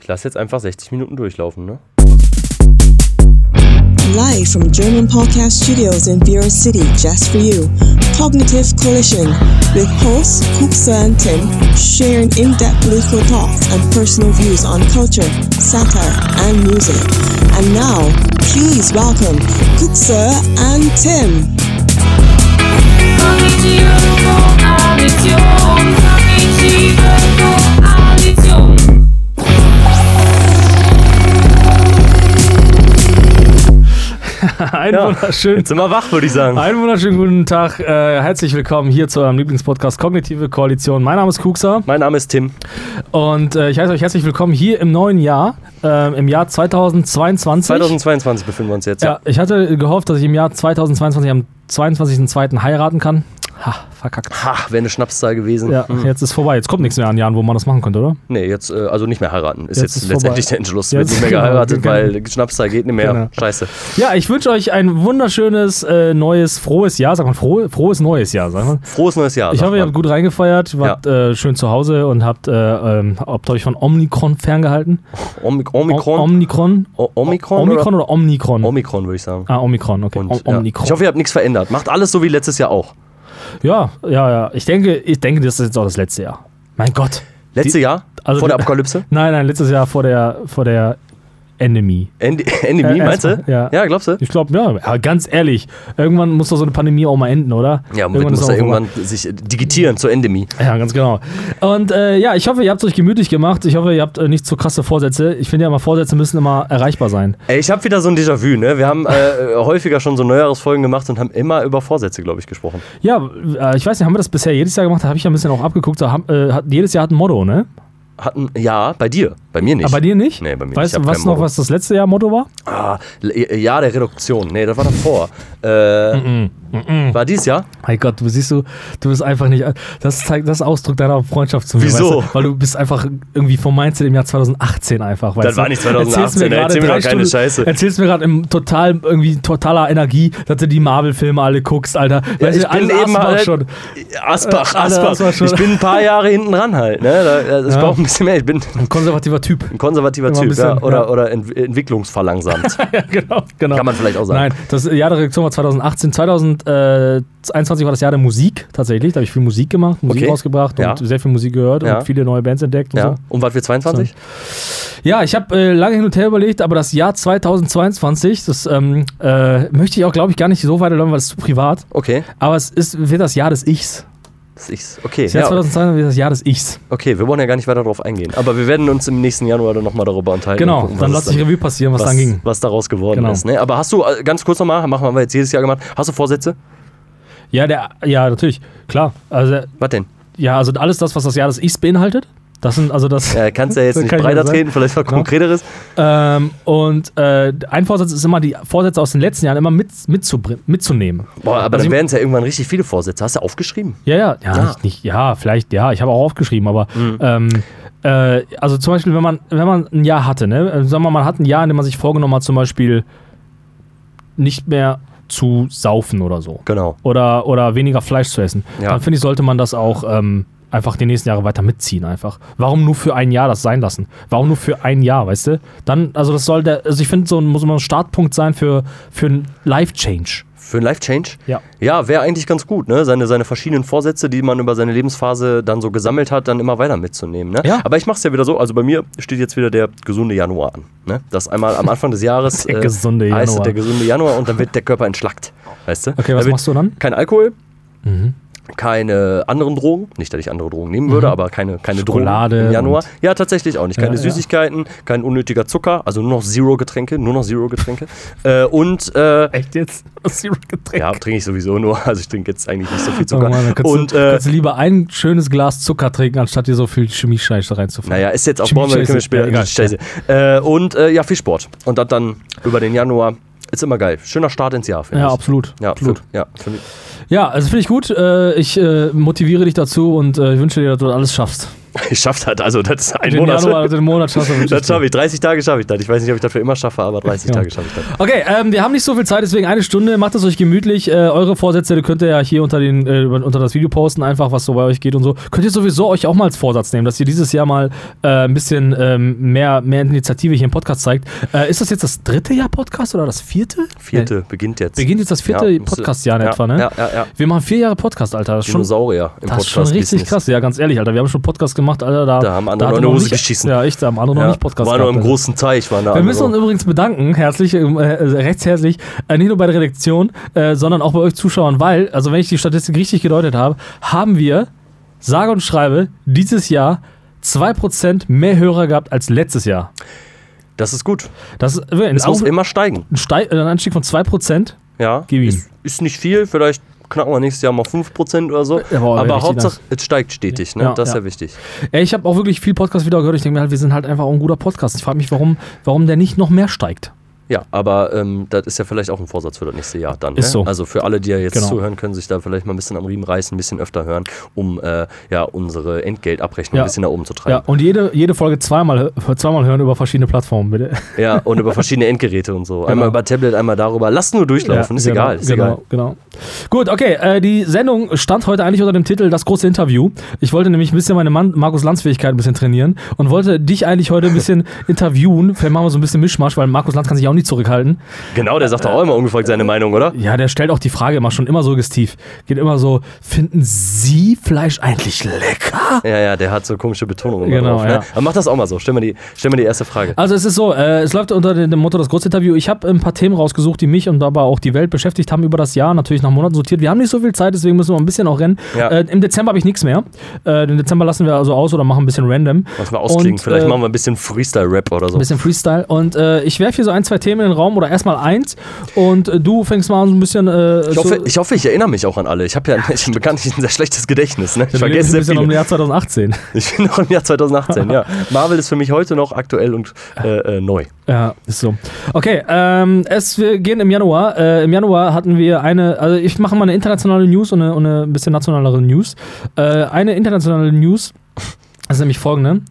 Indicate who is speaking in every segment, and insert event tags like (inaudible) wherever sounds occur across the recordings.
Speaker 1: Ich lasse jetzt einfach 60 Minuten durchlaufen, ne?
Speaker 2: Live from German podcast studios in Bureau City, just for you, Cognitive Collision, with hosts Kuksa and Tim, sharing in depth political thoughts and personal views on culture, satire, and music. And now, please welcome Kuksa and Tim.
Speaker 3: Einen
Speaker 1: Ja.
Speaker 3: (laughs) wunderschönen,
Speaker 1: Jetzt sind wir wach, würde ich sagen.
Speaker 3: einen wunderschönen guten Tag. Äh, herzlich willkommen hier zu eurem Lieblingspodcast Kognitive Koalition. Mein Name ist Kuxa
Speaker 1: Mein Name ist Tim.
Speaker 3: und äh, ich heiße euch herzlich willkommen hier im neuen Jahr, ähm, im Jahr 2022.
Speaker 1: 2022 befinden wir uns jetzt.
Speaker 3: ja, ich hatte gehofft, dass ich im Jahr 2022 am 22.02. heiraten kann. Ha, verkackt.
Speaker 1: Ha, wäre eine Schnapszahl gewesen.
Speaker 3: Ja,
Speaker 1: Hm.
Speaker 3: jetzt ist vorbei. Jetzt kommt nichts mehr an Jahren, wo man das machen könnte, oder?
Speaker 1: Nee, jetzt, äh, also nicht mehr heiraten. Ist
Speaker 3: Jetzt
Speaker 1: jetzt,
Speaker 3: ist
Speaker 1: letztendlich
Speaker 3: vorbei.
Speaker 1: der Entschluss.
Speaker 3: Jetzt-
Speaker 1: Wird nicht mehr
Speaker 3: genau,
Speaker 1: geheiratet,
Speaker 3: genau.
Speaker 1: weil Schnapszahl geht nicht mehr.
Speaker 3: Genau.
Speaker 1: Scheiße.
Speaker 3: Ja, ich wünsche euch ein wunderschönes, äh, neues, frohes Jahr. Sag mal, frohe, frohes neues Jahr, sag mal.
Speaker 1: Frohes neues Jahr.
Speaker 3: Ich
Speaker 1: sagt
Speaker 3: hoffe, ihr habt
Speaker 1: man.
Speaker 3: gut reingefeiert, wart äh, schön zu Hause und habt, äh, ähm, habt euch von Omnicron ferngehalten.
Speaker 1: Omik
Speaker 3: O-
Speaker 1: Omikron.
Speaker 3: Omnicron?
Speaker 1: O- Omikron?
Speaker 3: Omikron oder Omnicron?
Speaker 1: oder? Omikron, würde ich sagen.
Speaker 3: ah, Omikron, okay.
Speaker 1: Und,
Speaker 3: Om
Speaker 1: ja.
Speaker 3: Omnicron.
Speaker 1: Ich hoffe, ihr habt nichts verändert. Macht alles so wie letztes Jahr auch.
Speaker 3: ja, ja, ja. Ich denke, ich denke, das ist jetzt auch das letzte Jahr. Mein Gott.
Speaker 1: Letztes Jahr?
Speaker 3: also
Speaker 1: vor der
Speaker 3: die-
Speaker 1: Apokalypse?
Speaker 3: (laughs) Nein, nein, letztes Jahr vor der, vor der Endemie.
Speaker 1: End Endemie,
Speaker 3: Äh,
Speaker 1: meinst du?
Speaker 3: erstmal, ja.
Speaker 1: ja, glaubst du?
Speaker 3: Ich glaube, ja, ja, ganz ehrlich, irgendwann muss doch so eine Pandemie auch mal enden, oder?
Speaker 1: Ja, man
Speaker 3: irgendwann
Speaker 1: muss
Speaker 3: ist
Speaker 1: ja
Speaker 3: auch
Speaker 1: irgendwann sich äh, digitieren zur Endemie.
Speaker 3: Ja, ganz genau. Und äh, ja, ich hoffe, ihr habt es euch gemütlich gemacht. Ich hoffe, ihr habt äh, nicht so krasse Vorsätze. Ich finde ja immer, Vorsätze müssen immer erreichbar sein.
Speaker 1: Ey, ich habe wieder so ein Déjà-vu, ne? Wir haben äh, (laughs) häufiger schon so Neujahresfolgen gemacht und haben immer über Vorsätze, glaube ich, gesprochen.
Speaker 3: Ja, äh, ich weiß nicht, haben wir das bisher jedes Jahr gemacht? Da habe ich ja ein bisschen auch abgeguckt. Da haben, äh, hat, jedes Jahr hat ein Motto, ne?
Speaker 1: Hatten, ja, bei dir, bei mir nicht.
Speaker 3: Aber Ah, bei dir nicht?
Speaker 1: Nee, bei mir nicht. Ich
Speaker 3: weißt
Speaker 1: hab
Speaker 3: du,
Speaker 1: kein
Speaker 3: was noch,
Speaker 1: Motto.
Speaker 3: was das letzte Jahr Motto war?
Speaker 1: Ah, L- Jahr der Reduktion. Nee, das war davor. Äh, War dies Jahr?
Speaker 3: Mein Gott, du siehst du, du bist einfach nicht. Das zeigt das ist Ausdruck deiner Freundschaft zu mir.
Speaker 1: Wieso?
Speaker 3: Weißt du? Weil du bist einfach irgendwie vom Mindset im Jahr 2018 einfach. Weißt
Speaker 1: Das
Speaker 3: du?
Speaker 1: war nicht 2018,
Speaker 3: Erzählst mir
Speaker 1: ey,
Speaker 3: gerade
Speaker 1: erzähl mir
Speaker 3: drei
Speaker 1: doch keine
Speaker 3: Stunden-
Speaker 1: Scheiße.
Speaker 3: Erzählst mir gerade im total irgendwie totaler Energie, dass du die Marvel-Filme alle guckst, Alter. Weißt du, alles Asbach
Speaker 1: halt-
Speaker 3: schon.
Speaker 1: Asbach,
Speaker 3: Äh, alle
Speaker 1: Asbach.
Speaker 3: Asbach schon.
Speaker 1: Ich bin ein paar Jahre hinten ran halt. Ne? Da, da- ich
Speaker 3: Ja.
Speaker 1: brauche ein bisschen mehr. Ich bin
Speaker 3: Ein konservativer Typ. (laughs)
Speaker 1: ein konservativer
Speaker 3: Immer ein
Speaker 1: Typ. ja.
Speaker 3: bisschen,
Speaker 1: Oder,
Speaker 3: ja.
Speaker 1: oder ent entwicklungsverlangsamt.
Speaker 3: (laughs) ja, genau, genau.
Speaker 1: Kann man vielleicht auch sagen.
Speaker 3: Nein, das Jahr der Reaktion war 2018. 2021 war das Jahr der Musik tatsächlich. Da habe ich viel Musik gemacht, Musik
Speaker 1: Okay.
Speaker 3: rausgebracht
Speaker 1: Ja.
Speaker 3: und sehr viel Musik gehört
Speaker 1: Ja.
Speaker 3: und viele neue Bands entdeckt und
Speaker 1: Ja.
Speaker 3: so.
Speaker 1: Und was wir 22?
Speaker 3: Ja, ich habe äh, lange hin und her überlegt, aber das Jahr 2022, das ähm, äh, möchte ich auch, glaube ich, gar nicht so weiterlaufen, weil es zu privat.
Speaker 1: Okay.
Speaker 3: Aber es ist, wird das Jahr des Ichs.
Speaker 1: Das ist, okay.
Speaker 3: Das Jahr
Speaker 1: Ja,
Speaker 3: 2022 wird das Jahr des Ichs.
Speaker 1: okay, wir wollen ja gar nicht weiter darauf eingehen. Aber wir werden uns im nächsten Januar dann nochmal darüber unterhalten. und
Speaker 3: Genau,
Speaker 1: gucken,
Speaker 3: dann
Speaker 1: was
Speaker 3: lasse
Speaker 1: es
Speaker 3: ich Revue passieren, was,
Speaker 1: was,
Speaker 3: dann ging.
Speaker 1: was daraus geworden
Speaker 3: Genau.
Speaker 1: ist. Ne? Aber hast du, äh, ganz kurz nochmal, machen wir jetzt jedes Jahr gemacht, hast du Vorsätze?
Speaker 3: Ja, der, ja, natürlich, klar. Also,
Speaker 1: Was denn?
Speaker 3: ja, also alles das, was das Jahr des Ichs beinhaltet. Das sind also das.
Speaker 1: Äh,
Speaker 3: (laughs)
Speaker 1: kannst ja jetzt
Speaker 3: Das
Speaker 1: nicht
Speaker 3: kann ich
Speaker 1: breiter
Speaker 3: mal
Speaker 1: treten, vielleicht was
Speaker 3: Genau.
Speaker 1: Konkreteres.
Speaker 3: Ähm, und äh, ein Vorsatz ist immer, die Vorsätze aus den letzten Jahren immer mit, mitzubr- mitzunehmen.
Speaker 1: Boah, aber
Speaker 3: Also
Speaker 1: dann
Speaker 3: ich-
Speaker 1: werden es ja irgendwann richtig viele Vorsätze. Hast du aufgeschrieben?
Speaker 3: Ja, ja, ja,
Speaker 1: Ah.
Speaker 3: Nicht, nicht, ja, vielleicht, ja, ich habe auch aufgeschrieben, aber ähm, äh, also zum Beispiel, wenn man, wenn man ein Jahr hatte, ne, äh, sagen wir mal, man hat ein Jahr, in dem man sich vorgenommen hat, zum Beispiel nicht mehr zu saufen oder so.
Speaker 1: Genau.
Speaker 3: Oder, oder weniger Fleisch zu essen,
Speaker 1: Ja.
Speaker 3: dann finde ich, sollte man das auch ähm, einfach die nächsten Jahre weiter mitziehen einfach. Warum nur für ein Jahr das sein lassen? Warum nur für ein Jahr, weißt du? Dann, also das soll der, also ich finde, so ein, muss immer ein Startpunkt sein für, für einen Life-Change.
Speaker 1: Für einen Life-Change?
Speaker 3: Ja.
Speaker 1: Ja, wäre eigentlich ganz gut, ne? Seine, seine verschiedenen Vorsätze, die man über seine Lebensphase dann so gesammelt hat, dann immer weiter mitzunehmen. Ne?
Speaker 3: Ja.
Speaker 1: Aber ich mache es ja wieder so, also bei mir steht jetzt wieder der gesunde Januar an. Ne? Das einmal am Anfang des Jahres
Speaker 3: (laughs)
Speaker 1: äh,
Speaker 3: Der gesunde
Speaker 1: heißt es
Speaker 3: Januar.
Speaker 1: der gesunde Januar und dann wird der Körper entschlackt. Weißt du?
Speaker 3: Okay, was
Speaker 1: da wird
Speaker 3: machst du dann?
Speaker 1: Kein Alkohol,
Speaker 3: Mhm.
Speaker 1: keine anderen Drogen, nicht, dass ich andere Drogen nehmen würde, aber keine, keine
Speaker 3: Schokolade
Speaker 1: Drogen im Januar.
Speaker 3: und-
Speaker 1: Ja, tatsächlich auch nicht. Keine
Speaker 3: Ja, ja.
Speaker 1: Süßigkeiten, kein unnötiger Zucker, also nur noch Zero-Getränke, nur noch Zero-Getränke. (laughs) äh, und äh,
Speaker 3: Echt jetzt? Zero Getränk.
Speaker 1: ja, trinke ich sowieso nur. (laughs) Also ich trinke jetzt eigentlich nicht so viel
Speaker 3: Oh
Speaker 1: Zucker.
Speaker 3: Mann, dann kannst,
Speaker 1: und
Speaker 3: du,
Speaker 1: äh,
Speaker 3: kannst du lieber ein schönes Glas Zucker trinken, anstatt dir so viel Chemiescheiße reinzufahren.
Speaker 1: naja, ist jetzt auch
Speaker 3: Chemie-
Speaker 1: brauchen wir, können wir
Speaker 3: Scheiße. Ja,
Speaker 1: später.
Speaker 3: egal.
Speaker 1: Scheiße. Äh, und äh, ja, viel Sport. Und das dann über den Januar. Ist immer geil. Schöner Start ins Jahr, finde
Speaker 3: Ja,
Speaker 1: ich.
Speaker 3: absolut.
Speaker 1: Ja,
Speaker 3: absolut.
Speaker 1: Für, ja, (laughs) finde ich.
Speaker 3: Ja, also finde ich gut. Äh, Ich äh, motiviere dich dazu und äh, ich wünsche dir, dass du alles schaffst.
Speaker 1: geschafft hat. Also das ist ein
Speaker 3: Den
Speaker 1: Monat.
Speaker 3: Januar, den Monat schaffst du wirklich
Speaker 1: Das
Speaker 3: nicht.
Speaker 1: schaffe ich. 30 Tage schaffe ich das. Ich weiß nicht, ob ich das für immer schaffe, aber 30 Tage schaffe ich das.
Speaker 3: Okay, ähm, wir haben nicht so viel Zeit, deswegen eine Stunde. Macht es euch gemütlich. Äh, eure Vorsätze die könnt ihr ja hier unter, den, äh, über- unter das Video posten, einfach was so bei euch geht und so. Könnt ihr sowieso euch auch mal als Vorsatz nehmen, dass ihr dieses Jahr mal äh, ein bisschen ähm, mehr, mehr Initiative hier im Podcast zeigt. Äh, ist das jetzt das dritte Jahr Podcast oder das vierte?
Speaker 1: Vierte beginnt jetzt.
Speaker 3: Nee, beginnt jetzt das vierte
Speaker 1: Ja, müsste-
Speaker 3: Podcastjahr in
Speaker 1: ja,
Speaker 3: etwa, ne?
Speaker 1: Ja, ja, ja.
Speaker 3: Wir machen vier Jahre Podcast, Alter. Das ist schon,
Speaker 1: Dinosaurier im
Speaker 3: das ist schon richtig
Speaker 1: Podcast-Business.
Speaker 3: krass. Ja, ganz ehrlich, Alter. Wir haben schon Podcast gemacht, Alter. Da,
Speaker 1: Da haben andere
Speaker 3: hatte
Speaker 1: noch eine
Speaker 3: noch
Speaker 1: Hose
Speaker 3: nicht-
Speaker 1: geschissen.
Speaker 3: Ja, echt, da haben andere
Speaker 1: Ja.
Speaker 3: noch nicht Podcast
Speaker 1: War nur im
Speaker 3: gehabt, Alter.
Speaker 1: großen Teich. War also eine
Speaker 3: Wir
Speaker 1: andere.
Speaker 3: müssen uns übrigens bedanken, herzlich, äh, äh, recht herzlich, äh, nicht nur bei der Redaktion, äh, sondern auch bei euch Zuschauern, weil, also wenn ich die Statistik richtig gedeutet habe, haben wir, sage und schreibe, dieses Jahr 2% mehr Hörer gehabt als letztes Jahr.
Speaker 1: das ist gut.
Speaker 3: Das ist wirklich ein,
Speaker 1: Es muss
Speaker 3: Auf, ein,
Speaker 1: immer steigen.
Speaker 3: Steig, äh, ein Anstieg von 2%.
Speaker 1: Ja.
Speaker 3: Gib ihm.
Speaker 1: Ist, ist nicht viel. Vielleicht knacken wir nächstes Jahr mal 5% oder so.
Speaker 3: aber
Speaker 1: aber
Speaker 3: richtig
Speaker 1: Hauptsache, es steigt stetig. Ne?
Speaker 3: Ja,
Speaker 1: das ist
Speaker 3: ja.
Speaker 1: ja, wichtig.
Speaker 3: Ey, ich habe auch wirklich viel Podcast wieder gehört. Ich denke mir halt, wir sind halt einfach auch ein guter Podcast. Ich frage mich, warum, warum der nicht noch mehr steigt.
Speaker 1: Ja, aber ähm, das ist ja vielleicht auch ein Vorsatz für das nächste Jahr dann.
Speaker 3: Ist
Speaker 1: ne?
Speaker 3: so.
Speaker 1: Also für alle, die ja jetzt
Speaker 3: Genau.
Speaker 1: zuhören, können sich da vielleicht mal ein bisschen am Riemen reißen, ein bisschen öfter hören, um äh, ja, unsere Entgeltabrechnung
Speaker 3: Ja.
Speaker 1: ein bisschen nach oben zu
Speaker 3: Ja,
Speaker 1: treiben.
Speaker 3: und jede, jede Folge zweimal, zweimal hören über verschiedene Plattformen, bitte.
Speaker 1: Ja, und über verschiedene Endgeräte und
Speaker 3: (laughs)
Speaker 1: so. Einmal über Tablet, einmal darüber. Lass nur durchlaufen, ist
Speaker 3: genau,
Speaker 1: egal. Ist
Speaker 3: genau,
Speaker 1: egal.
Speaker 3: genau. Gut, okay. Äh, die Sendung stand heute eigentlich unter dem Titel Das große Interview. Ich wollte nämlich ein bisschen meine Man Markus Lanz-Fähigkeit ein bisschen trainieren und wollte dich eigentlich heute
Speaker 1: (laughs)
Speaker 3: ein bisschen interviewen. Vielleicht machen wir so ein bisschen Mischmasch, weil Markus Lanz kann sich auch nicht zurückhalten.
Speaker 1: Genau, der sagt doch auch immer ungefragt
Speaker 3: Äh,
Speaker 1: seine Meinung, oder?
Speaker 3: Ja, der stellt auch die Frage immer schon immer suggestiv. Geht immer so: Finden Sie Fleisch eigentlich lecker?
Speaker 1: Ja, ja, der hat so komische Betonungen
Speaker 3: Genau,
Speaker 1: drauf. Ne?
Speaker 3: ja.
Speaker 1: Aber mach das auch mal so. Stell mal die, stell mal die erste Frage.
Speaker 3: Also es ist so, äh, es läuft unter dem dem Motto das Kurzinterview. Ich habe ein paar Themen rausgesucht, die mich und aber auch die Welt beschäftigt haben über das Jahr, natürlich nach Monaten sortiert. Wir haben nicht so viel Zeit, deswegen müssen wir ein bisschen auch rennen.
Speaker 1: Ja.
Speaker 3: Äh, Im Dezember habe ich nichts mehr. Äh, den Dezember lassen wir also aus oder machen ein bisschen random.
Speaker 1: Lass mal ausklingen.
Speaker 3: Und,
Speaker 1: Vielleicht
Speaker 3: äh,
Speaker 1: machen wir ein bisschen Freestyle-Rap oder so.
Speaker 3: Ein bisschen Freestyle. Und äh, ich werfe hier so ein, zwei Themen in den Raum oder erstmal eins. Und äh, du fängst mal an, so ein bisschen. Äh,
Speaker 1: Ich hoffe, ich hoffe, ich erinnere mich auch an alle. Ich habe ja, (laughs) ich bin bekanntlich ein sehr schlechtes Gedächtnis. Ne? Ich vergesse
Speaker 3: ein
Speaker 1: sehr
Speaker 3: bisschen um
Speaker 1: viele.
Speaker 3: Jahr 2018.
Speaker 1: Ich bin noch im Jahr 2018, ja. Marvel ist für mich heute noch aktuell und äh, äh, neu.
Speaker 3: Ja, ist so. Okay, ähm, es, wir gehen im Januar. Äh, Im Januar hatten wir eine, also ich mache mal eine internationale News und eine, und eine ein bisschen nationalere News. Äh, eine internationale News (laughs) ist nämlich folgende.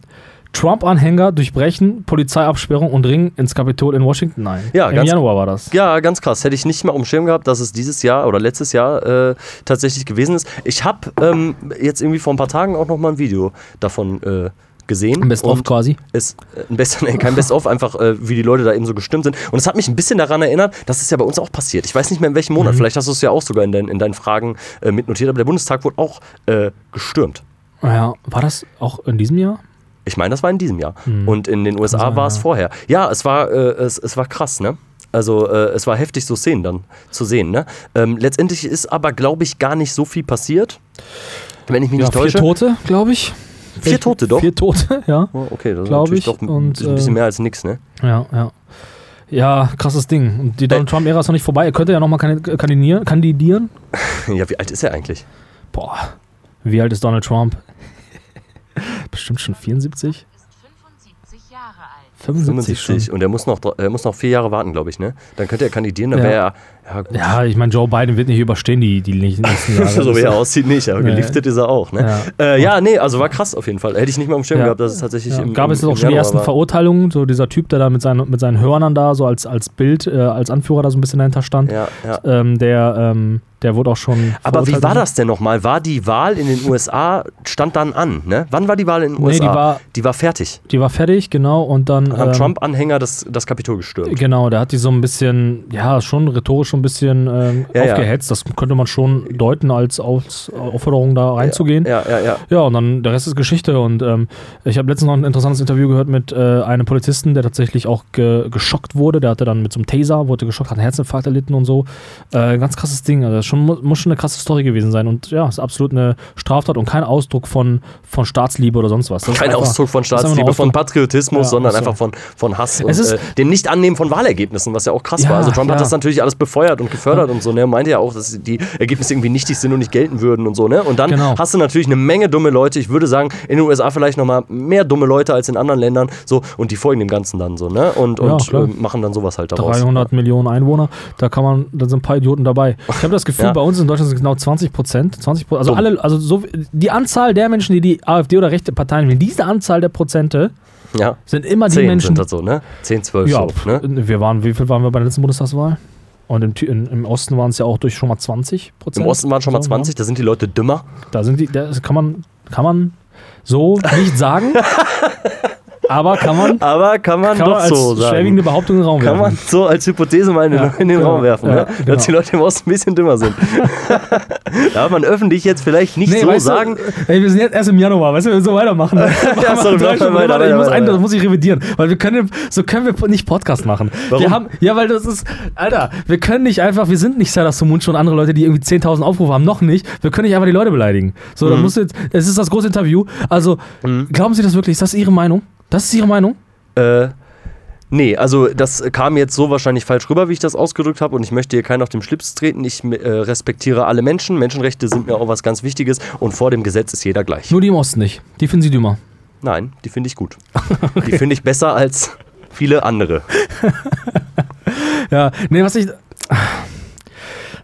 Speaker 3: Trump-Anhänger durchbrechen Polizeiabsperrung und ringen ins Kapitol in Washington. Nein,
Speaker 1: Ja,
Speaker 3: im
Speaker 1: ganz-
Speaker 3: Januar war das.
Speaker 1: Ja, ganz krass. Hätte ich nicht mal auf dem Schirm gehabt, dass es dieses Jahr oder letztes Jahr äh, tatsächlich gewesen ist. Ich habe ähm, jetzt irgendwie vor ein paar Tagen auch noch mal ein Video davon äh, gesehen.
Speaker 3: Best of
Speaker 1: Und
Speaker 3: quasi.
Speaker 1: Es, äh, ein Best, (laughs) nee, kein Best-of, einfach äh, wie die Leute da eben so gestimmt sind. Und es hat mich ein bisschen daran erinnert, das ist ja bei uns auch passiert. Ich weiß nicht mehr in welchem Monat, vielleicht hast du es ja auch sogar in, dein, in deinen Fragen äh, mitnotiert, aber der Bundestag wurde auch äh, gestürmt.
Speaker 3: Ja, war das auch in diesem Jahr?
Speaker 1: Ich meine, das war in diesem Jahr. Und in den USA
Speaker 3: Mhm. sein,
Speaker 1: war es
Speaker 3: ja.
Speaker 1: vorher. Ja, es war, äh, es, es war krass, ne? Also äh, es war heftig, so Szenen dann zu sehen. Ne? Ähm, letztendlich ist aber, glaube ich, gar nicht so viel passiert. Wenn ich mich nicht
Speaker 3: vier
Speaker 1: täusche.
Speaker 3: Tote, glaube ich.
Speaker 1: Vier Tote, doch.
Speaker 3: Vier Tote, (laughs) ja.
Speaker 1: Oh, okay, das ist
Speaker 3: Glaub
Speaker 1: natürlich
Speaker 3: ich.
Speaker 1: doch ein
Speaker 3: Und,
Speaker 1: bisschen- bisschen
Speaker 3: ähm,
Speaker 1: mehr als nix, ne? (laughs)
Speaker 3: Ja, ja. Ja, krasses Ding. Und die Donald Trump-Ära ist noch nicht vorbei. Er könnte ja nochmal kandidieren. kandidieren.
Speaker 1: Ja, wie alt ist er eigentlich?
Speaker 3: Boah, wie alt ist Donald Trump? (laughs) Bestimmt schon 74?
Speaker 4: ist 75 Jahre alt.
Speaker 3: 75, schon.
Speaker 1: Und er muss noch, dr- er muss noch vier Jahre warten, glaube ich, ne? Dann könnte er kandidieren, dann
Speaker 3: Ja.
Speaker 1: wäre er. Ja, gut. (laughs)
Speaker 3: Ja, ich meine, Joe Biden wird nicht überstehen, die, die nächsten Jahre.
Speaker 1: so wie er aussieht, nicht, aber
Speaker 3: Nee.
Speaker 1: geliftet ist er auch, ne? Ja. Äh, ja, nee, also war krass auf jeden Fall. Hätte ich nicht mal im Schirm
Speaker 3: Ja.
Speaker 1: gehabt, dass es tatsächlich
Speaker 3: ja,
Speaker 1: im.
Speaker 3: gab
Speaker 1: im,
Speaker 3: es jetzt auch
Speaker 1: im
Speaker 3: schon die
Speaker 1: Januar
Speaker 3: ersten
Speaker 1: war.
Speaker 3: Verurteilungen, so dieser Typ, der da mit seinen, mit seinen Hörnern da so als, als Bild, äh, als Anführer da so ein bisschen dahinter stand,
Speaker 1: Ja, ja.
Speaker 3: ähm, der, ähm, der wurde auch schon
Speaker 1: Aber wie
Speaker 3: verurteilt
Speaker 1: war
Speaker 3: und so.
Speaker 1: das denn nochmal? War die Wahl in den USA, stand dann an, ne? Wann war die Wahl in den USA?
Speaker 3: die war-
Speaker 1: die war fertig.
Speaker 3: Die war fertig, genau, und dann...
Speaker 1: Dann haben
Speaker 3: ähm,
Speaker 1: Trump-Anhänger das, das Kapitol gestürmt.
Speaker 3: Genau, der hat die so ein bisschen, ja, schon rhetorisch so ein bisschen ähm,
Speaker 1: Ja, ja.
Speaker 3: aufgehetzt. Das könnte man schon deuten als Aus Aufforderung, da reinzugehen. Ja,
Speaker 1: Ja, ja, ja.
Speaker 3: und dann der Rest ist Geschichte. Und ähm, ich habe letztens noch ein interessantes Interview gehört mit äh, einem Polizisten, der tatsächlich auch ge geschockt wurde. Der hatte dann mit so einem Taser, wurde geschockt, hat einen Herzinfarkt erlitten und so. Äh, ganz krasses Ding. Also das schon, mu- muss schon eine krasse Story gewesen sein. Und ja, ist absolut eine Straftat und kein Ausdruck von, von Staatsliebe oder sonst was. Das ist
Speaker 1: Kein
Speaker 3: einfach-
Speaker 1: Ausdruck von
Speaker 3: das ist einfach nur
Speaker 1: Staatsliebe, von
Speaker 3: Ausdruck-
Speaker 1: Patriotismus,
Speaker 3: Ja,
Speaker 1: sondern
Speaker 3: ach so.
Speaker 1: einfach von, von Hass
Speaker 3: Es
Speaker 1: und
Speaker 3: ist-
Speaker 1: äh, dem Nicht-Annehmen von Wahlergebnissen, was ja auch krass
Speaker 3: Ja,
Speaker 1: war. Also Trump
Speaker 3: ja.
Speaker 1: hat das natürlich alles befeuert und gefördert und so. Ne? Er meinte ja auch, dass die Ergebnisse irgendwie nichtig sind und nicht gelten würden und so. Ne? Und dann
Speaker 3: Genau.
Speaker 1: hast du natürlich eine Menge dumme Leute. Ich würde sagen, in den USA vielleicht nochmal mehr dumme Leute als in anderen Ländern. So, und die folgen dem Ganzen dann so, ne? Und,
Speaker 3: Ja,
Speaker 1: und
Speaker 3: klar.
Speaker 1: äh, machen dann sowas halt daraus.
Speaker 3: 300 Millionen Einwohner, da kann man, da sind ein paar Idioten dabei. Ich habe das Gefühl,
Speaker 1: Ja.
Speaker 3: bei uns in Deutschland sind es genau 20 Prozent. 20 Pro- also
Speaker 1: Dumm.
Speaker 3: alle, also so, die Anzahl der Menschen, die die AfD oder rechte Parteien wählen, diese Anzahl der Prozente
Speaker 1: Ja.
Speaker 3: sind immer die
Speaker 1: Zehn
Speaker 3: Menschen.
Speaker 1: sind das so, ne? Zehn, zwölf
Speaker 3: ja,
Speaker 1: so, ne?
Speaker 3: pff, wir waren, wie viel waren wir bei der letzten Bundestagswahl? Und im, Thü- in, im Osten waren es ja auch durch schon mal 20 Prozent.
Speaker 1: Im Osten waren schon mal
Speaker 3: So,
Speaker 1: 20, da sind die Leute dümmer.
Speaker 3: Ja. Da sind die, das kann man, kann man so
Speaker 1: (laughs)
Speaker 3: nicht sagen, aber kann man,
Speaker 1: Aber kann man
Speaker 3: kann
Speaker 1: doch
Speaker 3: man als
Speaker 1: so sagen.
Speaker 3: schwerwiegende Behauptung in den Raum
Speaker 1: Kann man
Speaker 3: werfen.
Speaker 1: so als Hypothese mal in den,
Speaker 3: Ja,
Speaker 1: in den
Speaker 3: genau.
Speaker 1: Raum werfen,
Speaker 3: Ja,
Speaker 1: ne? dass die
Speaker 3: genau.
Speaker 1: Leute im Osten ein bisschen dümmer
Speaker 3: (laughs)
Speaker 1: sind. Darf man öffentlich jetzt vielleicht nicht so
Speaker 3: weißt du,
Speaker 1: sagen.
Speaker 3: ey, wir sind jetzt erst im Januar, weißt du, wenn wir so weitermachen. dann-
Speaker 1: (laughs) Ja, sorry,
Speaker 3: Drei Stunden
Speaker 1: weiter,
Speaker 3: weiter, ich
Speaker 1: weiter,
Speaker 3: muss
Speaker 1: weiter,
Speaker 3: ein,
Speaker 1: weiter.
Speaker 3: das muss ich revidieren, weil wir können, so können wir nicht Podcast machen.
Speaker 1: Warum?
Speaker 3: Wir haben, ja, weil das ist, Alter, wir können nicht einfach, wir sind nicht Sailor Moon schon andere Leute, die irgendwie 10.000 Aufrufe haben, noch nicht. Wir können nicht einfach die Leute beleidigen. So,
Speaker 1: Mhm.
Speaker 3: dann musst du jetzt, es ist das große Interview. Also, glauben Sie das wirklich? Ist das Ihre Meinung? Das ist Ihre Meinung?
Speaker 1: Äh, nee, also das kam jetzt so wahrscheinlich falsch rüber, wie ich das ausgedrückt habe und ich möchte hier keinen auf dem Schlips treten. Ich äh, respektiere alle Menschen. Menschenrechte sind mir auch was ganz Wichtiges und vor dem Gesetz ist jeder gleich.
Speaker 3: Nur die im Osten nicht. Die finden Sie dümmer.
Speaker 1: Nein, die finde ich
Speaker 3: (laughs)
Speaker 1: gut. Die finde ich besser als viele andere.
Speaker 3: Ja, nee, was ich.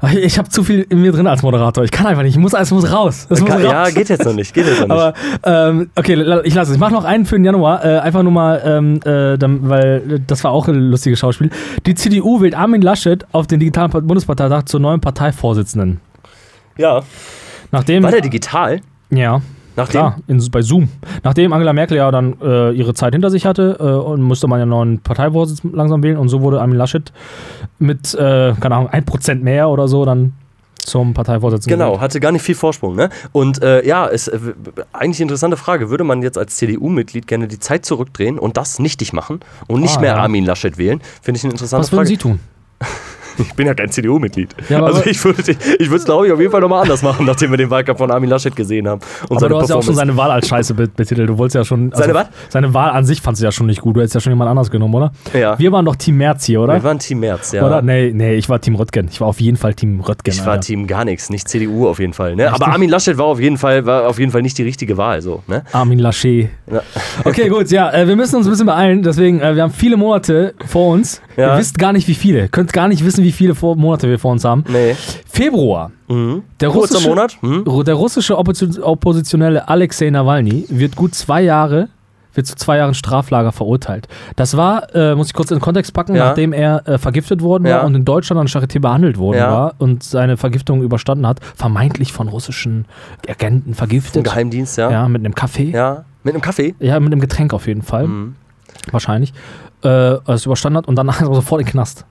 Speaker 3: Ach, Ich habe zu viel in mir drin als Moderator. Ich kann einfach nicht. Ich muss, es muss raus. Es muss raus.
Speaker 1: Äh, ja, geht jetzt noch nicht. Geht jetzt noch nicht.
Speaker 3: (laughs) Aber ähm, okay, la- ich lasse es. Ich mache noch einen für den Januar, äh, einfach nur mal, ähm, äh, dann, weil äh, das war auch ein lustiges Schauspiel. Die CDU wählt Armin Laschet auf den digitalen Pa- Bundesparteitag zur neuen Parteivorsitzenden.
Speaker 1: ja.
Speaker 3: Nachdem
Speaker 1: War der digital?
Speaker 3: ja
Speaker 1: Nachdem?
Speaker 3: klar in, bei Zoom. Nachdem Angela Merkel ja dann äh, ihre Zeit hinter sich hatte äh, und musste man ja einen neuen Parteivorsitz langsam wählen und so wurde Armin Laschet mit äh, keine Ahnung 1% mehr oder so dann zum Parteivorsitzenden.
Speaker 1: Genau, hatte gar nicht viel Vorsprung. Ne? Und äh, ja, ist äh, w- w- eigentlich eine interessante Frage. Würde man jetzt als CDU-Mitglied gerne die Zeit zurückdrehen und das nichtig machen und nicht
Speaker 3: Ah,
Speaker 1: mehr
Speaker 3: ja.
Speaker 1: Armin Laschet wählen? Finde ich eine interessante
Speaker 3: Was würden
Speaker 1: Frage.
Speaker 3: Sie tun?
Speaker 1: Ich bin ja kein CDU-Mitglied.
Speaker 3: Ja, aber-
Speaker 1: also ich würde ich würde es, glaube ich, auf jeden Fall nochmal anders machen, (laughs) nachdem wir den Wahlkampf von Armin Laschet gesehen haben. Und
Speaker 3: Aber du hast ja auch schon seine Wahl als Scheiße bet- betitelt. Du wolltest ja schon. also
Speaker 1: Seine was?
Speaker 3: Seine Wahl an sich fandst du ja schon nicht gut. Du hättest ja schon jemand anders genommen, oder?
Speaker 1: Ja.
Speaker 3: Wir waren doch Team Merz hier, oder?
Speaker 1: wir waren Team März, ja.
Speaker 3: Oder? Nee, genau, nee, ich war Team Röttgen. Ich war auf jeden Fall Team Röttgen.
Speaker 1: Ich war
Speaker 3: Alter.
Speaker 1: Team gar nichts, nicht CDU auf jeden Fall. Ne?
Speaker 3: (laughs)
Speaker 1: Aber Armin Laschet war auf jeden Fall, war auf jeden Fall nicht die richtige Wahl. So, ne?
Speaker 3: Armin Laschet.
Speaker 1: Ja.
Speaker 3: Okay, gut, ja, äh, wir müssen uns ein bisschen beeilen, deswegen, äh, wir haben viele Monate vor uns.
Speaker 1: Ja.
Speaker 3: Ihr wisst gar nicht, wie viele. Könnt gar nicht wissen, wie viele vor Monate wir vor uns haben.
Speaker 1: Nee.
Speaker 3: Februar. Der
Speaker 1: Mhm. Kurzer
Speaker 3: russische,
Speaker 1: Monat. Hm?
Speaker 3: Ru- Der russische Opposi- Oppositionelle Alexei Nawalny wird gut zwei Jahre, wird zu zwei Jahren Straflager verurteilt. Das war, äh, muss ich kurz in den Kontext packen,
Speaker 1: Ja.
Speaker 3: nachdem er äh, vergiftet worden
Speaker 1: Ja.
Speaker 3: war und in Deutschland an Charité behandelt worden
Speaker 1: Ja.
Speaker 3: war und seine Vergiftung überstanden hat, vermeintlich von russischen Agenten
Speaker 1: Im
Speaker 3: vergiftet.
Speaker 1: Geheimdienst, ja. ja. Mhm.
Speaker 3: Ja, mit einem Kaffee.
Speaker 1: Mit einem Kaffee.
Speaker 3: Ja, mit einem Getränk auf jeden Fall. Wahrscheinlich. Äh, es überstanden hat und danach (laughs) sofort in den Knast.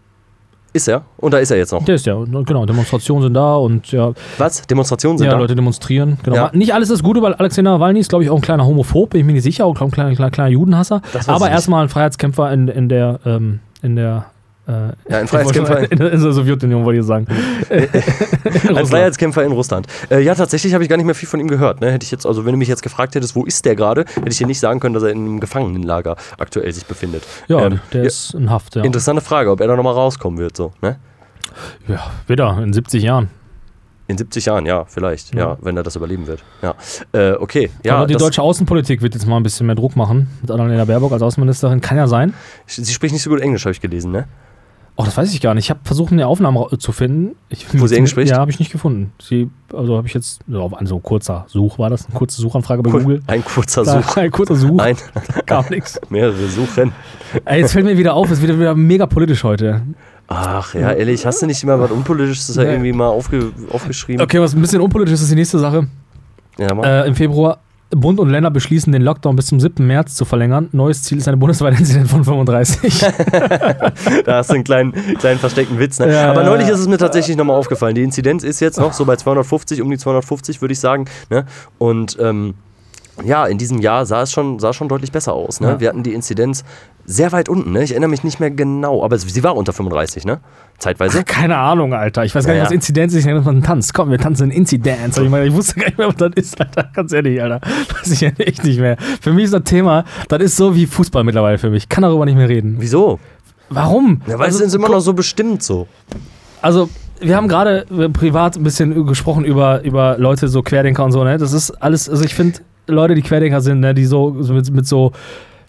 Speaker 1: Ist er. Und da ist er jetzt noch.
Speaker 3: Der ist ja, genau, Demonstrationen sind da und ja,
Speaker 1: Was? Demonstrationen sind
Speaker 3: ja,
Speaker 1: da?
Speaker 3: Leute demonstrieren. Genau.
Speaker 1: Ja.
Speaker 3: Nicht alles ist gut über Alexander Nawalny, ist glaube ich auch ein kleiner Homophob, bin ich mir nicht sicher, auch ein kleiner, kleiner, kleiner Judenhasser.
Speaker 1: Das weiß ich
Speaker 3: Aber
Speaker 1: nicht.
Speaker 3: erstmal ein Freiheitskämpfer in, in der, ähm, in der äh,
Speaker 1: Ja, ein Freiheitskämpfer
Speaker 3: (laughs) in, der- in der Sowjetunion, wollte ich sagen. in
Speaker 1: Ein
Speaker 3: Russland.
Speaker 1: Freiheitskämpfer in Russland. Äh, ja, tatsächlich habe ich gar nicht mehr viel von ihm gehört. Ne? Hätte ich jetzt, also wenn du mich jetzt gefragt hättest, wo ist der gerade, hätte ich dir nicht sagen können, dass er in einem Gefangenenlager aktuell sich befindet.
Speaker 3: ja,
Speaker 1: Ähm,
Speaker 3: der
Speaker 1: ja,
Speaker 3: ist in Haft, ja.
Speaker 1: Interessante Frage, ob er da nochmal rauskommen wird, so, ne?
Speaker 3: ja. Wieder, in 70 Jahren.
Speaker 1: In 70 Jahren, ja, vielleicht. Ja, wenn er das überleben wird. Ja. Äh, okay. Ja,
Speaker 3: Aber die
Speaker 1: das-
Speaker 3: deutsche Außenpolitik wird jetzt mal ein bisschen mehr Druck machen. Mit Annalena Baerbock als Außenministerin, kann ja sein.
Speaker 1: Sie spricht nicht so gut Englisch, habe ich gelesen, ne?
Speaker 3: Oh, das weiß ich gar nicht. Ich habe versucht, eine Aufnahme ra- zu finden. Ich,
Speaker 1: Wo sie Englisch spricht?
Speaker 3: Ja, habe ich nicht gefunden. Sie, also habe ich jetzt, ja, auf ein so kurzer Such war das, eine kurze Suchanfrage bei Google.
Speaker 1: Ein kurzer
Speaker 3: Da-
Speaker 1: Such.
Speaker 3: Ein kurzer Such, (laughs)
Speaker 1: Ein,
Speaker 3: gar nichts.
Speaker 1: mehrere Suchen.
Speaker 3: Ey, jetzt fällt mir wieder auf, es wird wieder mega politisch heute.
Speaker 1: Ach ja, ehrlich, hast du nicht immer was Unpolitisches da
Speaker 3: Nee.
Speaker 1: irgendwie mal aufge, aufgeschrieben?
Speaker 3: Okay, was ein bisschen unpolitisch ist, ist die nächste Sache.
Speaker 1: Ja, mach.
Speaker 3: Äh, Im Februar, Bund und Länder beschließen, den Lockdown bis zum 7. März zu verlängern. Neues Ziel ist eine bundesweite Inzidenz
Speaker 1: (laughs)
Speaker 3: von 35.
Speaker 1: Da hast du einen kleinen, kleinen versteckten Witz. Ne?
Speaker 3: Ja,
Speaker 1: Aber
Speaker 3: ja,
Speaker 1: neulich
Speaker 3: ja.
Speaker 1: ist es mir tatsächlich nochmal aufgefallen. Die Inzidenz ist jetzt noch so bei 250, um die 250 würde ich sagen. Ne? Und ähm, ja, in diesem Jahr sah es schon, sah schon deutlich besser aus. Ne?
Speaker 3: Ja.
Speaker 1: Wir hatten die Inzidenz sehr weit unten. Ne? Ich erinnere mich nicht mehr genau, aber es- sie war unter 35, ne? Zeitweise.
Speaker 3: (laughs) Keine Ahnung, Alter. Ich weiß gar nicht,
Speaker 1: Ja,
Speaker 3: was
Speaker 1: ja.
Speaker 3: Inzidenz ist. Ich nenne das mal einen Tanz. Komm, wir tanzen in Inzidenz. Und Ich, meine, ich wusste gar nicht mehr, was das ist, Alter. Ganz ehrlich, Alter. Weiß ich ja echt nicht mehr. Für mich ist das Thema, das ist so wie Fußball mittlerweile für mich. Ich kann darüber nicht mehr reden.
Speaker 1: Wieso? Also
Speaker 3: Warum?
Speaker 1: Ja, weil es ist immer noch so bestimmt so.
Speaker 3: Also, wir haben gerade äh, privat ein bisschen gesprochen über, über Leute, so Querdenker und so, ne? Das ist alles, also ich finde, Leute, die Querdenker sind, ne, die so, so mit, mit so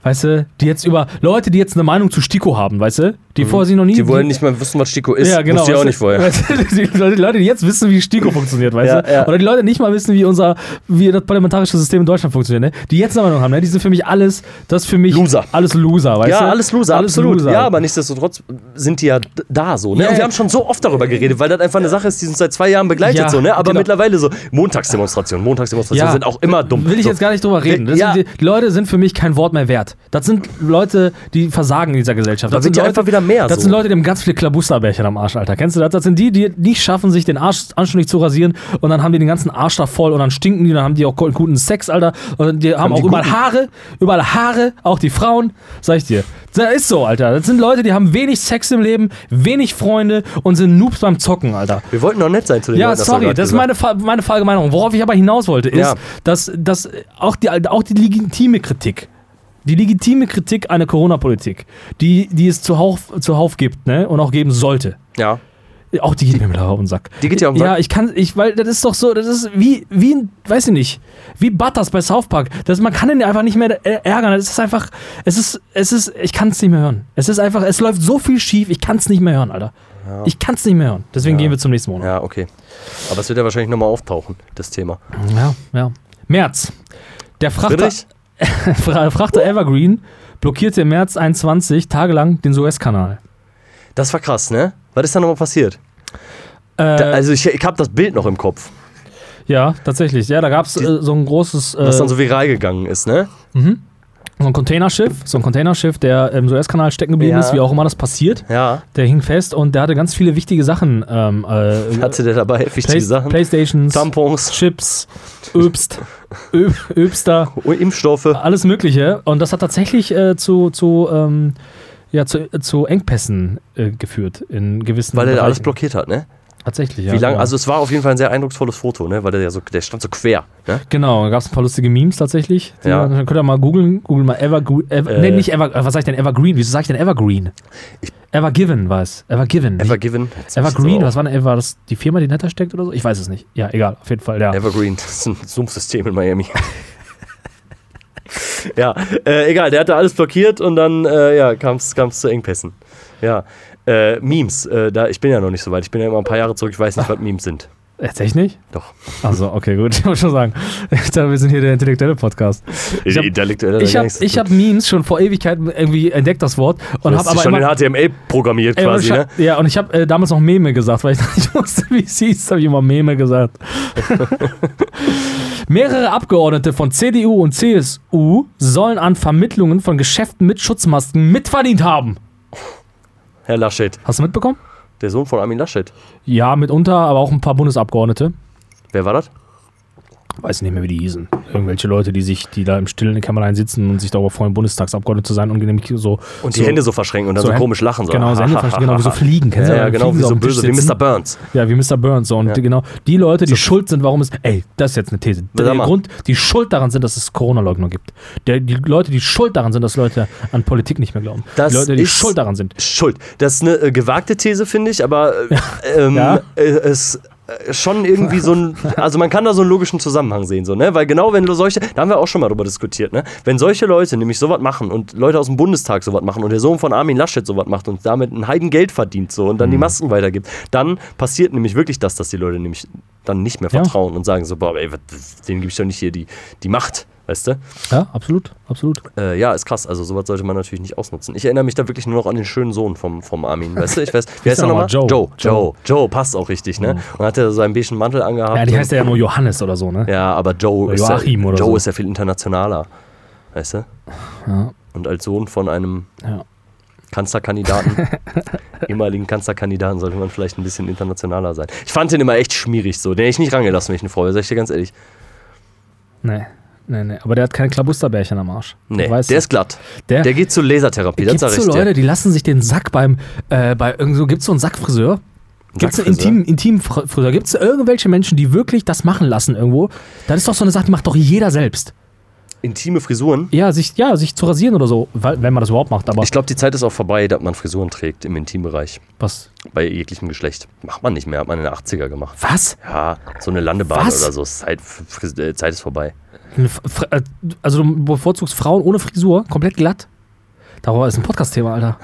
Speaker 3: weißt du, die jetzt über Leute, die jetzt eine Meinung zu Stiko haben, weißt du, die vorher sie noch nie.
Speaker 1: Mhm. Die wollen nicht mal wissen, was Stiko ist.
Speaker 3: Ja, genau.
Speaker 1: Wusste ich auch
Speaker 3: weißt du,
Speaker 1: nicht vorher.
Speaker 3: (laughs) Weißt du, die Leute, die Leute, die jetzt wissen, wie Stiko funktioniert, weißt
Speaker 1: Ja,
Speaker 3: du?
Speaker 1: ja.
Speaker 3: Oder die Leute nicht mal wissen, wie unser, wie das parlamentarische System in Deutschland funktioniert, ne? Die jetzt eine Meinung haben, ne? Die sind für mich alles, das ist für mich.
Speaker 1: Loser.
Speaker 3: Alles Loser, weißt
Speaker 1: Ja,
Speaker 3: du?
Speaker 1: alles Loser, absolut. Ja, aber nichtsdestotrotz sind die ja d- da so. Ne?
Speaker 3: Ja,
Speaker 1: und wir
Speaker 3: ja.
Speaker 1: haben schon so oft darüber geredet, weil das einfach eine Sache ist, die uns seit zwei Jahren begleitet.
Speaker 3: Ja,
Speaker 1: so, ne? Aber
Speaker 3: genau.
Speaker 1: mittlerweile so Montagsdemonstrationen. Montagsdemonstrationen
Speaker 3: Ja.
Speaker 1: sind auch immer dumm.
Speaker 3: Will ich
Speaker 1: so.
Speaker 3: jetzt gar nicht drüber reden. Das
Speaker 1: Ja.
Speaker 3: sind, die, die Leute sind für mich kein Wort mehr wert. Das sind Leute, die versagen in dieser Gesellschaft.
Speaker 1: Da
Speaker 3: Das
Speaker 1: wird
Speaker 3: sind
Speaker 1: ja
Speaker 3: Leute,
Speaker 1: einfach wieder mehr
Speaker 3: Das
Speaker 1: so.
Speaker 3: sind Leute, die haben ganz viele Klabusterbärchen am Arsch, Alter. Kennst du das? Das sind die, die nicht schaffen, sich den Arsch anständig zu rasieren und dann haben die den ganzen Arsch da voll und dann stinken die, dann haben die auch guten Sex, Alter. Und die haben,
Speaker 1: die
Speaker 3: auch überall
Speaker 1: guten-
Speaker 3: Haare, überall Haare, auch die Frauen, sag ich dir. Das ist so, Alter. Das sind Leute, die haben wenig Sex im Leben, wenig Freunde und sind Noobs beim Zocken, Alter.
Speaker 1: Wir wollten doch nett sein zu den
Speaker 3: Ja,
Speaker 1: Leuten. hast du
Speaker 3: sorry,
Speaker 1: ne, gerade
Speaker 3: das ist
Speaker 1: gesagt.
Speaker 3: meine, Fa- meine Verallgemeinerung. Worauf ich aber hinaus wollte, ist,
Speaker 1: Ja.
Speaker 3: dass, dass auch, die, auch die legitime Kritik, die legitime Kritik einer Corona-Politik, die, die es zuhauf, zuhauf gibt ne, und auch geben sollte,
Speaker 1: Ja.
Speaker 3: auch die geht mir mittlerweile auf den Sack.
Speaker 1: Die geht dir auf den
Speaker 3: Ja,
Speaker 1: Sack?
Speaker 3: ich kann, ich, weil das ist doch so, das ist wie, wie, ein- weiß ich nicht, wie Butters bei South Park. Das, man kann ihn einfach nicht mehr äh, ärgern. Es ist einfach, es ist, es ist, ich kann es nicht mehr hören. Es ist einfach, es läuft so viel schief, ich kann es nicht mehr hören, Alter. Ich kann es nicht mehr hören. Deswegen gehen wir zum nächsten Monat.
Speaker 1: Ja, okay. Aber es wird ja wahrscheinlich nochmal auftauchen, das Thema.
Speaker 3: Ja, ja. März. Der Frachter,
Speaker 1: Friedrich?
Speaker 3: (laughs) Fra- Frachter Evergreen blockierte im März 21 tagelang den Suezkanal.
Speaker 1: Das war krass, ne? Was ist da nochmal passiert?
Speaker 3: Äh,
Speaker 1: Da, also ich, ich habe das Bild noch im Kopf,
Speaker 3: ja, tatsächlich. Ja, da gab es äh, so ein großes äh,
Speaker 1: was
Speaker 3: so
Speaker 1: dann so viral gegangen ist, ne?
Speaker 3: ein Containerschiff, so ein Containerschiff, der im Suezkanal stecken geblieben
Speaker 1: Ja.
Speaker 3: ist, wie auch immer das passiert.
Speaker 1: Ja.
Speaker 3: Der hing fest und der hatte ganz viele wichtige Sachen. Ähm, äh,
Speaker 1: Hatte der dabei wichtige
Speaker 3: Play
Speaker 1: Sachen?
Speaker 3: Playstations,
Speaker 1: Tampons,
Speaker 3: Chips, Öbst, Ö Öbster.
Speaker 1: Impfstoffe.
Speaker 3: alles Mögliche. Und das hat tatsächlich äh, zu, zu, ähm, ja, zu, zu Engpässen äh, geführt in gewissen
Speaker 1: Weil er da alles
Speaker 3: Bereichen.
Speaker 1: blockiert hat, ne?
Speaker 3: Tatsächlich, ja.
Speaker 1: Wie lang,
Speaker 3: genau.
Speaker 1: also es war auf jeden Fall ein sehr eindrucksvolles Foto, ne? Weil der ja so, der stand so quer. Ne?
Speaker 3: Genau, da gab es ein paar lustige Memes tatsächlich. Die
Speaker 1: Ja.
Speaker 3: man, dann könnt ihr mal googeln. Google mal Evergreen. Ever,
Speaker 1: Äh.
Speaker 3: nee, nicht Ever. äh, Was sag ich denn? Evergreen? Wieso sag ich denn Evergreen? Evergiven war es. Evergiven.
Speaker 1: Evergiven. Jetzt hab ich
Speaker 3: Evergreen,
Speaker 1: das
Speaker 3: was war denn? War das die Firma, die dahinter steckt oder so? Ich weiß es nicht. Ja, egal. Auf jeden Fall, ja.
Speaker 1: auch. Evergreen, (laughs) das ist ein Sumpfsystem in Miami. (laughs) ja, äh, egal, der hatte alles blockiert und dann äh, ja, kam es zu Engpässen. Ja. Äh, Memes, äh, da, ich bin ja noch nicht so weit, ich bin ja immer ein paar Jahre zurück, ich weiß nicht, was Memes sind.
Speaker 3: Tatsächlich nicht?
Speaker 1: Doch.
Speaker 3: Also, okay, gut. (laughs) Ich wollte schon sagen. Ich dachte, wir sind hier der intellektuelle Podcast. Ich hab-
Speaker 1: Intellektueller
Speaker 3: Ich habe
Speaker 1: Gangster.
Speaker 3: ich hab Memes schon vor Ewigkeiten irgendwie entdeckt, das Wort. Und
Speaker 1: Du
Speaker 3: habe
Speaker 1: hast
Speaker 3: aber
Speaker 1: schon
Speaker 3: immer,
Speaker 1: in HTML programmiert
Speaker 3: Ey,
Speaker 1: quasi,
Speaker 3: und
Speaker 1: ne?
Speaker 3: ich hab, Ja, und ich habe äh, damals noch Meme gesagt, weil ich (laughs) nicht wusste, wie es hieß, habe ich immer
Speaker 1: (laughs)
Speaker 3: Meme gesagt. Mehrere Abgeordnete von CDU und CSU sollen an Vermittlungen von Geschäften mit Schutzmasken mitverdient haben.
Speaker 1: Herr Laschet,
Speaker 3: Hast du mitbekommen?
Speaker 1: der Sohn von Armin Laschet.
Speaker 3: Ja, mitunter, aber auch ein paar Bundesabgeordnete.
Speaker 1: Wer war das?
Speaker 3: Weiß nicht mehr, wie die hießen. Irgendwelche Leute, die sich, die da im stillen Kämmerlein sitzen und sich darüber freuen, Bundestagsabgeordnete zu sein und nämlich so.
Speaker 1: Und die
Speaker 3: so,
Speaker 1: Hände so verschränken und dann
Speaker 3: so
Speaker 1: so,
Speaker 3: Hände-
Speaker 1: komisch lachen. So.
Speaker 3: Genau, so Hände verschränken,
Speaker 1: (laughs)
Speaker 3: genau, wie so Fliegen, kennst du
Speaker 1: Ja, ja,
Speaker 3: das?
Speaker 1: genau,
Speaker 3: Fliegen
Speaker 1: wie
Speaker 3: so
Speaker 1: so
Speaker 3: am Tisch
Speaker 1: böse, wie
Speaker 3: sitzen.
Speaker 1: Mr. Burns.
Speaker 3: Ja, wie Mr. Burns. So. Und
Speaker 1: Ja.
Speaker 3: die, genau die Leute, die schuld sind, warum es. Ey, das ist jetzt eine These. Der
Speaker 1: Sag mal.
Speaker 3: Grund, die schuld daran sind, dass es Corona-Leugner gibt. Der, die Leute, die schuld daran sind, dass Leute an Politik nicht mehr glauben.
Speaker 1: Das
Speaker 3: die Leute, die
Speaker 1: ist-
Speaker 3: schuld daran sind.
Speaker 1: Schuld. Das ist eine äh, gewagte These, finde ich, aber äh, ähm,
Speaker 3: Ja.
Speaker 1: äh, es äh, schon irgendwie so ein, also man kann da so einen logischen Zusammenhang sehen, so, ne? Weil genau wenn du solche, da haben wir auch schon mal drüber diskutiert, ne? Wenn solche Leute nämlich sowas machen und Leute aus dem Bundestag sowas machen und der Sohn von Armin Laschet sowas macht und damit ein Heidengeld verdient so und dann die
Speaker 3: Mhm.
Speaker 1: Masken weitergibt, dann passiert nämlich wirklich das, dass die Leute nämlich dann nicht mehr
Speaker 3: Ja.
Speaker 1: vertrauen und sagen so, boah, ey, was- denen gebe ich doch nicht hier die, die Macht, weißt du?
Speaker 3: Ja, absolut, absolut.
Speaker 1: Äh, ja, ist krass. Also sowas sollte man natürlich nicht ausnutzen. Ich erinnere mich da wirklich nur noch an den schönen Sohn vom, vom Armin. Weißt du, ich weiß, wie heißt
Speaker 3: der
Speaker 1: er nochmal?
Speaker 3: nochmal? Joe. Mhm.
Speaker 1: Joe. Joe. Joe passt auch richtig, ne? Und hat er so einen beigen Mantel angehabt.
Speaker 3: Ja, die
Speaker 1: und-
Speaker 3: heißt ja nur Johannes oder so, ne?
Speaker 1: ja, aber Joe,
Speaker 3: Oder
Speaker 1: ist
Speaker 3: Joachim
Speaker 1: ja,
Speaker 3: oder
Speaker 1: Joe
Speaker 3: so.
Speaker 1: ist ja viel internationaler. Weißt du?
Speaker 3: Ja.
Speaker 1: Und als Sohn von einem
Speaker 3: Ja. (laughs)
Speaker 1: Kanzlerkandidaten, ehemaligen Kanzlerkandidaten, sollte man vielleicht ein bisschen internationaler sein. Ich fand den immer echt schmierig so. Den hätte ich nicht rangelassen, wenn ich ihn freue, sag ich dir ganz ehrlich.
Speaker 3: Nee. Nee, nee, aber der hat keine Klabusterbärchen am Arsch.
Speaker 1: Nee,
Speaker 3: Weißt
Speaker 1: der
Speaker 3: du.
Speaker 1: ist glatt.
Speaker 3: Der-
Speaker 1: Der, geht zur Lasertherapie, das
Speaker 3: Gibt's
Speaker 1: sag ich
Speaker 3: so
Speaker 1: dir.
Speaker 3: Leute, die lassen sich den Sack beim, äh, bei irgend so, gibt's so einen Sackfriseur? Gibt's einen
Speaker 1: Sackfriseur?
Speaker 3: intimen, intimen Fr- Friseur? Gibt's irgendwelche Menschen, die wirklich das machen lassen irgendwo? Das ist doch so eine Sache, die macht doch jeder selbst.
Speaker 1: intime Frisuren.
Speaker 3: Ja, sich, ja, sich zu rasieren oder so, weil, wenn man das überhaupt macht. Aber
Speaker 1: Ich glaube, die Zeit ist auch vorbei, dass man Frisuren trägt im Intimbereich.
Speaker 3: was?
Speaker 1: Bei jeglichem Geschlecht. Macht man nicht mehr, hat man in den 80er gemacht.
Speaker 3: Was?
Speaker 1: Ja, so eine Landebahn
Speaker 3: Was?
Speaker 1: oder so. Zeit, Fris- äh, Zeit ist vorbei.
Speaker 3: Eine F- Fr- äh, Also du bevorzugst Frauen ohne Frisur, komplett glatt? Darüber ist ein Podcast-Thema, Alter.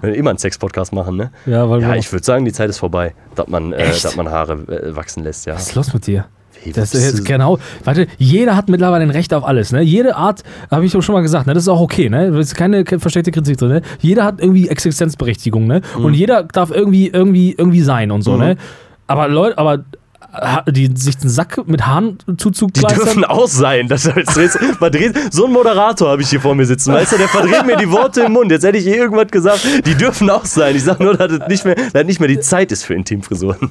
Speaker 1: Wenn wir immer einen Sex-Podcast machen, ne?
Speaker 3: Ja, weil
Speaker 1: Ja,
Speaker 3: wir-
Speaker 1: ich würde sagen, die Zeit ist vorbei, dass man, äh,
Speaker 3: Echt?
Speaker 1: dass man Haare äh, wachsen lässt, ja.
Speaker 3: Was ist los mit dir?
Speaker 1: Wie,
Speaker 3: Das ist
Speaker 1: bist du-
Speaker 3: jetzt genau. Warte, jeder hat mittlerweile ein Recht auf alles. Ne? Jede Art, habe ich doch schon mal gesagt, ne? das ist auch okay. Ne? Da ist keine ke- versteckte Kritik drin. Ne? Jeder hat irgendwie Existenzberechtigung. Ne?
Speaker 1: Mhm.
Speaker 3: Und jeder darf irgendwie, irgendwie, irgendwie sein und so. Ne? Aber Leute, aber ha- die sich den Sack mit Haaren
Speaker 1: Die
Speaker 3: zuzukleistern.
Speaker 1: dürfen auch sein. Das jetzt dreht,
Speaker 3: (laughs)
Speaker 1: verdreht, so ein Moderator habe ich hier vor mir sitzen. Weißt du, der verdreht mir die Worte im Mund. Jetzt hätte ich eh irgendwas gesagt. Die dürfen auch sein. Ich sage nur, dass es nicht mehr, dass nicht mehr die Zeit ist für Intimfrisuren.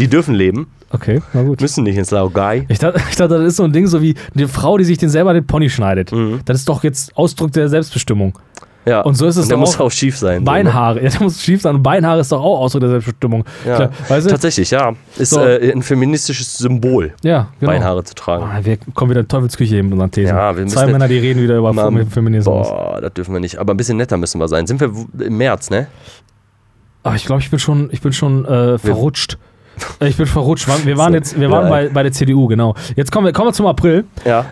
Speaker 1: Die dürfen leben,
Speaker 3: Okay, na gut.
Speaker 1: müssen nicht ins Laogai.
Speaker 3: Ich dachte, ich dachte, das ist so ein Ding, so wie eine Frau, die sich den selber den Pony schneidet. Das ist doch jetzt Ausdruck der Selbstbestimmung.
Speaker 1: Mhm. Ja. ne?
Speaker 3: Und so ist es
Speaker 1: Und der
Speaker 3: doch
Speaker 1: muss
Speaker 3: auch-
Speaker 1: auch schief sein.
Speaker 3: Beinhaare, (laughs) ja, da muss schief sein. Und Beinhaare ist doch auch Ausdruck der Selbstbestimmung.
Speaker 1: So, ne?
Speaker 3: Klar,
Speaker 1: ja.
Speaker 3: weißt du?
Speaker 1: Tatsächlich, ja. Ist
Speaker 3: So.
Speaker 1: äh, ein feministisches Symbol,
Speaker 3: Ja, genau.
Speaker 1: Beinhaare zu tragen.
Speaker 3: Ah, Wir kommen wieder in Teufelsküche eben mit unseren Thesen.
Speaker 1: Ja, wir müssen
Speaker 3: Zwei
Speaker 1: jetzt-
Speaker 3: Männer, die reden wieder über
Speaker 1: Mann,
Speaker 3: Feminismus.
Speaker 1: ähm, Boah, das dürfen wir nicht. Aber ein bisschen netter müssen wir sein. Sind wir w- im März, ne?
Speaker 3: Aber Ah, ich glaube, ich bin schon, ich bin schon äh, verrutscht. Äh, Ich bin verrutscht. Wann- Wir waren
Speaker 1: So.
Speaker 3: jetzt, wir waren
Speaker 1: Ja.
Speaker 3: bei, bei der CDU, genau. Jetzt kommen wir, kommen wir zum April.
Speaker 1: Ja.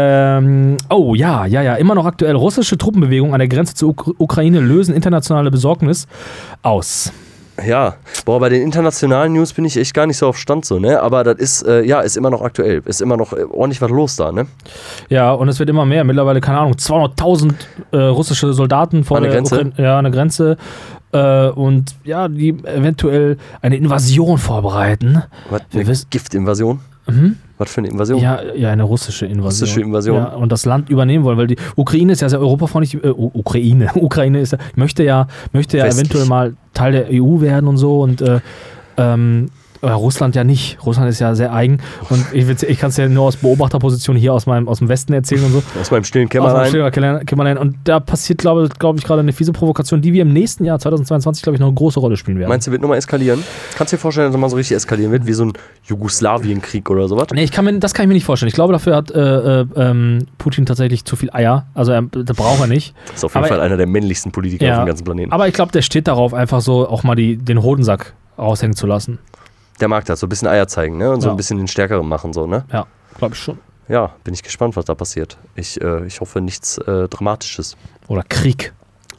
Speaker 3: Ähm, oh ja, ja, ja, immer noch aktuell. Russische Truppenbewegungen an der Grenze zur Uk Ukraine lösen internationale Besorgnis aus.
Speaker 1: Ja, boah, bei den internationalen News bin ich echt gar nicht so auf Stand so, ne? Aber das ist, äh, ja, ist immer noch aktuell. Ist immer noch äh, ordentlich was los da, ne?
Speaker 3: Ja, und es wird immer mehr. Mittlerweile, keine Ahnung, 200.000 äh, russische Soldaten vor
Speaker 1: An der
Speaker 3: der
Speaker 1: Grenze?
Speaker 3: Ukraine, ja, an der Grenze. Äh, und ja, die eventuell eine Invasion vorbereiten.
Speaker 1: Was,
Speaker 3: Wir
Speaker 1: eine
Speaker 3: wissen-
Speaker 1: Giftinvasion? Was für eine Invasion?
Speaker 3: Ja, ja, eine russische Invasion.
Speaker 1: Russische Invasion.
Speaker 3: Ja, und das Land übernehmen wollen, weil die Ukraine ist ja sehr europafreundlich. Äh, U- Ukraine, (laughs) Ukraine ist ja, möchte ja, möchte ja
Speaker 1: Westlich.
Speaker 3: eventuell mal Teil der EU werden und so und äh, ähm, äh, Russland ja nicht. Russland ist ja sehr eigen und ich, will's- ich kann es ja nur aus Beobachterposition hier aus meinem aus dem Westen erzählen und so.
Speaker 1: Aus meinem stillen
Speaker 3: Aus meinem
Speaker 1: Kämmerlein.
Speaker 3: Schilder Kämmerlein- Kämmerlein. Und da passiert, glaube glaub ich, gerade eine fiese Provokation, die wir im nächsten Jahr 2022, glaube ich, noch eine große Rolle spielen werden.
Speaker 1: Meinst du, wird nochmal eskalieren? Kannst du dir vorstellen, dass nochmal so richtig eskalieren wird, wie so ein Jugoslawienkrieg oder sowas?
Speaker 3: Nee, ich kann mir, das kann ich mir nicht vorstellen. Ich glaube, dafür hat äh, äh, ähm, Putin tatsächlich zu viel Eier. Also, er, das braucht er nicht.
Speaker 1: Ist auf jeden
Speaker 3: Aber-
Speaker 1: Fall einer der männlichsten Politiker auf dem ganzen Planeten.
Speaker 3: Aber ich glaube, der steht darauf, einfach so auch mal die, den Hodensack raushängen zu lassen.
Speaker 1: Der mag das, so ein bisschen Eier zeigen, ne? Und so
Speaker 3: Ja.
Speaker 1: ein bisschen den Stärkeren machen, so, ne?
Speaker 3: Ja, glaube ich schon.
Speaker 1: Ja, bin ich gespannt, was da passiert. Ich, äh, ich hoffe, nichts äh, Dramatisches.
Speaker 3: Oder Krieg.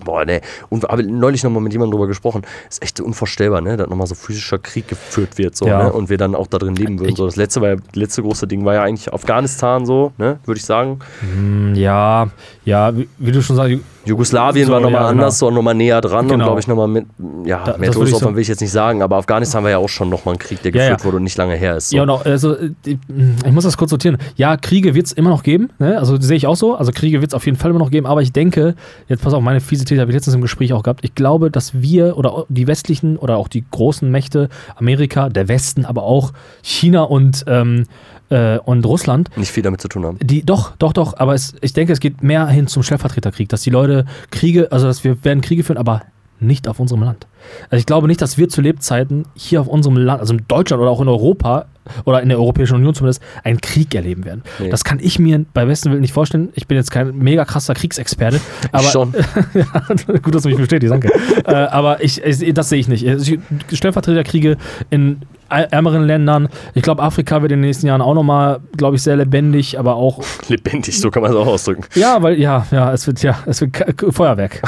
Speaker 1: Boah, ne. Und wir haben neulich nochmal mit jemandem drüber gesprochen. Ist echt unvorstellbar, ne? Dass nochmal so physischer Krieg geführt wird, so,
Speaker 3: Ja.
Speaker 1: ne? Und wir dann auch da drin leben würden.
Speaker 3: Ich-
Speaker 1: So, das letzte, war ja, das letzte große Ding war ja eigentlich Afghanistan, so, ne? Würde ich sagen.
Speaker 3: Hm, Ja, ja, wie, wie du schon sagst,
Speaker 1: Jugoslawien
Speaker 3: So,
Speaker 1: war nochmal
Speaker 3: ja, genau.
Speaker 1: anders, so nochmal näher dran und
Speaker 3: Genau.
Speaker 1: glaube ich nochmal mit, ja,
Speaker 3: Da-
Speaker 1: mehr
Speaker 3: das würde ich
Speaker 1: Todesopfern
Speaker 3: so-
Speaker 1: will ich jetzt nicht sagen, aber Afghanistan war ja auch schon nochmal ein Krieg, der
Speaker 3: Ja,
Speaker 1: geführt
Speaker 3: ja.
Speaker 1: wurde und nicht lange her ist. So.
Speaker 3: Ja, und auch, also äh, die- ich muss das kurz sortieren. Ja, Kriege wird es immer noch geben, ne? Also sehe ich auch so. Also Kriege wird es auf jeden Fall immer noch geben, aber ich denke, jetzt pass auf, meine fiese These habe ich letztens im Gespräch auch gehabt. Ich glaube, dass wir oder die westlichen oder auch die großen Mächte, Amerika, der Westen, aber auch China und, ähm, äh, und Russland,
Speaker 1: Nicht viel damit zu tun haben.
Speaker 3: die, doch, doch, doch, aber es, ich denke, es geht mehr hin zum Stellvertreterkrieg, dass die Leute Kriege, also dass wir werden Kriege führen, aber nicht auf unserem Land. Also ich glaube nicht, dass wir zu Lebzeiten hier auf unserem Land, also in Deutschland oder auch in Europa oder in der Europäischen Union zumindest, einen Krieg erleben werden.
Speaker 1: Nee.
Speaker 3: Das kann ich mir bei besten Willen nicht vorstellen. Ich bin jetzt kein mega krasser Kriegsexperte, aber
Speaker 1: ich schon.
Speaker 3: (laughs) Gut, dass du mich
Speaker 1: (laughs)
Speaker 3: bestätigst, danke. äh, aber ich, ich, das sehe ich nicht. Also ich- Stellvertreterkriege in ä- ärmeren Ländern. Ich glaube, Afrika wird in den nächsten Jahren auch nochmal, glaube ich, sehr lebendig, aber auch.
Speaker 1: Lebendig, so kann man es auch ausdrücken.
Speaker 3: Ja, weil, ja, ja, es wird, ja, es wird Ka-
Speaker 1: (laughs)
Speaker 3: K- Feuerwerk.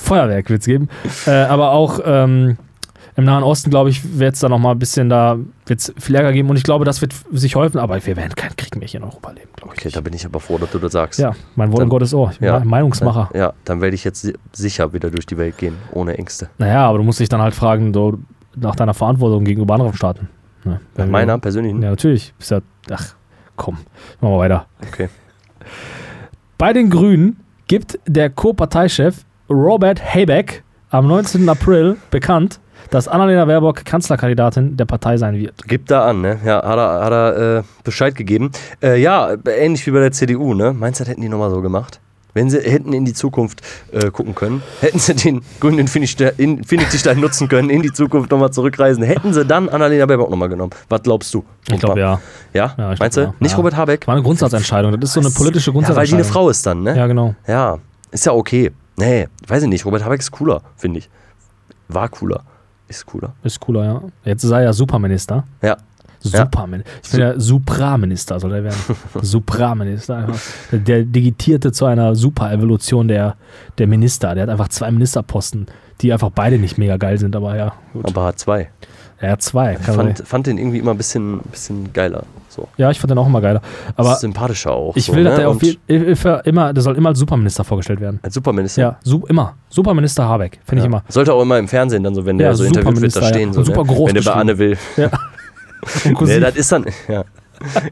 Speaker 3: Feuerwerk wird es geben. Äh, aber auch ähm, im Nahen Osten, glaube ich, wird es da nochmal ein bisschen da, wird's viel Ärger geben und ich glaube, das wird sich häufen, aber wir werden keinen Krieg mehr hier in Europa leben, glaube ich.
Speaker 1: Okay, da bin ich aber froh, dass du das sagst.
Speaker 3: Ja, mein Wort
Speaker 1: Dann-
Speaker 3: in Gottes Ohr. Ich bin
Speaker 1: ja.
Speaker 3: ein Meinungsmacher.
Speaker 1: Ja, dann werde ich jetzt si- sicher wieder durch die Welt gehen, ohne Ängste.
Speaker 3: Naja, aber du musst dich dann halt fragen, so, nach deiner Verantwortung gegenüber anderen Staaten. Ne?
Speaker 1: Nach
Speaker 3: Wenn-
Speaker 1: meiner persönlichen.
Speaker 3: Ja, natürlich. Bist ja, ach, komm, machen wir weiter.
Speaker 1: Okay.
Speaker 3: (laughs) Bei den Grünen gibt der Co-Parteichef Robert Habeck am 19. April bekannt, dass Annalena Baerbock Kanzlerkandidatin der Partei sein wird.
Speaker 1: Gibt da an, ne? Ja, hat er, hat er äh, Bescheid gegeben. Äh, ja, ähnlich wie bei der CDU, ne? Meinst du, das hätten die nochmal so gemacht? Wenn sie hätten in die Zukunft äh, gucken können, hätten sie den grünen Infinity-Stein Infinity nutzen können, in die Zukunft nochmal zurückreisen, hätten sie dann Annalena Baerbock nochmal genommen. Was glaubst du?
Speaker 3: Ich glaube, ja.
Speaker 1: Ja?
Speaker 3: Ja, ich
Speaker 1: Meinst du?
Speaker 3: glaub, ja.
Speaker 1: Nicht
Speaker 3: Ja.
Speaker 1: Robert Habeck?
Speaker 3: War eine Grundsatzentscheidung. Das ist so eine politische
Speaker 1: Ja, weil die
Speaker 3: Grundsatzentscheidung.
Speaker 1: eine Frau ist dann, ne?
Speaker 3: Ja, genau.
Speaker 1: Ja, ist ja okay. Nee, weiß ich nicht. Robert Habeck ist cooler, finde ich. War cooler. Ist cooler.
Speaker 3: Ist cooler, ja. Jetzt sei er Superminister.
Speaker 1: Ja. Ja.
Speaker 3: Superminister. Ich finde, ja, Supraminister soll er werden.
Speaker 1: (laughs)
Speaker 3: Supraminister. Einfach. Der digitierte zu einer Superevolution der, der Minister. Der hat einfach zwei Ministerposten, die einfach beide nicht mega geil sind, aber ja, gut.
Speaker 1: Aber hat zwei.
Speaker 3: Er hat zwei. Kann
Speaker 1: Fand,
Speaker 3: sein.
Speaker 1: fand den irgendwie immer ein bisschen, bisschen geiler. So.
Speaker 3: ja, ich fand den auch immer geiler. Aber
Speaker 1: sympathischer auch.
Speaker 3: ich
Speaker 1: so,
Speaker 3: will, dass
Speaker 1: ne?
Speaker 3: der auf
Speaker 1: Und
Speaker 3: jeden Fall immer, der soll immer als Superminister vorgestellt werden.
Speaker 1: Als Superminister.
Speaker 3: Ja, su immer. Superminister Habeck, finde ich immer.
Speaker 1: Sollte auch immer im Fernsehen dann so, wenn der
Speaker 3: Ja,
Speaker 1: so interviewt wird,
Speaker 3: Superminister,
Speaker 1: da
Speaker 3: ja.
Speaker 1: stehen. So,
Speaker 3: Und super
Speaker 1: ne?
Speaker 3: groß
Speaker 1: Wenn der bei
Speaker 3: geschrieben.
Speaker 1: Anne will.
Speaker 3: Ja. Und
Speaker 1: Nee,
Speaker 3: kursiv.
Speaker 1: das ist dann. Ja.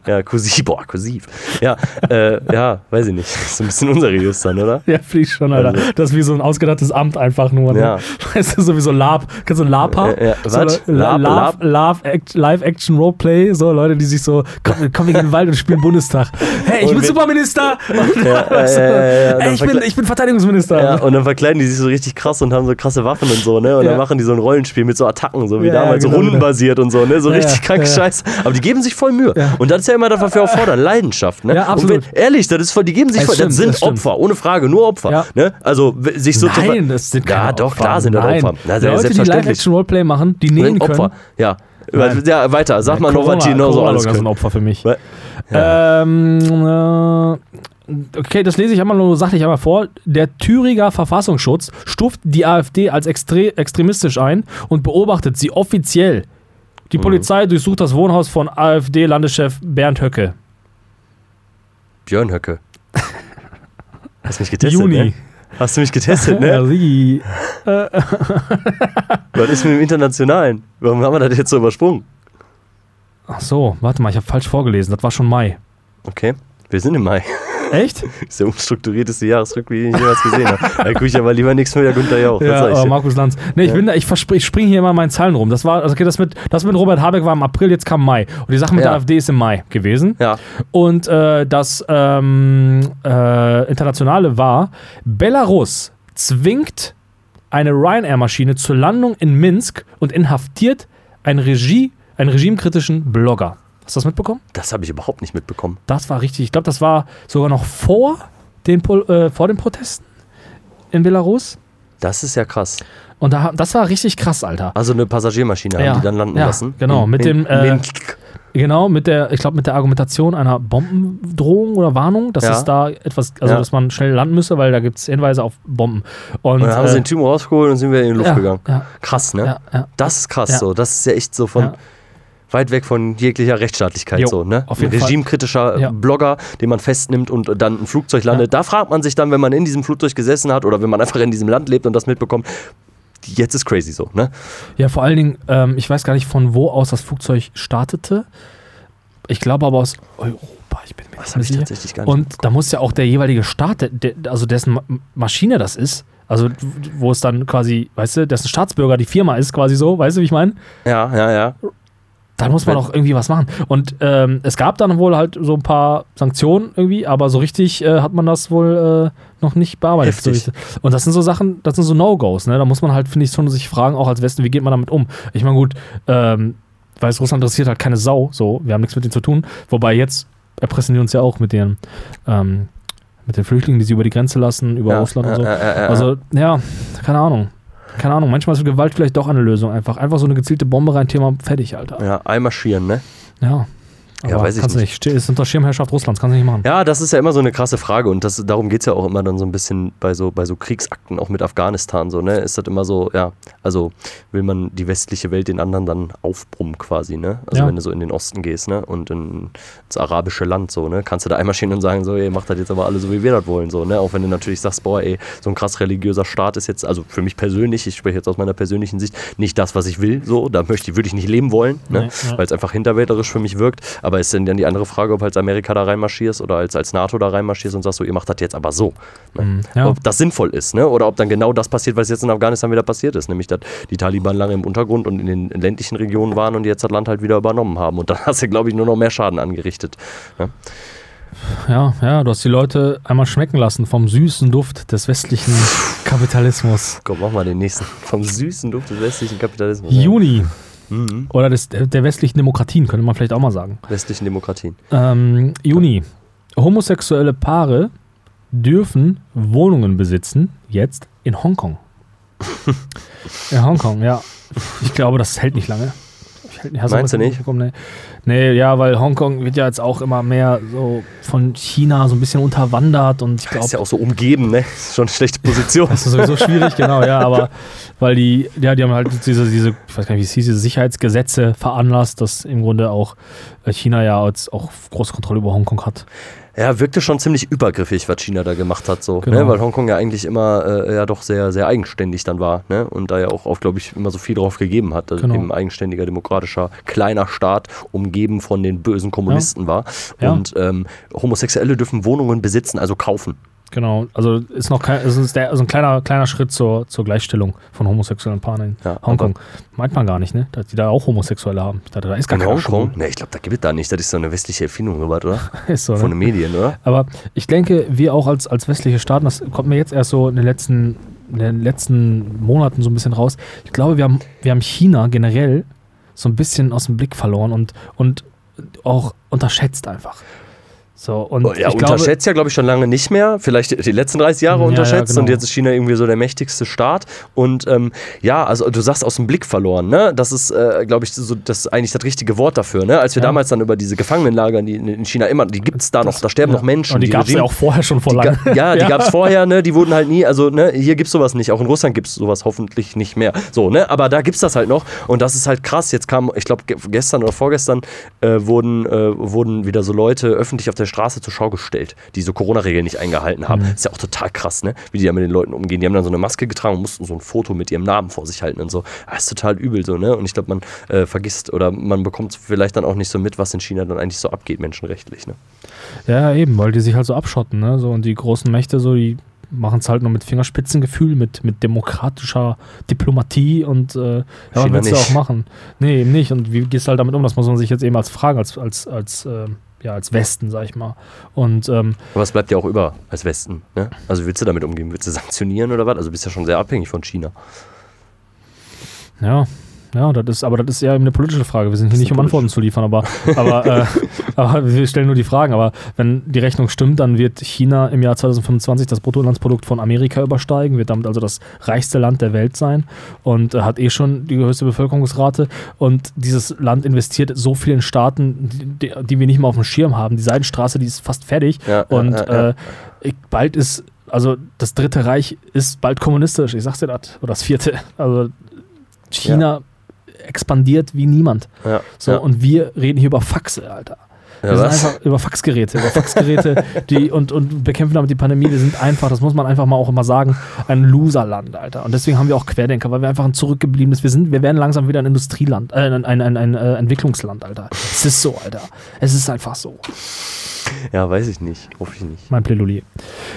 Speaker 1: Ja, kursiv, boah, kursiv. Ja, äh, ja, weiß ich nicht. (laughs) Ist ein bisschen unseriös dann, oder?
Speaker 3: (laughs) Ja, finde ich schon, Alter. Das ist wie so ein ausgedachtes Amt einfach nur. Ne?
Speaker 1: Also. Ja.
Speaker 3: (laughs) Weißt du, sowieso Lab. Kennst du Lab haben?
Speaker 1: Äh, ja,
Speaker 3: so
Speaker 1: was?
Speaker 3: La-
Speaker 1: Lab-
Speaker 3: Lab- Lab- Act- Live-Action-Roleplay. So Leute, die sich so, komm, komm wir gehen in den Wald und spielen Bundestag. Hey, ich
Speaker 1: Und
Speaker 3: bin
Speaker 1: wir-
Speaker 3: Superminister.
Speaker 1: (laughs)
Speaker 3: Und
Speaker 1: Ja, ja,
Speaker 3: (laughs) so,
Speaker 1: ja, ja, ja. Und
Speaker 3: Ey,
Speaker 1: dann
Speaker 3: ich, bin,
Speaker 1: vergle-
Speaker 3: ich bin Verteidigungsminister.
Speaker 1: Ja, und dann verkleiden die sich so richtig krass und haben so krasse Waffen und so, ne? Und dann
Speaker 3: Ja.
Speaker 1: machen die so ein Rollenspiel mit so Attacken, so wie
Speaker 3: Ja, ja,
Speaker 1: damals,
Speaker 3: genau,
Speaker 1: so rundenbasiert und so, ne? So
Speaker 3: Ja,
Speaker 1: richtig
Speaker 3: ja,
Speaker 1: kranke
Speaker 3: ja, ja.
Speaker 1: Scheiße. Aber die geben sich voll Mühe.
Speaker 3: Ja.
Speaker 1: Und das ist ja immer dafür auch fordern, Leidenschaft, ne?
Speaker 3: Ja, absolut.
Speaker 1: Und wenn, ehrlich, das ist voll, die geben sich
Speaker 3: Das
Speaker 1: voll, das
Speaker 3: stimmt,
Speaker 1: sind
Speaker 3: das stimmt.
Speaker 1: Opfer, ohne Frage, nur Opfer,
Speaker 3: Ja.
Speaker 1: ne? Also, w- sich so zu ver-
Speaker 3: Nein, das sind keine
Speaker 1: Ja, doch,
Speaker 3: Opfer.
Speaker 1: klar sind das
Speaker 3: Nein.
Speaker 1: Opfer. Na, sehr
Speaker 3: Leute, die
Speaker 1: selbstverständlich.
Speaker 3: Live-Action-Roleplay machen, die nähen
Speaker 1: sind
Speaker 3: können.
Speaker 1: Opfer. Ja.
Speaker 3: Nein.
Speaker 1: ja, weiter, sag mal noch, was die
Speaker 3: Corona-
Speaker 1: noch so alles
Speaker 3: Corona-Leugner sind
Speaker 1: können.
Speaker 3: Opfer für mich.
Speaker 1: Weil-
Speaker 3: Ähm, äh, okay, das lese ich einmal nur sachlich einmal vor. Der Thüringer Verfassungsschutz stuft die AfD als extre extremistisch ein und beobachtet sie offiziell. Die Polizei durchsucht das Wohnhaus von AfD-Landeschef Bernd Höcke.
Speaker 1: Björn
Speaker 3: (laughs)
Speaker 1: Höcke. Hast mich getestet,
Speaker 3: Juni.
Speaker 1: ne? Hast du mich getestet, ne?
Speaker 3: (laughs) Ja, sie.
Speaker 1: Was ist mit dem Internationalen? Warum haben wir das jetzt so übersprungen?
Speaker 3: Ach so, warte mal, ich habe falsch vorgelesen. Das war schon Mai.
Speaker 1: Okay, wir sind im Mai.
Speaker 3: Echt?
Speaker 1: Das ist der umstrukturierteste Jahresrückblick, den ich jemals gesehen habe. Da gucke ich aber lieber nichts mehr, der Günther Jauch. was
Speaker 3: Ja,
Speaker 1: sag ich
Speaker 3: äh,
Speaker 1: dir?
Speaker 3: Markus Lanz. Nee, ich bin da, ich, verspr- ich springe hier immer meinen Zahlen rum. Das war, also okay, das mit, das mit Robert Habeck war im April, jetzt kam Mai. Und die Sache mit
Speaker 1: Ja.
Speaker 3: der AfD ist im Mai gewesen.
Speaker 1: ja.
Speaker 3: Und äh, das ähm, äh, Internationale war, Belarus zwingt eine Ryanair-Maschine zur Landung in Minsk und inhaftiert einen, Regie, einen regimekritischen Blogger. Hast du das mitbekommen?
Speaker 1: das habe ich überhaupt nicht mitbekommen.
Speaker 3: Das war richtig. Ich glaube, das war sogar noch vor den, Pol- äh, vor den Protesten in Belarus.
Speaker 1: Das ist ja krass.
Speaker 3: Und da, das war richtig krass, Alter.
Speaker 1: Also eine Passagiermaschine
Speaker 3: Ja,
Speaker 1: haben die dann landen
Speaker 3: ja,
Speaker 1: lassen.
Speaker 3: genau,
Speaker 1: In-
Speaker 3: mit
Speaker 1: in-
Speaker 3: dem, äh,
Speaker 1: Minsk.
Speaker 3: Genau, mit der, ich glaube, mit der Argumentation einer Bombendrohung oder Warnung, dass
Speaker 1: Ja.
Speaker 3: es da etwas, also
Speaker 1: Ja.
Speaker 3: dass man schnell landen müsse, weil da gibt es Hinweise auf Bomben. Und,
Speaker 1: und dann haben
Speaker 3: äh,
Speaker 1: sie den Timo rausgeholt und sind wir in die Luft
Speaker 3: ja,
Speaker 1: gegangen.
Speaker 3: Ja,
Speaker 1: Krass, ne?
Speaker 3: ja, ja.
Speaker 1: Das ist krass
Speaker 3: Ja.
Speaker 1: so. Das ist ja echt so von
Speaker 3: Ja.
Speaker 1: weit weg von jeglicher Rechtsstaatlichkeit
Speaker 3: Jo,
Speaker 1: so, ne?
Speaker 3: auf jeden
Speaker 1: Ein
Speaker 3: Fall.
Speaker 1: regimekritischer äh,
Speaker 3: Ja.
Speaker 1: Blogger, den man festnimmt und äh, dann ein Flugzeug landet. Da fragt man sich dann, wenn man in diesem Flugzeug gesessen hat oder wenn man einfach in diesem Land lebt und das mitbekommt, jetzt ist crazy so, ne?
Speaker 3: ja, vor allen Dingen, ähm, ich weiß gar nicht, von wo aus das Flugzeug startete. Ich glaube aber aus Europa. Ich bin mir
Speaker 1: Das
Speaker 3: nicht
Speaker 1: habe ich
Speaker 3: sicher.
Speaker 1: tatsächlich gar nicht.
Speaker 3: Und da muss ja auch der jeweilige Staat, der- der, also dessen Ma- Maschine das ist, also wo es dann quasi, weißt du, dessen Staatsbürger die Firma ist, quasi so, weißt du, wie ich meine?
Speaker 1: ja, ja, ja.
Speaker 3: Dann muss man
Speaker 1: Wenn-
Speaker 3: doch irgendwie was machen. Und ähm, es gab dann wohl halt so ein paar Sanktionen irgendwie, aber so richtig äh, hat man das wohl äh, noch nicht bearbeitet. So
Speaker 1: Heftig.
Speaker 3: richtig. Und das sind so Sachen, das sind so No-Gos. Ne? Da muss man halt, finde ich, schon sich fragen, auch als Westen, wie geht man damit um? Ich meine, gut, ähm, weil es Russland interessiert halt keine Sau. So, wir haben nichts mit denen zu tun. Wobei jetzt erpressen die uns ja auch mit den, ähm, mit den Flüchtlingen, die sie über die Grenze lassen, über
Speaker 1: ja,
Speaker 3: Russland
Speaker 1: ja,
Speaker 3: und so.
Speaker 1: ja, ja, ja.
Speaker 3: Also, ja, keine Ahnung. Keine Ahnung, manchmal ist Gewalt vielleicht doch eine Lösung einfach. Einfach so eine gezielte Bombe rein, Thema fertig, Alter.
Speaker 1: ja, einmarschieren, ne?
Speaker 3: Ja.
Speaker 1: Ja,
Speaker 3: Aber
Speaker 1: weiß ich
Speaker 3: kannst du Ste- Ist unter Schirmherrschaft Russlands, kannst du nicht machen.
Speaker 1: Ja, das ist ja immer so eine krasse Frage und das, darum geht es ja auch immer dann so ein bisschen bei so, bei so Kriegsakten, auch mit Afghanistan so, ne? Ist das immer so, ja, also will man die westliche Welt den anderen dann aufbrummen quasi, ne? Also
Speaker 3: Ja.
Speaker 1: wenn du so in den Osten gehst, ne? Und in, ins arabische Land so, ne? Kannst du da einmal stehen und sagen, so, ey, macht das jetzt aber alle so, wie wir das wollen, so, ne? Auch wenn du natürlich sagst, boah, ey, so ein krass religiöser Staat ist jetzt, also für mich persönlich, ich spreche jetzt aus meiner persönlichen Sicht, nicht das, was ich will, so, da möchte ich, würde ich nicht leben wollen, ne?
Speaker 3: Nee, ja.
Speaker 1: Weil weil es einfach hinterwäldlerisch für mich wirkt. Aber ist denn dann die andere Frage, ob als Amerika da reinmarschierst oder als, als NATO da reinmarschierst und sagst so, ihr macht das jetzt aber so. Ne?
Speaker 3: Mhm. ja.
Speaker 1: Ob das sinnvoll ist, ne? Oder ob dann genau das passiert, was jetzt in Afghanistan wieder passiert ist, nämlich dass die Taliban lange im Untergrund und in den ländlichen (laughs) Regionen waren und jetzt das Land halt wieder übernommen haben. Und dann hast du, glaube ich, nur noch mehr Schaden angerichtet. Ne?
Speaker 3: Ja, ja, du hast die Leute einmal schmecken lassen vom süßen Duft des westlichen Kapitalismus.
Speaker 1: Komm, mach mal den nächsten. (laughs) Vom süßen Duft des westlichen Kapitalismus.
Speaker 3: Juni.
Speaker 1: Mhm.
Speaker 3: Oder des, der westlichen Demokratien, könnte man vielleicht auch mal sagen.
Speaker 1: ne? Westlichen Demokratien.
Speaker 3: Ähm, Juni. Homosexuelle Paare dürfen Wohnungen besitzen, jetzt
Speaker 1: (laughs)
Speaker 3: in Hongkong. in Hongkong, ja. Ich glaube, das hält nicht lange. Ich hält- hast
Speaker 1: Meinst
Speaker 3: was
Speaker 1: du nicht?
Speaker 3: mitbekommen? Nee. nee, ja, weil Hongkong wird ja jetzt auch immer mehr so von China so ein bisschen unterwandert und ich glaube,
Speaker 1: Ist ja auch so umgeben, ne? (laughs) Ist schon eine schlechte Position.
Speaker 3: das
Speaker 1: (laughs)
Speaker 3: ist sowieso schwierig, genau, ja, aber weil die, ja, die haben halt diese, diese, ich weiß gar nicht, wie es hieß, diese Sicherheitsgesetze veranlasst, dass im Grunde auch äh, China ja jetzt auch große Kontrolle über Hongkong hat.
Speaker 1: Ja, wirkte schon ziemlich übergriffig, was China da gemacht hat, so.
Speaker 3: Genau.
Speaker 1: Ne? Weil Hongkong ja eigentlich immer äh, ja doch sehr, sehr eigenständig dann war, ne? Und da ja auch, auch glaube ich, immer so viel drauf gegeben hat, dass
Speaker 3: Genau.
Speaker 1: eben eigenständiger, demokratischer, kleiner Staat, umgeben von den bösen Kommunisten war.
Speaker 3: Ja.
Speaker 1: Und ähm, Homosexuelle dürfen Wohnungen besitzen, also kaufen.
Speaker 3: Genau, also ist noch kein, es ist der, also ein kleiner, kleiner Schritt zur, zur Gleichstellung von homosexuellen Paaren in
Speaker 1: Ja,
Speaker 3: Hongkong. Meint man gar nicht, ne? Dass die da auch Homosexuelle haben. Ich dachte, da ist gar keiner schwul.
Speaker 1: Ne, ich glaube, da gibt es da nicht. Das ist so eine westliche Erfindung, Robert, oder?
Speaker 3: (laughs) Ist so,
Speaker 1: Von
Speaker 3: ne?
Speaker 1: den Medien, oder?
Speaker 3: Aber ich denke, wir auch als, als westliche Staaten, das kommt mir jetzt erst so in den letzten, in den letzten Monaten so ein bisschen raus. Ich glaube, wir haben, wir haben China generell so ein bisschen aus dem Blick verloren und, und auch unterschätzt einfach. So, und
Speaker 1: Oh, Ja,
Speaker 3: ich glaube,
Speaker 1: unterschätzt ja, glaube ich, schon lange nicht mehr. Vielleicht die letzten 30 Jahre
Speaker 3: Ja, ja,
Speaker 1: unterschätzt und
Speaker 3: genau.
Speaker 1: jetzt ist China irgendwie so der mächtigste Staat. Und ähm, ja, also du sagst aus dem Blick verloren, ne? Das ist, äh, glaube ich, so, das ist eigentlich das richtige Wort dafür, ne? Als wir
Speaker 3: Ja.
Speaker 1: damals dann über diese Gefangenenlager die in in China immer, die gibt es da noch, da sterben
Speaker 3: ja.
Speaker 1: noch Menschen.
Speaker 3: Und die, gab es ja
Speaker 1: Regime-
Speaker 3: auch vorher schon vor
Speaker 1: die
Speaker 3: langem.
Speaker 1: ga- Ja, die gab's gab es vorher, ne? Die wurden halt nie, also ne, hier gibt's sowas nicht. Auch in Russland gibt's sowas hoffentlich nicht mehr. So, ne? Aber da gibt's das halt noch und das ist halt krass. Jetzt kam, ich glaube, ge gestern oder vorgestern äh, wurden, äh, wurden wieder so Leute öffentlich auf der Straße zur Schau gestellt, die so Corona-Regeln nicht eingehalten haben. Ist ja auch total krass, ne? Wie die da mit den Leuten umgehen. Die haben dann so eine Maske getragen und mussten so ein Foto mit ihrem Namen vor sich halten und so. Das ist total übel so, ne? Und ich glaube, man äh, vergisst oder man bekommt vielleicht dann auch nicht so mit, was in China dann eigentlich so abgeht, menschenrechtlich, ne?
Speaker 3: Ja, eben, weil die sich halt so abschotten, ne? So, und die großen Mächte, so, die machen es halt nur mit Fingerspitzengefühl, mit, mit demokratischer Diplomatie und äh, ja, was
Speaker 1: China
Speaker 3: willst du
Speaker 1: nicht.
Speaker 3: auch machen? Nee, eben nicht. Und wie gehst du halt damit um? Das muss man sich jetzt eben als Frage, als, als, als, ähm, ja, als Westen, sag ich mal. Und ähm,
Speaker 1: Aber es bleibt ja auch über als Westen. Ne? Also willst du damit umgehen? Willst du sanktionieren oder was? Also bist ja schon sehr abhängig von China.
Speaker 3: ja, ja, das ist, aber das ist ja eben eine politische Frage. Wir sind hier
Speaker 1: ist
Speaker 3: nicht, um
Speaker 1: eine
Speaker 3: Antworten zu liefern, aber,
Speaker 1: (laughs)
Speaker 3: aber, äh, aber wir stellen nur die Fragen. Aber wenn die Rechnung stimmt, dann wird China im Jahr 2025 das Bruttoinlandsprodukt von Amerika übersteigen, wird damit also das reichste Land der Welt sein und äh, hat eh schon die höchste Bevölkerungsrate. Und dieses Land investiert so viel in Staaten, die, die- die wir nicht mal auf dem Schirm haben. Die Seidenstraße, die ist fast fertig.
Speaker 1: Ja, ja,
Speaker 3: und
Speaker 1: ja, ja.
Speaker 3: Äh, ich- bald ist, also das Dritte Reich ist bald kommunistisch. Ich sag's dir das. Oder das Vierte. Also China expandiert wie niemand.
Speaker 1: Ja,
Speaker 3: So,
Speaker 1: ja.
Speaker 3: und wir reden hier über Faxe, Alter. Wir
Speaker 1: Ja,
Speaker 3: sind
Speaker 1: was?
Speaker 3: einfach über Faxgeräte, über
Speaker 1: (laughs)
Speaker 3: Faxgeräte, die und, und bekämpfen damit die Pandemie, die sind einfach, das muss man einfach mal auch immer sagen, ein Loserland, Alter. Und deswegen haben wir auch Querdenker, weil wir einfach ein zurückgebliebenes, wir sind, wir werden langsam wieder ein Industrieland, äh, ein, ein, ein, ein äh, Entwicklungsland, Alter. Es ist so, Alter. Es ist einfach so.
Speaker 1: ja, weiß ich nicht. Hoffe ich nicht.
Speaker 3: Mein Plädoyer.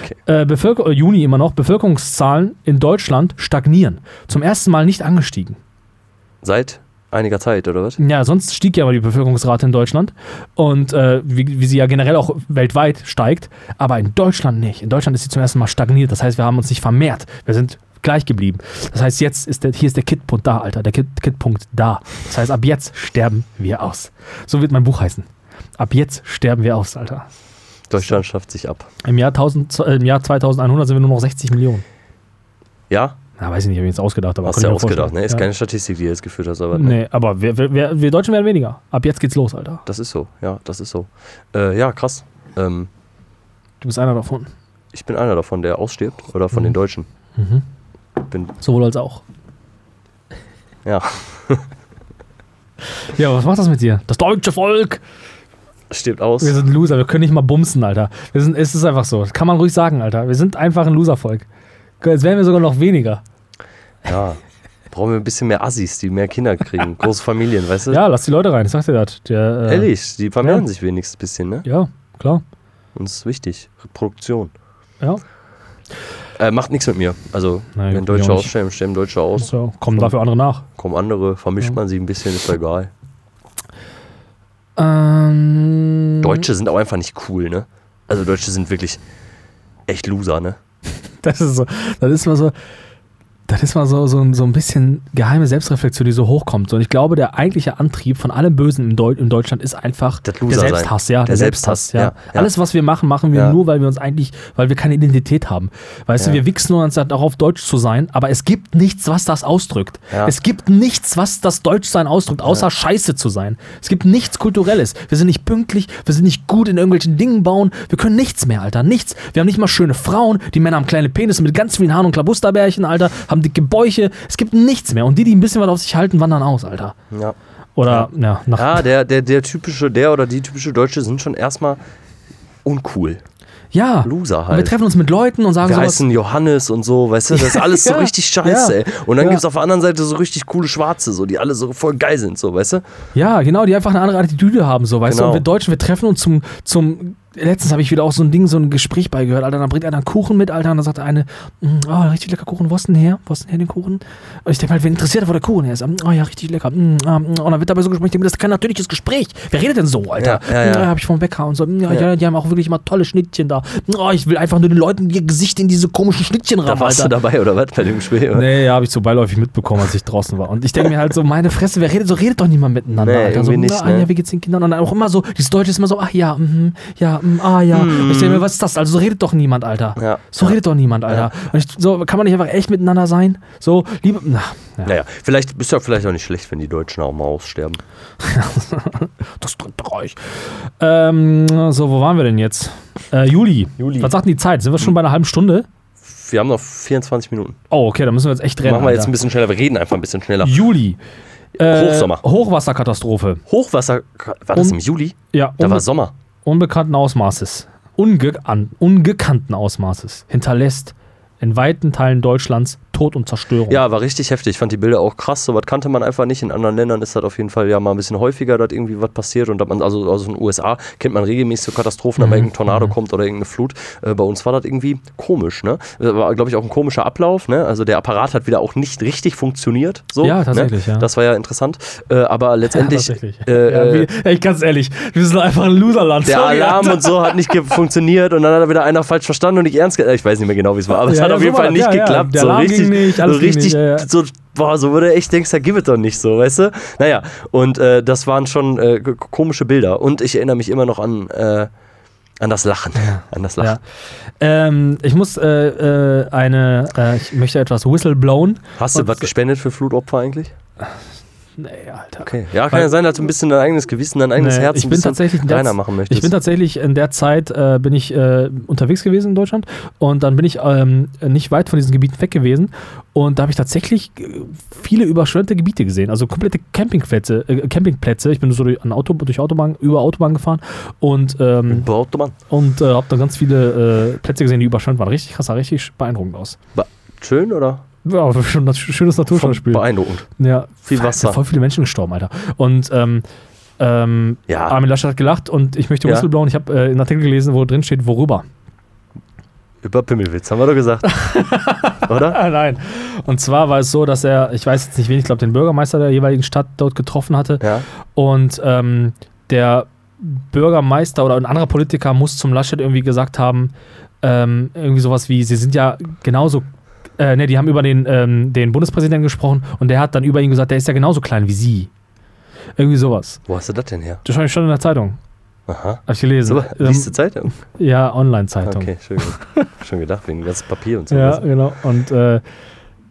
Speaker 1: Okay.
Speaker 3: Äh, Bevölker äh, Juni immer noch, Bevölkerungszahlen in Deutschland stagnieren. Zum ersten Mal nicht angestiegen.
Speaker 1: Seit einiger Zeit, oder was?
Speaker 3: Ja, sonst stieg ja aber die Bevölkerungsrate in Deutschland. Und äh, wie, wie sie ja generell auch weltweit steigt. Aber in Deutschland nicht. In Deutschland ist sie zum ersten Mal stagniert. Das heißt, wir haben uns nicht vermehrt. Wir sind gleich geblieben. Das heißt, jetzt ist der, hier ist der Kittpunkt da, Alter. Der Kitt- Kittpunkt da. Das heißt, ab jetzt sterben wir aus. So wird mein Buch heißen. Ab jetzt sterben wir aus, Alter.
Speaker 1: Deutschland schafft sich ab.
Speaker 3: Im Jahr, 1000, äh, im Jahr 2100 sind wir nur noch 60 Millionen.
Speaker 1: Ja?
Speaker 3: Na, weiß ich nicht, habe ich jetzt ausgedacht. Aber
Speaker 1: Hast
Speaker 3: könnte
Speaker 1: du ja
Speaker 3: ich mir
Speaker 1: ausgedacht,
Speaker 3: vorstellen.
Speaker 1: ne? Ist keine Statistik, die du jetzt geführt hast, aber. Ne?
Speaker 3: Nee, aber wir, wir- wir, wir Deutschen werden weniger. Ab jetzt geht's los, Alter.
Speaker 1: Das ist so, ja, das ist so. Äh, ja, krass. Ähm,
Speaker 3: Du bist einer davon.
Speaker 1: ich bin einer davon, der ausstirbt. Oder
Speaker 3: Mhm.
Speaker 1: von den Deutschen. Bin,
Speaker 3: Sowohl als auch.
Speaker 1: ja. (laughs)
Speaker 3: Ja, was macht das mit dir? Das deutsche Volk!
Speaker 1: Stirbt aus.
Speaker 3: Wir sind Loser, wir können nicht mal bumsen, Alter. Wir sind, es ist einfach so. Das kann man ruhig sagen, Alter. Wir sind einfach ein Loservolk. Jetzt wären wir sogar noch weniger.
Speaker 1: Ja. Brauchen wir ein bisschen mehr Assis, die mehr Kinder kriegen. Große Familien, weißt du?
Speaker 3: Ja, lass die Leute rein, ich sag dir das. Der, äh,
Speaker 1: Ehrlich, die vermehren
Speaker 3: Ja.
Speaker 1: sich wenigstens ein bisschen, ne?
Speaker 3: Ja, klar.
Speaker 1: Uns ist wichtig. Reproduktion.
Speaker 3: Ja.
Speaker 1: Äh, macht nichts mit mir. Also,
Speaker 3: Nein,
Speaker 1: wenn
Speaker 3: gut,
Speaker 1: Deutsche
Speaker 3: ich auch nicht.
Speaker 1: aussterben, sterben Deutsche aus.
Speaker 3: So, kommen dafür andere nach.
Speaker 1: Kommen andere, vermischt man sie ein bisschen, ist doch egal.
Speaker 3: Ähm, Mhm.
Speaker 1: Deutsche sind auch einfach nicht cool, ne? Also Deutsche sind wirklich echt Loser, ne?
Speaker 3: (laughs) Das ist so, das ist mal so, das ist mal so, so, ein- so ein bisschen geheime Selbstreflexion, die so hochkommt. Und ich glaube, der eigentliche Antrieb von allem Bösen in, Deu in Deutschland ist einfach
Speaker 1: Das
Speaker 3: der
Speaker 1: Loser sein.
Speaker 3: Selbsthass, ja.
Speaker 1: Der
Speaker 3: ja.
Speaker 1: Selbsthass, ja, ja.
Speaker 3: Alles, was wir machen, machen wir
Speaker 1: Ja.
Speaker 3: nur, weil wir uns eigentlich, weil wir keine Identität haben. Weißt
Speaker 1: Ja.
Speaker 3: du, wir wichsen uns darauf, deutsch zu sein, aber es gibt nichts, was das ausdrückt.
Speaker 1: Ja.
Speaker 3: Es gibt nichts, was das Deutschsein ausdrückt, außer scheiße zu sein. Es gibt nichts Kulturelles. Wir sind nicht pünktlich, wir sind nicht gut in irgendwelchen Dingen bauen. Wir können nichts mehr, Alter. Nichts. Wir haben nicht mal schöne Frauen. Die Männer haben kleine Penisse mit ganz vielen Haaren und Klabusterbärchen, Alter. Haben dicke Bäuche. Es gibt nichts mehr. Und die, die ein bisschen was auf sich halten, wandern aus, Alter.
Speaker 1: Ja.
Speaker 3: Oder, ja, nach.
Speaker 1: Ja, der, der, der typische, der oder die typische Deutsche sind schon erstmal uncool.
Speaker 3: Ja.
Speaker 1: Loser
Speaker 3: Und wir
Speaker 1: halt.
Speaker 3: treffen uns mit Leuten und sagen
Speaker 1: Wir
Speaker 3: sowas.
Speaker 1: heißen Johannes und so, weißt du,
Speaker 3: (laughs)
Speaker 1: das ist alles so
Speaker 3: Ja,
Speaker 1: richtig scheiße,
Speaker 3: ja,
Speaker 1: ey. Und dann
Speaker 3: ja.
Speaker 1: gibt's auf der anderen Seite so richtig coole Schwarze, so, die alle so voll geil sind, so, weißt du?
Speaker 3: Ja, genau, die einfach eine andere Attitüde haben, so, weißt
Speaker 1: Genau.
Speaker 3: du? Und wir Deutschen, wir treffen uns zum, zum letztens habe ich wieder auch so ein Ding, so ein Gespräch beigehört, Alter, dann bringt einer einen Kuchen mit, Alter, und dann sagt der eine, "Mm, oh, richtig lecker Kuchen, wo ist denn her? Wo ist denn her, den Kuchen? Und ich denke halt, wen interessiert, wo der Kuchen her ist? "Mm, Oh ja, richtig lecker. "Mm, ah, mm." Und dann wird dabei so gesprochen, ich denke, mir, das ist kein natürliches Gespräch. Wer redet denn so, Alter?
Speaker 1: Ja, ja, ja.
Speaker 3: "Mm, habe ich vom Bäcker und so. "Mm, Ja,
Speaker 1: Ja.
Speaker 3: ja. die haben auch wirklich immer tolle Schnittchen da. "Mm, Oh, ich will einfach nur den Leuten ihr Gesicht in diese komischen Schnittchen
Speaker 1: Da
Speaker 3: rammen,
Speaker 1: warst
Speaker 3: Alter.
Speaker 1: du dabei, oder was, bei dem Spiel? oder?
Speaker 3: Nee, ja, habe ich so beiläufig mitbekommen, als ich draußen war. Und ich denke mir halt so, meine Fresse, wer redet, so redet doch niemand miteinander.
Speaker 1: Nee,
Speaker 3: Alter. So,
Speaker 1: irgendwie nicht,
Speaker 3: ah,
Speaker 1: ne?
Speaker 3: ja, wie geht's den Kindern? Und dann auch immer so, dieses Deutsche ist immer so, ach ja, mhm, ja, mhm, ah ja. Und ich denke mir, was ist das? Also so redet doch niemand, Alter.
Speaker 1: Hm. Ja.
Speaker 3: So redet doch niemand, Alter. Und ich, so, kann man nicht einfach echt miteinander sein? So, liebe, na, ja.
Speaker 1: Naja, vielleicht ist ja vielleicht auch nicht schlecht, wenn die Deutschen auch mal aussterben.
Speaker 3: das dritte Reich. Ähm, so, wo waren wir denn jetzt? Äh, Juli.
Speaker 1: Juli. Hm.
Speaker 3: Was sagt denn die Zeit? Sind wir schon bei einer halben Stunde?
Speaker 1: Wir haben noch 24 Minuten.
Speaker 3: Oh, okay, da müssen wir jetzt echt rennen.
Speaker 1: Machen wir jetzt ein
Speaker 3: Alter.
Speaker 1: bisschen schneller, wir reden einfach ein bisschen schneller.
Speaker 3: Juli. Äh,
Speaker 1: Hochsommer.
Speaker 3: Hochwasserkatastrophe.
Speaker 1: Hochwasser, war das
Speaker 3: Um-
Speaker 1: im Juli?
Speaker 3: Ja,
Speaker 1: Da
Speaker 3: unbe-
Speaker 1: war Sommer.
Speaker 3: unbekannten Ausmaßes, unge an, ungekannten Ausmaßes, hinterlässt in weiten Teilen Deutschlands Tod und Zerstörung.
Speaker 1: Ja, war richtig heftig. Ich fand die Bilder auch krass. Sowas kannte man einfach nicht. In anderen Ländern ist das auf jeden Fall ja mal ein bisschen häufiger, dass irgendwie was passiert. Und dass man, also, also in den USA kennt man regelmäßig so Katastrophen, wenn irgendein Tornado kommt oder irgendeine Flut. Äh, bei uns war das irgendwie komisch, ne? War, glaube ich, auch ein komischer Ablauf, ne? Also der Apparat hat wieder auch nicht richtig funktioniert. So,
Speaker 3: Ja, tatsächlich,
Speaker 1: ne?
Speaker 3: ja.
Speaker 1: Das war ja interessant. Äh, (laughs) aber letztendlich. äh,
Speaker 3: ja,
Speaker 1: äh,
Speaker 3: wie, ey, ganz ehrlich, wir sind einfach ein Loserland.
Speaker 1: der
Speaker 3: sorry,
Speaker 1: Alarm
Speaker 3: Alter.
Speaker 1: und so hat nicht ge- funktioniert und dann hat er wieder einer falsch verstanden und nicht ernst ge- Ich weiß nicht mehr genau, wie es war, aber es
Speaker 3: Ja,
Speaker 1: hat
Speaker 3: ja,
Speaker 1: auf
Speaker 3: so
Speaker 1: jeden
Speaker 3: war
Speaker 1: Fall
Speaker 3: das.
Speaker 1: nicht
Speaker 3: Ja, ja.
Speaker 1: geklappt.
Speaker 3: Der
Speaker 1: so
Speaker 3: Alarm ging
Speaker 1: richtig,
Speaker 3: nicht, alles
Speaker 1: so
Speaker 3: ging
Speaker 1: richtig,
Speaker 3: nicht, ja, ja.
Speaker 1: so, boah, so würde echt denkst, da gibt es doch nicht so, weißt du? Naja, und äh, das waren schon äh, k- komische Bilder und ich erinnere mich immer noch an, äh, an das Lachen. An das Lachen.
Speaker 3: Ja. Ähm, ich muss äh, äh, eine, äh, ich möchte etwas whistleblown.
Speaker 1: Hast du
Speaker 3: Und-
Speaker 1: was gespendet für Flutopfer eigentlich?
Speaker 3: Nee, Alter.
Speaker 1: Okay. Ja, kann
Speaker 3: Weil-
Speaker 1: ja sein, dass du ein bisschen dein eigenes Gewissen, dein eigenes
Speaker 3: Nee,
Speaker 1: Herz
Speaker 3: ich
Speaker 1: ein
Speaker 3: bin
Speaker 1: bisschen
Speaker 3: tatsächlich in der
Speaker 1: reiner
Speaker 3: Z-
Speaker 1: machen möchtest.
Speaker 3: Ich bin tatsächlich in der Zeit, äh, bin ich äh, unterwegs gewesen in Deutschland und dann bin ich ähm, nicht weit von diesen Gebieten weg gewesen und da habe ich tatsächlich äh, viele überschwemmte Gebiete gesehen, also komplette Campingplätze. Äh, Campingplätze. Ich bin so durch, an Auto, durch Autobahn, über Autobahn gefahren und, ähm,
Speaker 1: Behaupte man.
Speaker 3: und äh, habe dann ganz viele äh, Plätze gesehen, die überschwemmt waren. Richtig krass, sah richtig beeindruckend aus.
Speaker 1: Be- Schön oder?
Speaker 3: Ja, (laughs) schon ein schönes Naturschauspiel.
Speaker 1: Beeindruckend.
Speaker 3: Ja,
Speaker 1: Viel
Speaker 3: fuck,
Speaker 1: Wasser.
Speaker 3: sind Voll viele Menschen gestorben, Alter. Und ähm, ähm,
Speaker 1: Ja.
Speaker 3: Armin Laschet hat gelacht und ich möchte
Speaker 1: Ja.
Speaker 3: whistleblowen. Ich habe äh, einen Artikel gelesen, wo drin steht, worüber. (laughs)
Speaker 1: Über Pimmelwitz, haben wir doch gesagt. oder?
Speaker 3: Ah, nein. Und zwar war es so, dass er, ich weiß jetzt nicht wen, ich glaube den Bürgermeister der jeweiligen Stadt dort getroffen hatte.
Speaker 1: Ja.
Speaker 3: Und ähm, der Bürgermeister oder ein anderer Politiker muss zum Laschet irgendwie gesagt haben, ähm, irgendwie sowas wie, sie sind ja genauso, äh, ne, die haben über den, ähm, den Bundespräsidenten gesprochen und der hat dann über ihn gesagt, der ist ja genauso klein wie sie. Irgendwie sowas.
Speaker 1: Wo hast du das denn her?
Speaker 3: Das stand schon in der Zeitung.
Speaker 1: Aha.
Speaker 3: Hab ich gelesen.
Speaker 1: So, liest du Zeitung?
Speaker 3: ähm, ja, Online-Zeitung.
Speaker 1: Okay, schön.
Speaker 3: (laughs)
Speaker 1: Schon gedacht, wegen dem ganzen Papier und so.
Speaker 3: Ja, genau. Und äh,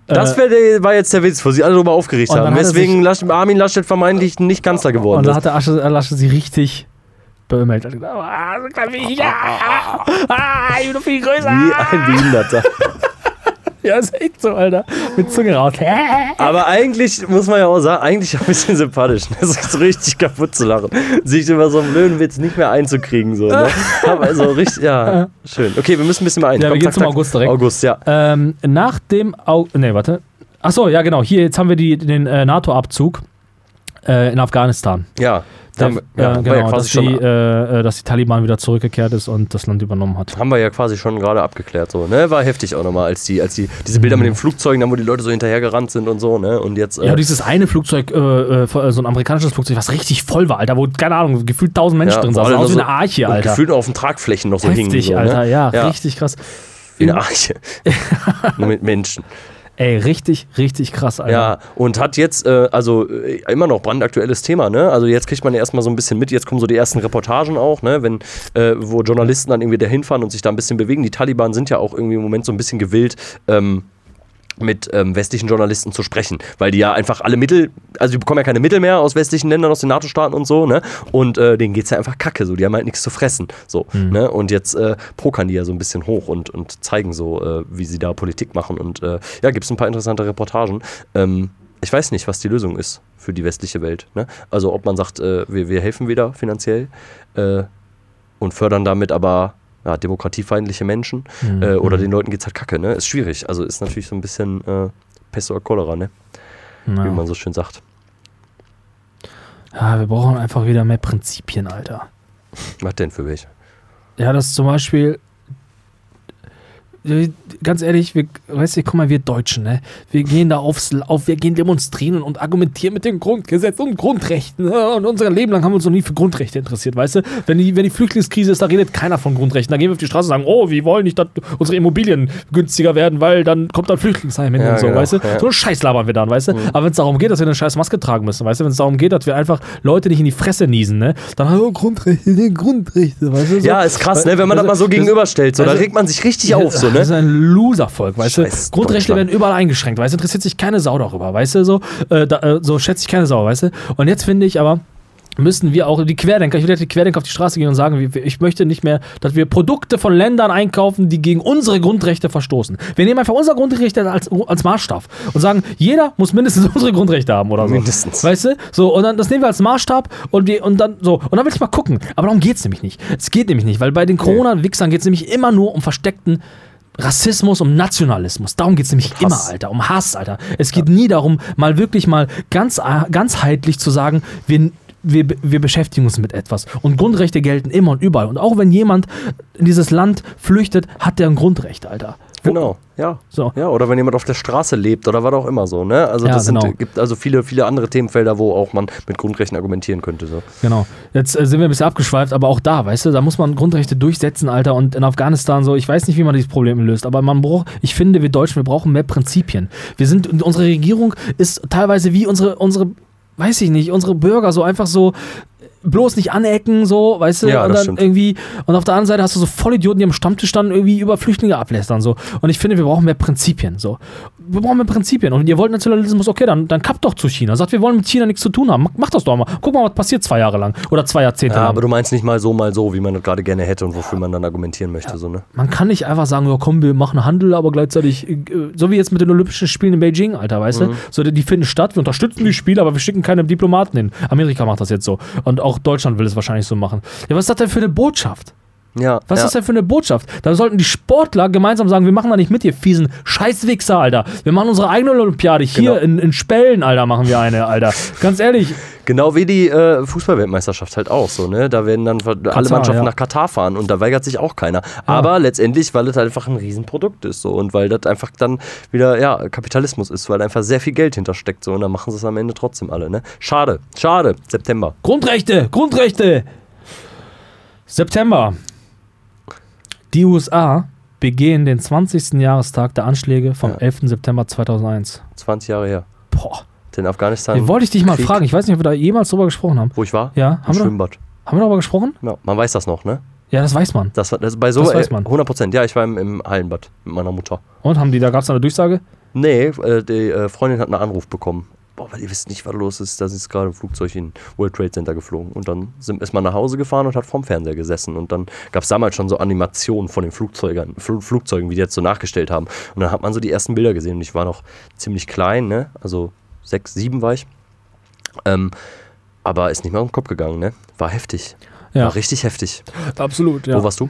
Speaker 1: Das wär, der- war jetzt der Witz, wo sie alle darüber aufgeregt
Speaker 3: Und dann
Speaker 1: haben.
Speaker 3: hat er
Speaker 1: Weswegen Lasch- Armin Laschet vermeintlich nicht Kanzler geworden
Speaker 3: äh, Und da
Speaker 1: ist.
Speaker 3: hat der Asche, Lasche sie richtig beömmelt. Hat gesagt, Ah, so klein wie ich. Ja, ah, ah, ich bin noch viel größer.
Speaker 1: Wie ein Behinderter.
Speaker 3: oh, Ja, ist echt so, Alter. Mit Zunge raus.
Speaker 1: Aber eigentlich, muss man ja auch sagen, eigentlich ein bisschen sympathisch. Das ist so richtig kaputt zu lachen. Sich über so einen blöden Witz nicht mehr einzukriegen. So,
Speaker 3: (laughs)
Speaker 1: ne? Aber also richtig, ja, schön. Okay, wir müssen ein bisschen mehr ein.
Speaker 3: Ja, wir
Speaker 1: Komm,
Speaker 3: gehen
Speaker 1: zack,
Speaker 3: zum
Speaker 1: zack.
Speaker 3: August direkt.
Speaker 1: August, ja.
Speaker 3: Ähm, nach dem Au Ne, warte. Achso, ja, genau. Hier, jetzt haben wir die, den äh, NATO-Abzug. äh, in Afghanistan.
Speaker 1: Ja,
Speaker 3: Da,
Speaker 1: dann, ja,
Speaker 3: äh,
Speaker 1: haben wir ja
Speaker 3: genau,
Speaker 1: quasi
Speaker 3: dass,
Speaker 1: schon
Speaker 3: die, äh, äh, dass die Taliban wieder zurückgekehrt ist und das Land übernommen hat.
Speaker 1: haben wir ja quasi schon gerade abgeklärt. So, ne? War heftig auch nochmal, als die, als die, diese Bilder mit den Flugzeugen, dann wo die Leute so hinterhergerannt sind und so, ne? Und jetzt. Äh,
Speaker 3: Ja, dieses eine Flugzeug, äh, äh, so ein amerikanisches Flugzeug, was richtig voll war, Alter, wo, keine Ahnung, gefühlt tausend Menschen
Speaker 1: ja,
Speaker 3: drin
Speaker 1: wo
Speaker 3: saßen.
Speaker 1: alle
Speaker 3: Aus wie
Speaker 1: noch
Speaker 3: eine Arche,
Speaker 1: und
Speaker 3: Alter.
Speaker 1: Gefühlt noch auf den Tragflächen noch so hingen.
Speaker 3: Heftig,
Speaker 1: So,
Speaker 3: Alter,
Speaker 1: ne?
Speaker 3: ja, richtig krass.
Speaker 1: Wie eine
Speaker 3: (laughs)
Speaker 1: Arche. Nur mit Menschen.
Speaker 3: Ey, richtig, richtig krass, Alter.
Speaker 1: Ja, und hat jetzt, äh, also äh, immer noch brandaktuelles Thema, ne? Also jetzt kriegt man ja erstmal so ein bisschen mit, jetzt kommen so die ersten Reportagen auch, ne? Wenn, äh, wo Journalisten dann irgendwie dahin fahren und sich da ein bisschen bewegen. Die Taliban sind ja auch irgendwie im Moment so ein bisschen gewillt, ähm, mit ähm, westlichen Journalisten zu sprechen, weil die ja einfach alle Mittel, also die bekommen ja keine Mittel mehr aus westlichen Ländern, aus den NATO-Staaten und so, ne? Und äh, denen geht's ja einfach kacke, so, die haben halt nichts zu fressen, so, ne? Und jetzt äh, pokern die ja so ein bisschen hoch und, und zeigen so, äh, wie sie da Politik machen und äh, ja, gibt's ein paar interessante Reportagen. Ähm, ich weiß nicht, was die Lösung ist für die westliche Welt, ne? Also ob man sagt, äh, wir, wir helfen wieder finanziell äh, und fördern damit aber ja, demokratiefeindliche Menschen
Speaker 3: Hm.
Speaker 1: äh,
Speaker 3: Mhm.
Speaker 1: oder den Leuten geht's halt kacke, ne? Ist schwierig. Also ist natürlich so ein bisschen äh, Pest oder Cholera, ne?
Speaker 3: Ja.
Speaker 1: Wie man so schön sagt.
Speaker 3: ja, Ah, wir brauchen einfach wieder mehr Prinzipien, Alter.
Speaker 1: Was denn für welche?
Speaker 3: Ja, das zum Beispiel. äh, Ganz ehrlich, wir, weißt du, guck mal, wir Deutschen, ne? Wir gehen da aufs auf, wir gehen demonstrieren und argumentieren mit dem Grundgesetz und Grundrechten. Ne? Und unser Leben lang haben wir uns noch nie für Grundrechte interessiert, weißt du? Wenn die, wenn die Flüchtlingskrise ist, da redet keiner von Grundrechten. Da gehen wir auf die Straße und sagen, oh, wir wollen nicht, dass unsere Immobilien günstiger werden, weil dann kommt ein Flüchtlingsheim hin
Speaker 1: Ja,
Speaker 3: und so,
Speaker 1: genau,
Speaker 3: weißt du?
Speaker 1: ja. Mhm.
Speaker 3: So einen Scheiß labern wir dann, weißt du? Aber wenn es darum geht, dass wir eine scheiß Maske tragen müssen, weißt du, wenn es darum geht, dass wir einfach Leute nicht in die Fresse niesen, ne? Dann oh, Grundrechte, (laughs) Grundrechte, weißt du? So. also,
Speaker 1: Ja, ist krass, ne? Wenn man das mal so gegenüberstellt, so, da regt man sich richtig auf, so,
Speaker 3: Das ist
Speaker 1: ne?
Speaker 3: ein Loservolk, weißt
Speaker 1: Scheiß
Speaker 3: du? Grundrechte
Speaker 1: Deutschland.
Speaker 3: werden überall eingeschränkt, weißt du? Interessiert sich keine Sau darüber, weißt du? So, äh, da, äh, so schätzt sich keine Sau, weißt du? Und jetzt finde ich aber, müssen wir auch die Querdenker, ich will jetzt die Querdenker auf die Straße gehen und sagen, wir- wir- ich möchte nicht mehr, dass wir Produkte von Ländern einkaufen, die gegen unsere Grundrechte verstoßen. Wir nehmen einfach unser Grundrechte als, als Maßstab und sagen, jeder muss mindestens (laughs) unsere Grundrechte haben oder so.
Speaker 1: Mindestens.
Speaker 3: Weißt du? So, und dann das nehmen wir als Maßstab und wir und dann so. Und dann will ich mal gucken. Aber darum geht es nämlich nicht. Es geht nämlich nicht, weil bei den Corona-Wichsern geht es nämlich immer nur um versteckten Rassismus, um Nationalismus. Darum geht es nämlich immer, Alter. Um Hass, Alter. Es geht nie darum, mal wirklich mal ganz, äh, ganzheitlich zu sagen, wir. Wir, wir beschäftigen uns mit etwas. Und Grundrechte gelten immer und überall. Und auch wenn jemand in dieses Land flüchtet, hat der ein Grundrecht, Alter. Wo-
Speaker 1: Genau, ja.
Speaker 3: So.
Speaker 1: Ja, oder wenn jemand auf der Straße lebt oder was auch immer so, ne? Also
Speaker 3: Ja,
Speaker 1: das sind,
Speaker 3: genau.
Speaker 1: gibt also viele, viele andere Themenfelder, wo auch man mit Grundrechten argumentieren könnte. So.
Speaker 3: Genau. Jetzt äh, sind wir ein bisschen abgeschweift, aber auch da, weißt du, da muss man Grundrechte durchsetzen, Alter. Und in Afghanistan so, ich weiß nicht, wie man dieses Problem löst, aber man braucht, ich finde, wir Deutschen, wir brauchen mehr Prinzipien. Wir sind, und unsere Regierung ist teilweise wie unsere, unsere, weiß ich nicht, unsere Bürger so einfach so äh, bloß nicht anecken, so, weißt du,
Speaker 1: Ja,
Speaker 3: und
Speaker 1: das
Speaker 3: dann
Speaker 1: stimmt.
Speaker 3: irgendwie, und auf der anderen Seite hast du so Vollidioten, die am Stammtisch dann irgendwie über Flüchtlinge ablästern, so. Und ich finde, wir brauchen mehr Prinzipien, so. Wir brauchen mehr Prinzipien. Und ihr wollt Nationalismus, okay, dann, dann kappt doch zu China. Sagt, wir wollen mit China nichts zu tun haben. Macht das doch mal. Guck mal, was passiert zwei Jahre lang. Oder zwei Jahrzehnte
Speaker 1: Ja,
Speaker 3: lang.
Speaker 1: aber du meinst nicht mal so, mal so, wie man das gerade gerne hätte und wofür man dann argumentieren möchte, so, ne?
Speaker 3: Man kann nicht einfach sagen, ja komm, wir machen Handel, aber gleichzeitig, äh, so wie jetzt mit den Olympischen Spielen in Beijing, Alter, weißt
Speaker 1: Mhm.
Speaker 3: du? So, die finden statt, wir unterstützen die Spiele, aber wir schicken keine Diplomaten hin. Amerika macht das jetzt so. Und auch Deutschland will es wahrscheinlich so machen. Ja, was ist das denn für eine Botschaft?
Speaker 1: Ja.
Speaker 3: Was
Speaker 1: ja.
Speaker 3: ist das denn für eine Botschaft? Da sollten die Sportler gemeinsam sagen, wir machen da nicht mit, ihr fiesen Scheißwichser, Alter. Wir machen unsere eigene Olympiade. Hier
Speaker 1: Genau.
Speaker 3: in, in Spellen, Alter, machen wir eine, Alter. Ganz ehrlich,
Speaker 1: Genau wie die äh, Fußballweltmeisterschaft halt auch so, ne? Da werden dann ver- alle Mannschaften
Speaker 3: ja.
Speaker 1: nach Katar fahren und da weigert sich auch keiner. Aber letztendlich, weil es halt einfach ein Riesenprodukt ist so und weil das einfach dann wieder, ja, Kapitalismus ist, weil einfach sehr viel Geld hintersteckt so und dann machen sie es am Ende trotzdem alle, ne? Schade, schade, September.
Speaker 3: Grundrechte, Grundrechte. September. Die USA begehen den 20. Jahrestag der Anschläge vom
Speaker 1: Ja.
Speaker 3: 11. September 2001.
Speaker 1: 20 Jahre her.
Speaker 3: Boah,
Speaker 1: Den Afghanistan.
Speaker 3: den wollte ich dich mal
Speaker 1: Krieg,
Speaker 3: fragen. Ich weiß nicht, ob wir da jemals drüber gesprochen haben.
Speaker 1: Wo ich war?
Speaker 3: Ja,
Speaker 1: Im
Speaker 3: haben wir, da,
Speaker 1: Schwimmbad.
Speaker 3: haben wir darüber gesprochen?
Speaker 1: Ja, man weiß das noch, ne?
Speaker 3: Ja, das weiß man.
Speaker 1: Das, war- das bei so
Speaker 3: Das weiß man.
Speaker 1: äh, 100 Prozent. Ja, ich war im, im Hallenbad mit meiner Mutter.
Speaker 3: Und haben die, da gab es eine Durchsage?
Speaker 1: Nee, äh, die äh, Freundin hat einen Anruf bekommen. Boah, weil ihr wisst nicht, was los ist. Da ist gerade ein Flugzeug in World Trade Center geflogen. Und dann sind, ist man nach Hause gefahren und hat vorm Fernseher gesessen. Und dann gab es damals schon so Animationen von den Flugzeugern, Fl Flugzeugen, wie die jetzt so nachgestellt haben. Und dann hat man so die ersten Bilder gesehen. Und ich war noch ziemlich klein, ne? Also sechs, sieben war ich. Ähm, aber ist nicht mal im Kopf gegangen, ne? War heftig.
Speaker 3: Ja.
Speaker 1: War richtig heftig.
Speaker 3: Absolut, ja.
Speaker 1: Wo warst du?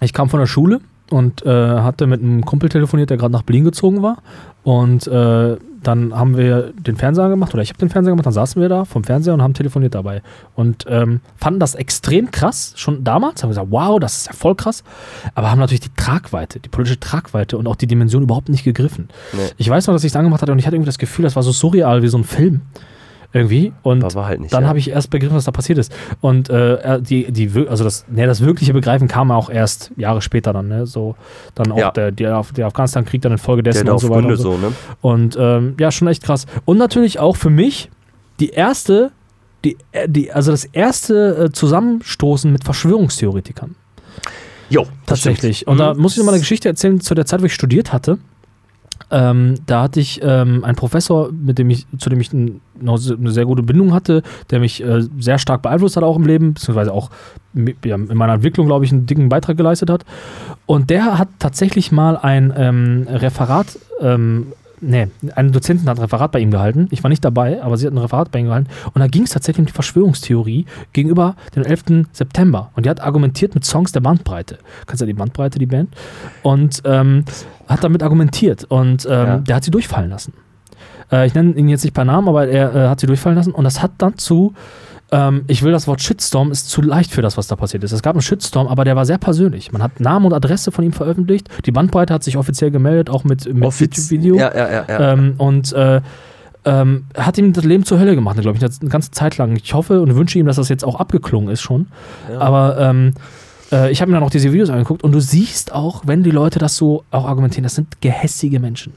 Speaker 3: Ich kam von der Schule und äh, hatte mit einem Kumpel telefoniert, der gerade nach Berlin gezogen war. Und äh, dann haben wir den Fernseher gemacht oder ich habe den Fernseher gemacht, dann saßen wir da vom Fernseher und haben telefoniert dabei und ähm, fanden das extrem krass, schon damals, haben gesagt, wow, das ist ja voll krass, aber haben natürlich die Tragweite, die politische Tragweite und auch die Dimension überhaupt nicht gegriffen.
Speaker 1: Nee.
Speaker 3: Ich weiß noch, dass ich es angemacht hatte und ich hatte irgendwie das Gefühl, das war so surreal wie so ein Film. Irgendwie. Und
Speaker 1: Aber war halt nicht,
Speaker 3: dann
Speaker 1: ja.
Speaker 3: habe ich erst begriffen, was da passiert ist. Und äh, äh, die, die, wir- also das, nee, das wirkliche Begreifen kam auch erst Jahre später dann, ne? So, dann auch
Speaker 1: Ja.
Speaker 3: der, der, Af- der Afghanistan-Krieg dann
Speaker 1: Der
Speaker 3: infolgedessen
Speaker 1: da
Speaker 3: und
Speaker 1: auf
Speaker 3: so weiter.
Speaker 1: Gründe
Speaker 3: Und, so.
Speaker 1: so, ne?
Speaker 3: und ähm, ja, schon echt krass. Und natürlich auch für mich die erste, die, äh, die, also das erste äh, Zusammenstoßen mit Verschwörungstheoretikern.
Speaker 1: Jo, das
Speaker 3: Tatsächlich.
Speaker 1: stimmt.
Speaker 3: Und da
Speaker 1: Mhm.
Speaker 3: muss ich nochmal eine Geschichte erzählen, zu der Zeit, wo ich studiert hatte. Ähm, da hatte ich ähm, einen Professor, mit dem ich, zu dem ich n- noch se- eine sehr gute Bindung hatte, der mich äh, sehr stark beeinflusst hat auch im Leben, beziehungsweise auch mi- ja, in meiner Entwicklung, glaube ich, einen dicken Beitrag geleistet hat. Und der hat tatsächlich mal ein ähm, Referat, ähm, nee, eine Dozentin hat ein Referat bei ihm gehalten. Ich war nicht dabei, aber sie hat ein Referat bei ihm gehalten. Und da ging es tatsächlich um die Verschwörungstheorie gegenüber dem 11. September. Und die hat argumentiert mit Songs der Bandbreite. Kannst du ja die Bandbreite, die Band? Und ähm, hat damit argumentiert. Und ähm,
Speaker 1: Ja.
Speaker 3: der hat sie durchfallen lassen. Äh, ich nenne ihn jetzt nicht bei Namen, aber er äh, hat sie durchfallen lassen. Und das hat dann zu ähm, ich will das Wort Shitstorm ist zu leicht für das, was da passiert ist. Es gab einen Shitstorm, aber der war sehr persönlich. Man hat Namen und Adresse von ihm veröffentlicht. Die Bandbreite hat sich offiziell gemeldet, auch mit, mit
Speaker 1: Offiz-
Speaker 3: YouTube-Video.
Speaker 1: Ja, ja, ja. ja.
Speaker 3: Ähm, und äh, ähm, hat ihm das Leben zur Hölle gemacht, glaube ich, eine ganze Zeit lang. Ich hoffe und wünsche ihm, dass das jetzt auch abgeklungen ist schon. Aber ähm, äh, ich habe mir dann auch diese Videos angeguckt und du siehst auch, wenn die Leute das so auch argumentieren, das sind gehässige Menschen.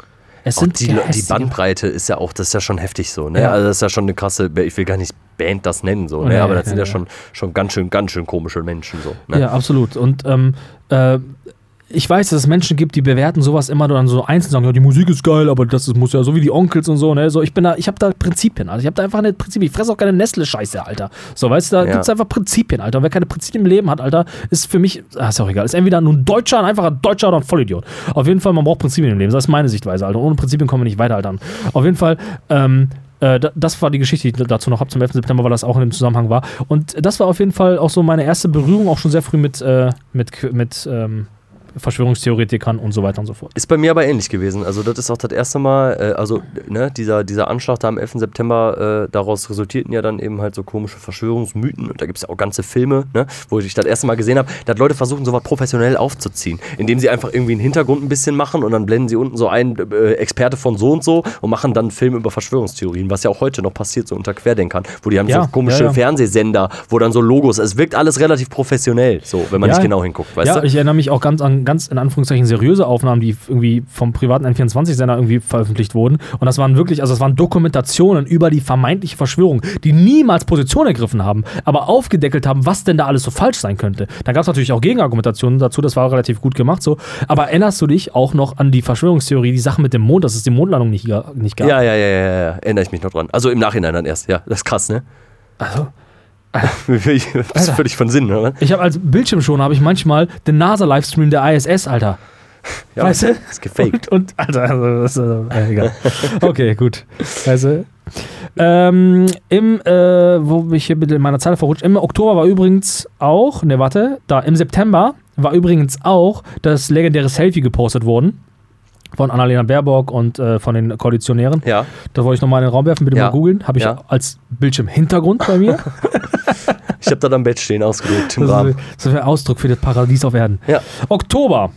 Speaker 3: Es
Speaker 1: Auch
Speaker 3: sind
Speaker 1: Oh, die, die
Speaker 3: gehässige
Speaker 1: Bandbreite ist ja auch, das ist ja schon heftig so, ne?
Speaker 3: Ja.
Speaker 1: Also das ist ja schon eine krasse, ich will gar nicht Band das nennen, so,
Speaker 3: Nee,
Speaker 1: ne? Aber das
Speaker 3: ja,
Speaker 1: sind ja,
Speaker 3: ja.
Speaker 1: schon, schon ganz schön, ganz schön komische Menschen so. Ne?
Speaker 3: Ja, absolut. Und ähm, äh, ich weiß, dass es Menschen gibt, die bewerten sowas immer nur an so einzeln sagen, ja, die Musik ist geil, aber das ist, muss ja so wie die Onkels und so, ne? So, ich bin da, ich habe da Prinzipien, also ich habe da einfach eine Prinzipien. Ich fresse auch keine Nestle-Scheiße, Alter. So, weißt du, da
Speaker 1: Ja.
Speaker 3: gibt's einfach Prinzipien, Alter. Und wer keine Prinzipien im Leben hat, Alter, ist für mich, ah, ist ja auch egal, ist entweder nur ein Deutscher, ein einfacher Deutscher oder ein Vollidiot. Auf jeden Fall, man braucht Prinzipien im Leben. Das ist meine Sichtweise, Alter. Ohne Prinzipien kommen wir nicht weiter, Alter. Auf jeden Fall, ähm, äh, da- das war die Geschichte, die ich dazu noch habe zum 11. September, weil das auch in dem Zusammenhang war. Und das war auf jeden Fall auch so meine erste Berührung, auch schon sehr früh mit, äh, mit, mit ähm, Verschwörungstheoretikern und so weiter und so fort.
Speaker 1: Ist bei mir aber ähnlich gewesen. Also das ist auch das erste Mal, äh, also ne, dieser, dieser Anschlag da am 11. September, äh, daraus resultierten ja dann eben halt so komische Verschwörungsmythen und da gibt es ja auch ganze Filme, ne, wo ich das erste Mal gesehen habe, dass Leute versuchen, sowas professionell aufzuziehen, indem sie einfach irgendwie einen Hintergrund ein bisschen machen und dann blenden sie unten so ein äh, Experte von so und so und machen dann einen Film über Verschwörungstheorien, was ja auch heute noch passiert, so unter Querdenkern, wo die haben
Speaker 3: Ja,
Speaker 1: so komische
Speaker 3: ja, ja.
Speaker 1: Fernsehsender, wo dann so Logos, es wirkt alles relativ professionell, so, wenn man
Speaker 3: Ja.
Speaker 1: nicht genau hinguckt, weißt
Speaker 3: ja,
Speaker 1: du?
Speaker 3: ich erinnere mich auch ganz an ganz in Anführungszeichen seriöse Aufnahmen, die irgendwie vom privaten N24-Sender irgendwie veröffentlicht wurden. Und das waren wirklich, also das waren Dokumentationen über die vermeintliche Verschwörung, die niemals Position ergriffen haben, aber aufgedeckelt haben, was denn da alles so falsch sein könnte. Da gab es natürlich auch Gegenargumentationen dazu, das war relativ gut gemacht so. Aber erinnerst du dich auch noch an die Verschwörungstheorie, die Sache mit dem Mond, dass es die Mondlandung nicht, ga- nicht gab?
Speaker 1: Ja, ja, ja, ja, ja, ja. Erinnere ich mich noch dran. Also im Nachhinein dann erst, ja. Das ist krass, ne? (laughs)
Speaker 3: Also,
Speaker 1: das ist völlig von Sinn, oder?
Speaker 3: ich habe als Bildschirmschoner habe ich manchmal den NASA-Livestream der ISS, Alter.
Speaker 1: Ja,
Speaker 3: Weißt du?
Speaker 1: Ist gefaked.
Speaker 3: Und, und Alter, also, das, also, äh, egal.
Speaker 1: (laughs)
Speaker 3: Okay, gut. Also, ähm, im, äh, wo bin ich hier bitte in meiner Zeile verrutscht? Im Oktober war übrigens auch, ne, warte, da, im September war übrigens auch das legendäre Selfie gepostet worden. Von Annalena Baerbock und äh, von den Koalitionären.
Speaker 1: Ja.
Speaker 3: Das wollte ich nochmal in den Raum werfen, bitte
Speaker 1: Ja.
Speaker 3: mal googeln. Habe ich
Speaker 1: Ja.
Speaker 3: als Bildschirmhintergrund bei mir.
Speaker 1: Ich habe da am Bett stehen ausgedruckt im
Speaker 3: Das
Speaker 1: Rahmen.
Speaker 3: ist, das ist ein Ausdruck für das Paradies auf Erden.
Speaker 1: Ja.
Speaker 3: Oktober.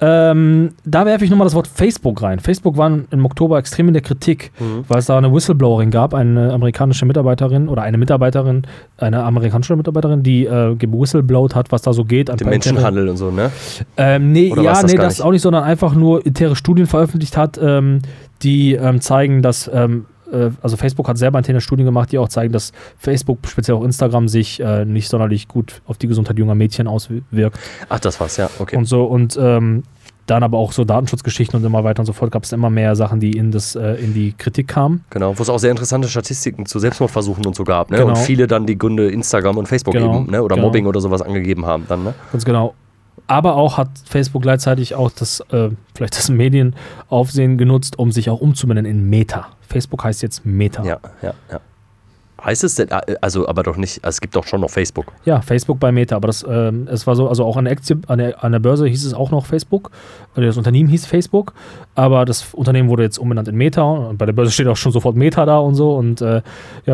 Speaker 3: Ähm, da werfe ich nochmal das Wort Facebook rein. Facebook war im Oktober extrem in der Kritik,
Speaker 1: Mhm.
Speaker 3: weil es da eine Whistleblowerin gab, eine amerikanische Mitarbeiterin oder eine Mitarbeiterin, eine amerikanische Mitarbeiterin, die äh, gewhistleblowt hat, was da so geht. An
Speaker 1: Den
Speaker 3: paar internen-
Speaker 1: Menschenhandel und so, ne?
Speaker 3: ähm, nee,
Speaker 1: Oder
Speaker 3: ja,
Speaker 1: war's das
Speaker 3: nee,
Speaker 1: gar
Speaker 3: das
Speaker 1: nicht?
Speaker 3: auch nicht, sondern einfach nur intere Studien veröffentlicht hat, ähm, die ähm, zeigen, dass, ähm, äh, also Facebook hat selber interne Studien gemacht, die auch zeigen, dass Facebook, speziell auch Instagram, sich äh, nicht sonderlich gut auf die Gesundheit junger Mädchen auswirkt
Speaker 1: Ach, das war's, ja. Okay.
Speaker 3: und so und ähm, dann aber auch so Datenschutzgeschichten und immer weiter und so fort gab es immer mehr Sachen, die in, das, äh, in die Kritik kamen.
Speaker 1: genau. Wo es auch sehr interessante Statistiken zu Selbstmordversuchen und so gab, ne?
Speaker 3: Genau.
Speaker 1: Und viele dann die Gründe Instagram und Facebook
Speaker 3: Genau,
Speaker 1: eben, ne? Oder
Speaker 3: genau.
Speaker 1: Mobbing oder sowas angegeben haben dann, ne?
Speaker 3: Ganz genau. Aber auch hat Facebook gleichzeitig auch das, äh, vielleicht das Medienaufsehen genutzt, um sich auch umzubenennen in Meta. Facebook heißt jetzt Meta.
Speaker 1: Ja, ja, ja. Heißt es denn, äh, also aber doch nicht, also es gibt doch schon noch Facebook.
Speaker 3: Ja, Facebook bei Meta, aber das, ähm, es war so, also auch an der, Aktie, an, der, an der Börse hieß es auch noch Facebook, also das Unternehmen hieß Facebook, aber das Unternehmen wurde jetzt umbenannt in Meta und bei der Börse steht auch schon sofort Meta da und so und äh, ja,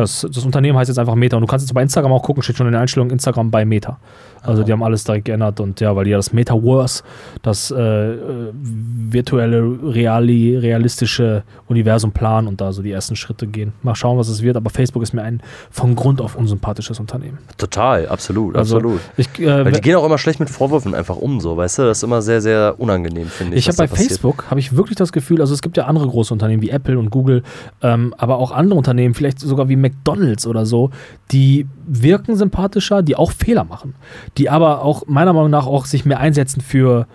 Speaker 3: das, das Unternehmen heißt jetzt einfach Meta und du kannst jetzt bei Instagram auch gucken, steht schon in der Einstellung Instagram bei Meta. Also die haben alles direkt geändert und ja, weil die ja das Metaverse, das äh, äh, virtuelle, reali, realistische Universum planen und da so die ersten Schritte gehen. Mal schauen, was es wird, aber Facebook ist mir ein von Grund auf unsympathisches Unternehmen.
Speaker 1: Total, absolut,
Speaker 3: Also,
Speaker 1: absolut.
Speaker 3: Ich, äh,
Speaker 1: Weil die gehen auch immer schlecht mit Vorwürfen einfach um, so, weißt du? Das ist immer sehr, sehr unangenehm, finde ich.
Speaker 3: ich habe
Speaker 1: was
Speaker 3: bei
Speaker 1: da passiert.
Speaker 3: Facebook habe ich wirklich das Gefühl, also es gibt ja andere große Unternehmen wie Apple und Google, ähm, aber auch andere Unternehmen, vielleicht sogar wie McDonald's oder so, die wirken sympathischer, die auch Fehler machen, die aber auch meiner Meinung nach auch sich mehr einsetzen für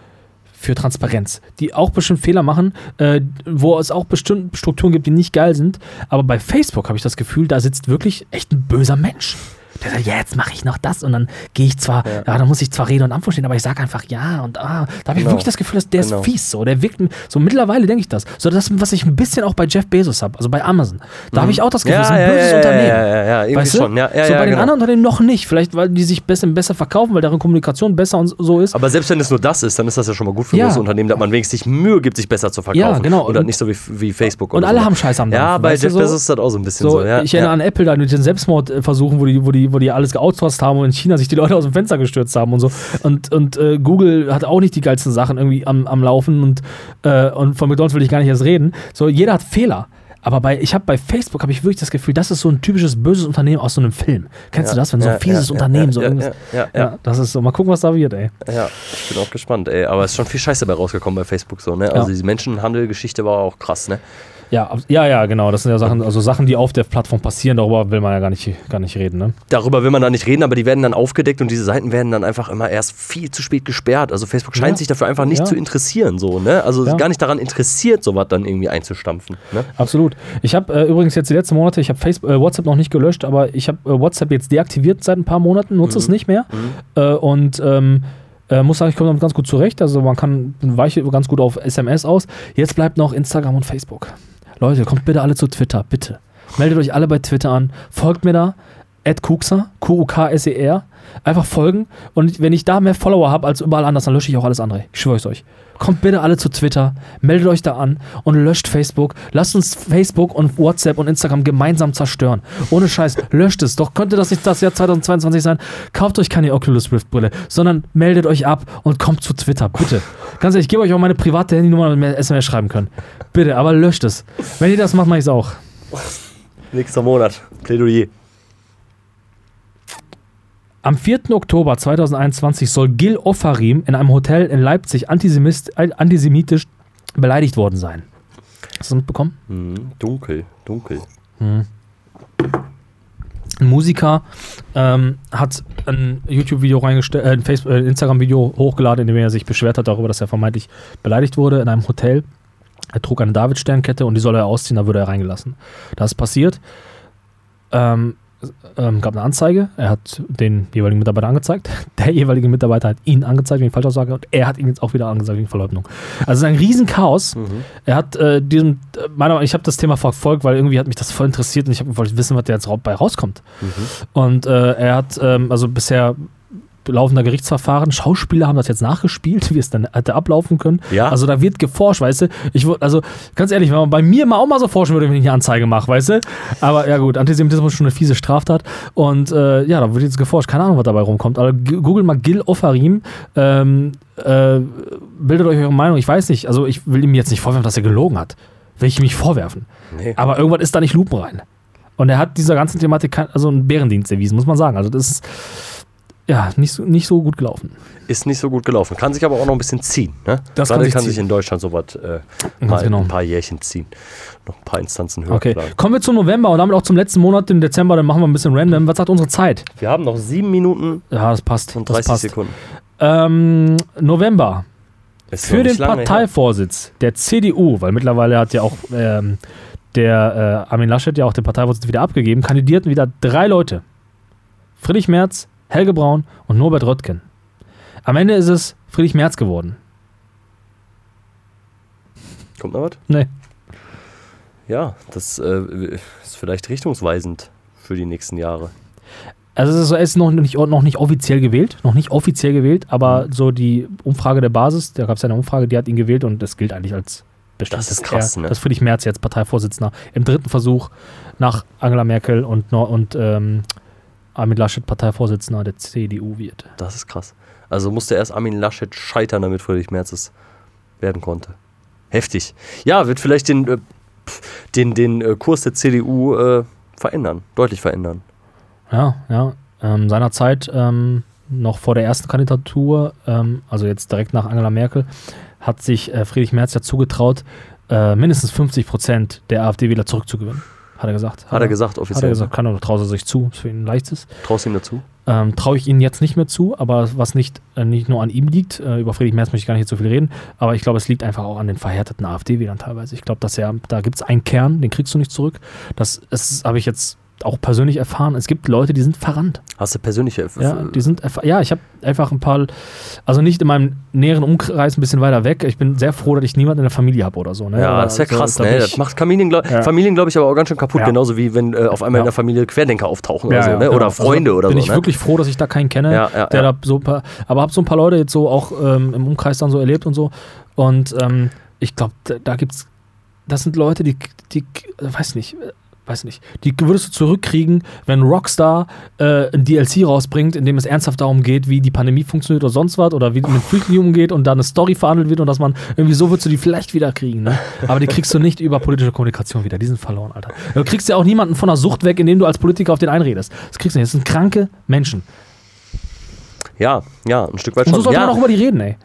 Speaker 3: für Transparenz, die auch bestimmt Fehler machen, äh, wo es auch bestimmt Strukturen gibt, die nicht geil sind. Aber bei Facebook habe ich das Gefühl, da sitzt wirklich echt ein böser Mensch. Der sagt, ja, jetzt mache ich noch das und dann gehe ich zwar, ja. dann muss ich zwar Rede und Antwort stehen, aber ich sage einfach ja und ah. Da habe ich
Speaker 1: Genau.
Speaker 3: wirklich das Gefühl, dass der
Speaker 1: Genau.
Speaker 3: ist fies so. Der wirkt, m- so mittlerweile denke ich das. So das, was ich ein bisschen auch bei Jeff Bezos habe, also bei Amazon. Da habe ich auch das Gefühl, das ist ein böses Unternehmen.
Speaker 1: Mhm. Ja, ja, ja, irgendwie
Speaker 3: Weißt du?
Speaker 1: schon. Ja, ja,
Speaker 3: so
Speaker 1: ja,
Speaker 3: bei den
Speaker 1: genau.
Speaker 3: anderen Unternehmen noch nicht. Vielleicht, weil die sich besser, besser verkaufen, weil deren Kommunikation besser und so ist.
Speaker 1: Aber selbst wenn es nur das ist, dann ist das ja schon mal gut für
Speaker 3: Ja.
Speaker 1: ein großes Unternehmen, dass man wenigstens sich Mühe gibt, sich besser zu verkaufen.
Speaker 3: Ja, genau.
Speaker 1: Und dann
Speaker 3: Und-
Speaker 1: nicht so wie, wie Facebook.
Speaker 3: und
Speaker 1: oder
Speaker 3: alle
Speaker 1: so.
Speaker 3: haben Scheiß am
Speaker 1: Ja,
Speaker 3: Dampfen,
Speaker 1: bei
Speaker 3: weißt du,
Speaker 1: Jeff
Speaker 3: so-
Speaker 1: Bezos ist das auch so ein bisschen so.
Speaker 3: So,
Speaker 1: ja,
Speaker 3: ich erinnere
Speaker 1: ja.
Speaker 3: an Apple da mit den Selbstmordversuchen, wo die, wo die, wo die alles geoutsourced haben und in China sich die Leute aus dem Fenster gestürzt haben und so. Und, und äh, Google hat auch nicht die geilsten Sachen irgendwie am, am Laufen und, äh, und von McDonalds will ich gar nicht erst reden. So, jeder hat Fehler. Aber bei, ich habe bei Facebook habe ich wirklich das Gefühl, das ist so ein typisches böses Unternehmen aus so einem Film. Kennst
Speaker 1: Ja,
Speaker 3: du das, wenn so ein
Speaker 1: ja,
Speaker 3: fieses
Speaker 1: ja,
Speaker 3: Unternehmen
Speaker 1: ja,
Speaker 3: so
Speaker 1: ja,
Speaker 3: irgendwas.
Speaker 1: ja, ja, ja.
Speaker 3: das ist so. Mal gucken, was da wird, ey.
Speaker 1: Ja, ich bin auch gespannt, ey. Aber es ist schon viel Scheiße dabei rausgekommen bei Facebook so, ne? Also diese Menschenhandel-Geschichte war auch krass, ne?
Speaker 3: Ja, ab- ja, ja, genau. Das sind ja Sachen, also Sachen, die auf der Plattform passieren, darüber will man ja gar nicht, gar nicht reden, ne?
Speaker 1: Darüber will man da nicht reden, aber die werden dann aufgedeckt und diese Seiten werden dann einfach immer erst viel zu spät gesperrt. Also Facebook scheint
Speaker 3: Ja.
Speaker 1: sich dafür einfach nicht
Speaker 3: Ja.
Speaker 1: zu interessieren, so, ne? Also
Speaker 3: Ja.
Speaker 1: gar nicht daran interessiert, sowas dann irgendwie einzustampfen, ne?
Speaker 3: Absolut. Ich habe äh, übrigens jetzt die letzten Monate, ich habe Facebook, äh, WhatsApp noch nicht gelöscht, aber ich habe äh, WhatsApp jetzt deaktiviert seit ein paar Monaten, nutze es nicht mehr äh, und ähm, äh, muss sagen, ich komme damit ganz gut zurecht. Also man kann weiche ganz gut auf SMS aus. Jetzt bleibt noch Instagram und Facebook. Leute, kommt bitte alle zu Twitter, bitte. Meldet euch alle bei Twitter an, folgt mir da. At Kuxer, Q-U-K-S-E-R, E einfach folgen. Und wenn ich da mehr Follower habe als überall anders, dann lösche ich auch alles andere. Ich schwöre es euch. Kommt bitte alle zu Twitter, meldet euch da an und löscht Facebook. Lasst uns Facebook und WhatsApp und Instagram gemeinsam zerstören. Ohne Scheiß, löscht es. Doch könnte das nicht das Jahr 2022 sein? Kauft euch keine Oculus Rift Brille, sondern meldet euch ab und kommt zu Twitter, bitte. Ganz ehrlich, ich gebe euch auch meine private Handynummer und SMS schreiben können. Bitte, aber löscht es. Wenn ihr das macht, mache ich es auch.
Speaker 1: Nächster Monat. Plädoyer.
Speaker 3: Am 4. Oktober 2021 soll Gil Ofarim in einem Hotel in Leipzig antisemist- äh, antisemitisch beleidigt worden sein. Hast du das mitbekommen?
Speaker 1: Mhm. Dunkel, dunkel.
Speaker 3: Ein Musiker ähm, hat ein YouTube-Video reingestellt, äh, ein Facebook- äh, ein Instagram-Video hochgeladen, in dem er sich beschwert hat darüber, dass er vermeintlich beleidigt wurde in einem Hotel. Er trug eine David-Sternkette und die soll er ausziehen, da wurde er reingelassen. Das ist passiert. Ähm, ähm, gab eine Anzeige, er hat den jeweiligen Mitarbeiter angezeigt, (laughs) der jeweilige Mitarbeiter hat ihn angezeigt wegen Falschaussage und er hat ihn jetzt auch wieder angezeigt wegen Verleugnung. Also es ist ein Riesenchaos. Er hat äh, diesem, äh, meiner Meinung ich habe das Thema verfolgt, weil irgendwie hat mich das voll interessiert und ich hab, wollte wissen, was da jetzt raub- bei rauskommt. Und äh, er hat, ähm, also bisher laufender Gerichtsverfahren, Schauspieler haben das jetzt nachgespielt, (laughs) wie es dann hätte ablaufen können.
Speaker 1: Ja.
Speaker 3: Also da wird geforscht, weißt du. Ich würd- also ganz ehrlich, wenn man bei mir mal auch mal so forschen würde, wenn ich eine Anzeige mache, weißt du. Aber ja gut, Antisemitismus ist schon eine fiese Straftat. Und äh, ja, da wird jetzt geforscht. Keine Ahnung, was dabei rumkommt. Aber g- google mal Gil Ofarim. Ähm, äh, bildet euch eure Meinung. Ich weiß nicht. Also ich will ihm jetzt nicht vorwerfen, dass er gelogen hat. Will ich ihm nicht vorwerfen.
Speaker 1: Nee.
Speaker 3: Aber irgendwas ist da nicht lupenrein. Und er hat dieser ganzen Thematik kein, also einen Bärendienst erwiesen, muss man sagen. Also das ist ja nicht so, nicht so gut gelaufen.
Speaker 1: Ist nicht so gut gelaufen. Kann sich aber auch noch ein bisschen ziehen. Ne?
Speaker 3: Das
Speaker 1: Gerade
Speaker 3: kann sich
Speaker 1: kann sich
Speaker 3: ziehen.
Speaker 1: in Deutschland sowas äh, mal
Speaker 3: genau.
Speaker 1: ein paar Jährchen ziehen. Noch ein paar Instanzen höher.
Speaker 3: Okay,
Speaker 1: schlagen.
Speaker 3: kommen wir zum November und damit auch zum letzten Monat, den Dezember, dann machen wir ein bisschen random. Was sagt unsere Zeit?
Speaker 1: Wir haben noch sieben Minuten
Speaker 3: Ja, das passt.
Speaker 1: und
Speaker 3: das
Speaker 1: 30
Speaker 3: passt.
Speaker 1: Sekunden.
Speaker 3: Ähm, November.
Speaker 1: Ist noch
Speaker 3: Für den
Speaker 1: nicht lange her.
Speaker 3: Parteivorsitz der CDU, weil mittlerweile hat ja auch ähm, der äh, Armin Laschet ja auch den Parteivorsitz wieder abgegeben, kandidierten wieder drei Leute. Friedrich Merz, Helge Braun und Norbert Röttgen. Am Ende ist es Friedrich Merz geworden.
Speaker 1: Kommt noch was?
Speaker 3: Nee.
Speaker 1: Ja, das äh, ist vielleicht richtungsweisend. für für die nächsten Jahre.
Speaker 3: Also es ist, es ist noch, nicht, noch nicht offiziell gewählt, noch nicht offiziell gewählt, aber
Speaker 1: Mhm.
Speaker 3: so die Umfrage der Basis, da gab es ja eine Umfrage, die hat ihn gewählt und das gilt eigentlich als bestimmt.
Speaker 1: Das ist krass,
Speaker 3: er,
Speaker 1: ne?
Speaker 3: Das ist Friedrich Merz jetzt Parteivorsitzender im dritten Versuch nach Angela Merkel und, Nor- und ähm, Armin Laschet Parteivorsitzender der CDU wird.
Speaker 1: Das ist krass. Also musste erst Armin Laschet scheitern, damit Friedrich Merz es werden konnte. Heftig. Ja, wird vielleicht den, äh, pf, den, den äh, Kurs der CDU äh, verändern, deutlich verändern.
Speaker 3: Ja, ja. Ähm, seinerzeit, ähm, noch vor der ersten Kandidatur, ähm, also jetzt direkt nach Angela Merkel, hat sich äh, Friedrich Merz ja zugetraut, äh, mindestens 50 Prozent der AfD wieder zurückzugewinnen. Hat er gesagt.
Speaker 1: Hat er gesagt,
Speaker 3: Hat er
Speaker 1: offiziell. ne?
Speaker 3: gesagt, kann er, traut er sich zu, ist für ihn ein leichtes.
Speaker 1: Traust ihm dazu?
Speaker 3: Ähm, Traue ich Ihnen jetzt nicht mehr zu, aber was nicht, äh, nicht nur an ihm liegt, äh, über Friedrich Merz möchte ich gar nicht so viel reden, aber ich glaube, es liegt einfach auch an den verhärteten AfD-Wählern teilweise. Ich glaube, dass er, da gibt es einen Kern, den kriegst du nicht zurück. Das, das habe ich jetzt auch persönlich erfahren. Es gibt Leute, die sind verrannt.
Speaker 1: Hast du persönliche
Speaker 3: Ja, die sind einfach, ja, ich habe einfach ein paar, also nicht in meinem näheren Umkreis, ein bisschen weiter weg. Ich bin sehr froh, dass ich niemanden in der Familie habe oder so. Ne?
Speaker 1: Ja,
Speaker 3: Aber
Speaker 1: das ist ja
Speaker 3: so,
Speaker 1: krass,
Speaker 3: da bin
Speaker 1: ne?
Speaker 3: ich-
Speaker 1: Das macht Familien, glaub,
Speaker 3: Ja.
Speaker 1: Familien glaube ich, aber auch ganz schön kaputt.
Speaker 3: Ja.
Speaker 1: Genauso wie wenn äh, auf einmal
Speaker 3: Ja.
Speaker 1: in der Familie Querdenker auftauchen
Speaker 3: Ja,
Speaker 1: oder so,
Speaker 3: ja,
Speaker 1: ne?
Speaker 3: genau.
Speaker 1: Oder Freunde
Speaker 3: also,
Speaker 1: oder
Speaker 3: bin
Speaker 1: so,
Speaker 3: ich
Speaker 1: ne?
Speaker 3: wirklich froh, dass ich da keinen kenne,
Speaker 1: Ja, ja,
Speaker 3: der
Speaker 1: ja.
Speaker 3: da so ein paar, aber habe so ein paar Leute jetzt so auch ähm, im Umkreis dann so erlebt und so. Und ähm, ich glaube, da, da gibt's, das sind Leute, die, die, äh, weiß nicht, äh, weiß nicht, die würdest du zurückkriegen, wenn Rockstar äh, ein DLC rausbringt, in dem es ernsthaft darum geht, wie die Pandemie funktioniert oder sonst was oder wie mit Flüchtlingen umgeht und da eine Story verhandelt wird und dass man irgendwie so würdest du die vielleicht wieder kriegen, ne? Aber die kriegst du nicht über politische Kommunikation wieder. Die sind verloren, Alter. Du kriegst ja auch niemanden von der Sucht weg, indem du als Politiker auf den einredest. Das kriegst du nicht. Das sind kranke Menschen.
Speaker 1: Ja, ja, ein Stück weit
Speaker 3: Und so
Speaker 1: schon.
Speaker 3: sollte
Speaker 1: ja,
Speaker 3: man auch über die
Speaker 1: (laughs)
Speaker 3: reden, ey.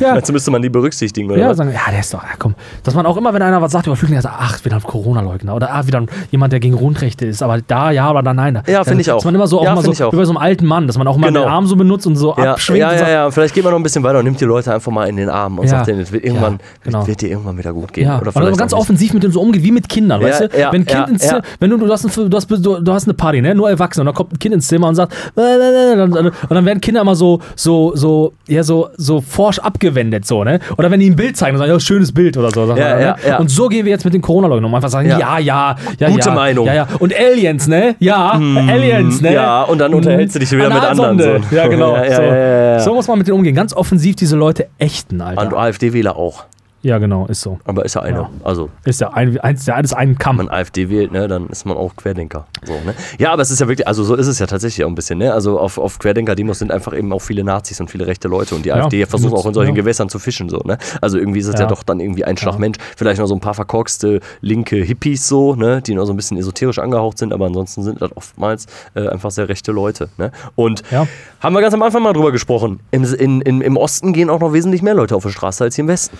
Speaker 3: ja,
Speaker 1: dazu müsste man die berücksichtigen, oder?
Speaker 3: ja,
Speaker 1: was?
Speaker 3: sagen, ja, der ist doch, ja, komm. Dass man auch immer, wenn einer was sagt über Flüchtlinge, sagt, ach, wieder ein Corona-Leugner oder ah, wieder ein, jemand, der gegen Grundrechte ist, aber da, ja, aber da, nein.
Speaker 1: Ja, finde ich
Speaker 3: Dass
Speaker 1: auch.
Speaker 3: man immer so, auch
Speaker 1: Ja,
Speaker 3: mal so
Speaker 1: finde ich auch.
Speaker 3: über so einen alten Mann, dass man auch mal
Speaker 1: Genau.
Speaker 3: den Arm so benutzt und so
Speaker 1: Ja,
Speaker 3: abschwingt.
Speaker 1: ja,
Speaker 3: und
Speaker 1: ja,
Speaker 3: sagt,
Speaker 1: ja, vielleicht geht man noch ein bisschen weiter und nimmt die Leute einfach mal in den Arm und
Speaker 3: Ja,
Speaker 1: sagt denen, es wird irgendwann,
Speaker 3: genau.
Speaker 1: wird dir irgendwann wieder gut gehen.
Speaker 3: Ja,
Speaker 1: Oder
Speaker 3: oder aber
Speaker 1: vielleicht
Speaker 3: ganz
Speaker 1: auch nicht.
Speaker 3: offensiv mit dem so umgeht, wie mit Kindern,
Speaker 1: Ja,
Speaker 3: weißt du?
Speaker 1: ja,
Speaker 3: wenn ein Kind
Speaker 1: ja,
Speaker 3: ins
Speaker 1: ja.
Speaker 3: Zimmer, wenn du, du, hast ein, du, hast, du, du hast eine Party, ne? nur Erwachsene, und dann kommt ein Kind ins Zimmer und sagt, äh, äh, äh, dann- dann- und dann werden Kinder immer so, so, so, ja, so, so forsch abgewendet, so, ne? Oder wenn die ein Bild zeigen und sagen, ja, schönes Bild oder so. sagt
Speaker 1: Ja,
Speaker 3: man,
Speaker 1: ja,
Speaker 3: ne?
Speaker 1: ja.
Speaker 3: Und so gehen wir jetzt mit den Corona-Leugnern um. Einfach sagen,
Speaker 1: Ja.
Speaker 3: ja, ja, ja. ja
Speaker 1: Gute
Speaker 3: ja,
Speaker 1: Meinung. Mhm.
Speaker 3: Ja, ja. Und Aliens, ne? Ja, Aliens, ne?
Speaker 1: ja, und dann unterhältst du dich wieder mit
Speaker 3: Analsonde.
Speaker 1: anderen, so.
Speaker 3: Ja, genau.
Speaker 1: (laughs) Ja, ja,
Speaker 3: so.
Speaker 1: ja, ja, ja.
Speaker 3: so muss man mit denen umgehen. Ganz offensiv diese Leute ächten, Alter.
Speaker 1: Und AfD-Wähler auch.
Speaker 3: ja, genau, ist so.
Speaker 1: Aber ist ja einer.
Speaker 3: Ja.
Speaker 1: Also,
Speaker 3: Ist ja ein, eins der eines einen Kamm.
Speaker 1: man AfD wählt, ne, dann ist man auch Querdenker. So, ne? Ja, aber es ist ja wirklich, also so ist es ja tatsächlich auch ein bisschen, ne? Also auf, auf Querdenker-Demos sind einfach eben auch viele Nazis und viele rechte Leute und die AfD versucht
Speaker 3: nutzt-
Speaker 1: auch in solchen
Speaker 3: ja.
Speaker 1: Gewässern zu fischen, so, ne? Also irgendwie ist es ja,
Speaker 3: Ja.
Speaker 1: doch dann irgendwie ein Schlag
Speaker 3: Ja.
Speaker 1: Mensch. Vielleicht noch so ein paar verkorkste linke Hippies so, ne? Die noch so ein bisschen esoterisch angehaucht sind, aber ansonsten sind das oftmals äh, einfach sehr rechte Leute, ne? Und
Speaker 3: Ja.
Speaker 1: haben wir ganz am Anfang mal drüber gesprochen. Im, in, in, Im Osten gehen auch noch wesentlich mehr Leute auf die Straße als hier im Westen.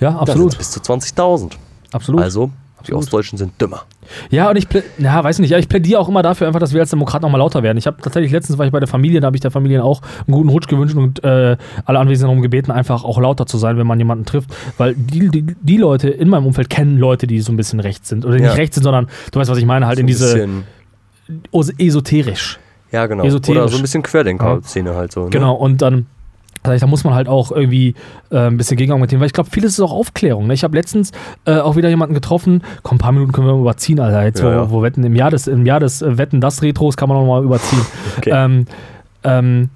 Speaker 3: Ja,
Speaker 1: Da
Speaker 3: absolut.
Speaker 1: sind's bis zu 20.000.
Speaker 3: absolut.
Speaker 1: Also, die
Speaker 3: Absolut.
Speaker 1: Ostdeutschen sind dümmer.
Speaker 3: Ja, und ich, plä- ja, weiß nicht, ja, ich plädiere auch immer dafür, einfach, dass wir als Demokraten nochmal lauter werden. Ich habe tatsächlich letztens war ich bei der Familie, da habe ich der Familie auch einen guten Rutsch gewünscht und äh, alle Anwesenden darum gebeten, einfach auch lauter zu sein, wenn man jemanden trifft. Weil die, die, die Leute in meinem Umfeld kennen Leute, die so ein bisschen rechts sind. Oder
Speaker 1: Ja.
Speaker 3: nicht rechts sind, sondern du weißt, was ich meine, halt in
Speaker 1: Ein
Speaker 3: diese
Speaker 1: bisschen-
Speaker 3: os- esoterisch.
Speaker 1: Ja, genau.
Speaker 3: Esoterisch.
Speaker 1: Oder so ein bisschen Querdenker-Szene halt so. Ne?
Speaker 3: Genau, und dann. sag ich, Da muss man halt auch irgendwie äh, ein bisschen Gegengang mit dem, weil ich glaube, vieles ist auch Aufklärung. Ne? Ich habe letztens äh, auch wieder jemanden getroffen. Komm, ein paar Minuten können wir überziehen, Alter. Jetzt,
Speaker 1: Ja,
Speaker 3: wo,
Speaker 1: ja.
Speaker 3: wo Wetten im Jahr des, im Jahr des äh, Wetten das Retros kann man auch mal überziehen.
Speaker 1: (laughs) Okay.
Speaker 3: Ähm, ähm,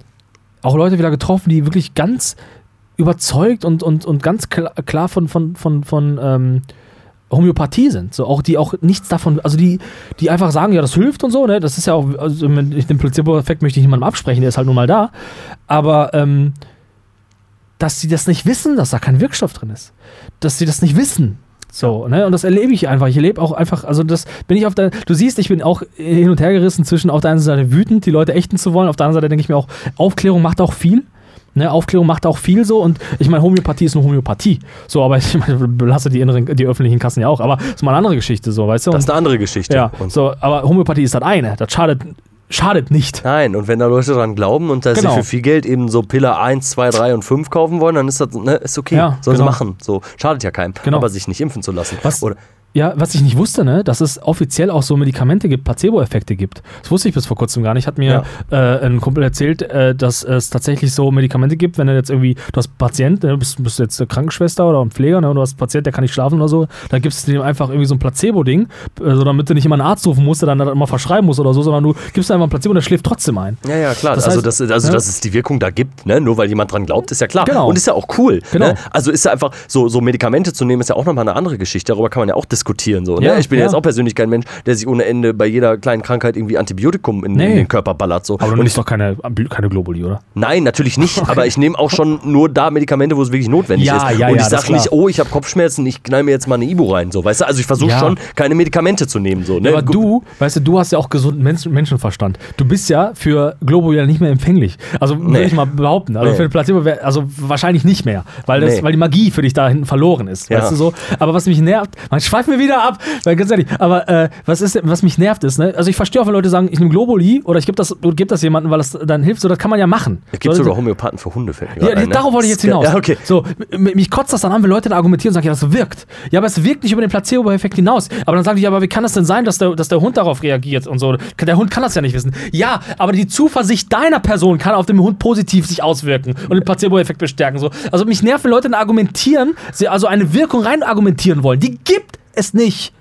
Speaker 3: auch Leute wieder getroffen, die wirklich ganz überzeugt und, und, und ganz kla klar von, von, von, von ähm, Homöopathie sind. So auch die auch nichts davon, also die, die einfach sagen, ja, das hilft und so, ne? Das ist ja auch, also mit- ich- den Placebo-Effekt möchte ich niemandem absprechen, der ist halt nun mal da. Aber ähm, dass sie das nicht wissen, dass da kein Wirkstoff drin ist. Dass sie das nicht wissen. So, ne? Und das erlebe ich einfach. Ich erlebe auch einfach, also das bin ich auf der, du siehst, ich bin auch hin und her gerissen zwischen auf der einen Seite wütend, die Leute ächten zu wollen, auf der anderen Seite denke ich mir auch, Aufklärung macht auch viel. Ne, Aufklärung macht auch viel so und ich meine, Homöopathie ist eine Homöopathie. So, aber (laughs) ich meine, belasse die inneren, die öffentlichen Kassen ja auch, aber ist mal eine andere Geschichte, so, weißt du?
Speaker 1: Das
Speaker 3: Und,
Speaker 1: ist eine andere Geschichte.
Speaker 3: ja,
Speaker 1: Und
Speaker 3: so, aber Homöopathie ist das eine. Das schadet, schadet nicht.
Speaker 1: Nein, und wenn da Leute dran glauben und da
Speaker 3: Genau.
Speaker 1: sie für viel Geld eben so Pille 1, 2, 3 und 5 kaufen wollen, dann ist das ne, ist okay.
Speaker 3: Ja,
Speaker 1: Sollen
Speaker 3: genau.
Speaker 1: sie machen. So, schadet ja keinem.
Speaker 3: Genau.
Speaker 1: Aber sich nicht impfen zu lassen.
Speaker 3: Was-
Speaker 1: Oder,
Speaker 3: Ja, was ich nicht wusste, ne, dass es offiziell auch so Medikamente gibt, Placebo-Effekte gibt. Das wusste ich bis vor kurzem gar nicht. Hat mir äh, ein Kumpel erzählt, äh, dass es tatsächlich so Medikamente gibt, wenn du jetzt irgendwie, du hast einen Patient, ne, du bist, bist jetzt eine Krankenschwester oder ein Pfleger, ne, und du hast einen Patient, der kann nicht schlafen oder so, dann gibst du dem einfach irgendwie so ein Placebo-Ding, äh, so damit du nicht immer einen Arzt rufen musst, der dann das immer verschreiben muss oder so, sondern du gibst einfach ein Placebo und der schläft trotzdem ein.
Speaker 1: Ja, ja, klar.
Speaker 3: Das
Speaker 1: also,
Speaker 3: heißt,
Speaker 1: dass, also
Speaker 3: ne?
Speaker 1: dass es die Wirkung da gibt, ne? nur weil jemand dran glaubt, ist ja klar.
Speaker 3: Genau.
Speaker 1: Und ist ja auch cool.
Speaker 3: Genau.
Speaker 1: Ne? Also ist ja einfach, so, so Medikamente zu nehmen, ist ja auch nochmal eine andere Geschichte. Darüber kann man ja auch diskutieren. So, ne?
Speaker 3: Ja,
Speaker 1: ich bin ja.
Speaker 3: ja.
Speaker 1: jetzt auch persönlich kein Mensch, der sich ohne Ende bei jeder kleinen Krankheit irgendwie Antibiotikum in, in
Speaker 3: Nee.
Speaker 1: den Körper ballert. So.
Speaker 3: Aber du
Speaker 1: Und
Speaker 3: nimmst doch keine, keine Globuli, oder?
Speaker 1: Nein, natürlich
Speaker 3: (laughs)
Speaker 1: nicht. Aber ich nehme auch schon nur da Medikamente, wo es wirklich notwendig
Speaker 3: Ja,
Speaker 1: ist.
Speaker 3: ja,
Speaker 1: und
Speaker 3: ja,
Speaker 1: ich
Speaker 3: das
Speaker 1: sage nicht,
Speaker 3: klar.
Speaker 1: oh, ich habe Kopfschmerzen, ich knall mir jetzt mal eine Ibu rein. So, weißt du? Also ich versuche
Speaker 3: Ja.
Speaker 1: schon, keine Medikamente zu nehmen. So, ne?
Speaker 3: Aber
Speaker 1: Gu-
Speaker 3: du, weißt du, du hast ja auch gesunden Menschen Menschenverstand. Du bist ja für Globo ja nicht mehr empfänglich. Also
Speaker 1: Nee.
Speaker 3: würde ich mal behaupten. Also
Speaker 1: Nee.
Speaker 3: für Placebo wär, also wahrscheinlich nicht mehr, weil, das,
Speaker 1: Nee.
Speaker 3: weil die Magie für dich da hinten verloren ist.
Speaker 1: Ja.
Speaker 3: Weißt du so? Aber was mich nervt, man schweift mir wieder ab, weil ganz ehrlich, aber äh, was, ist, denn- was mich nervt ist, ne? also ich verstehe auch, wenn Leute sagen, ich nehme Globuli oder ich gebe das, geb das jemandem, weil das dann hilft, so das kann man ja machen.
Speaker 1: Es gibt
Speaker 3: So,
Speaker 1: sogar Homöopathen für Hunde. fällt mir
Speaker 3: ja,
Speaker 1: gerade ein, ne?
Speaker 3: darauf wollte ich jetzt hinaus.
Speaker 1: Ja, okay.
Speaker 3: So, m- mich kotzt das dann an, wenn Leute da argumentieren und sagen, ja, das wirkt. Ja, aber es wirkt nicht über den Placebo-Effekt hinaus. Aber dann sagen die, ja, aber wie kann das denn sein, dass der, dass der Hund darauf reagiert und so? Der Hund kann das ja nicht wissen. Ja, aber die Zuversicht deiner Person kann auf den Hund positiv sich auswirken und den Placebo-Effekt bestärken. So. Also mich nerven Leute, die argumentieren, sie also eine Wirkung rein argumentieren wollen. Die gibt es nicht.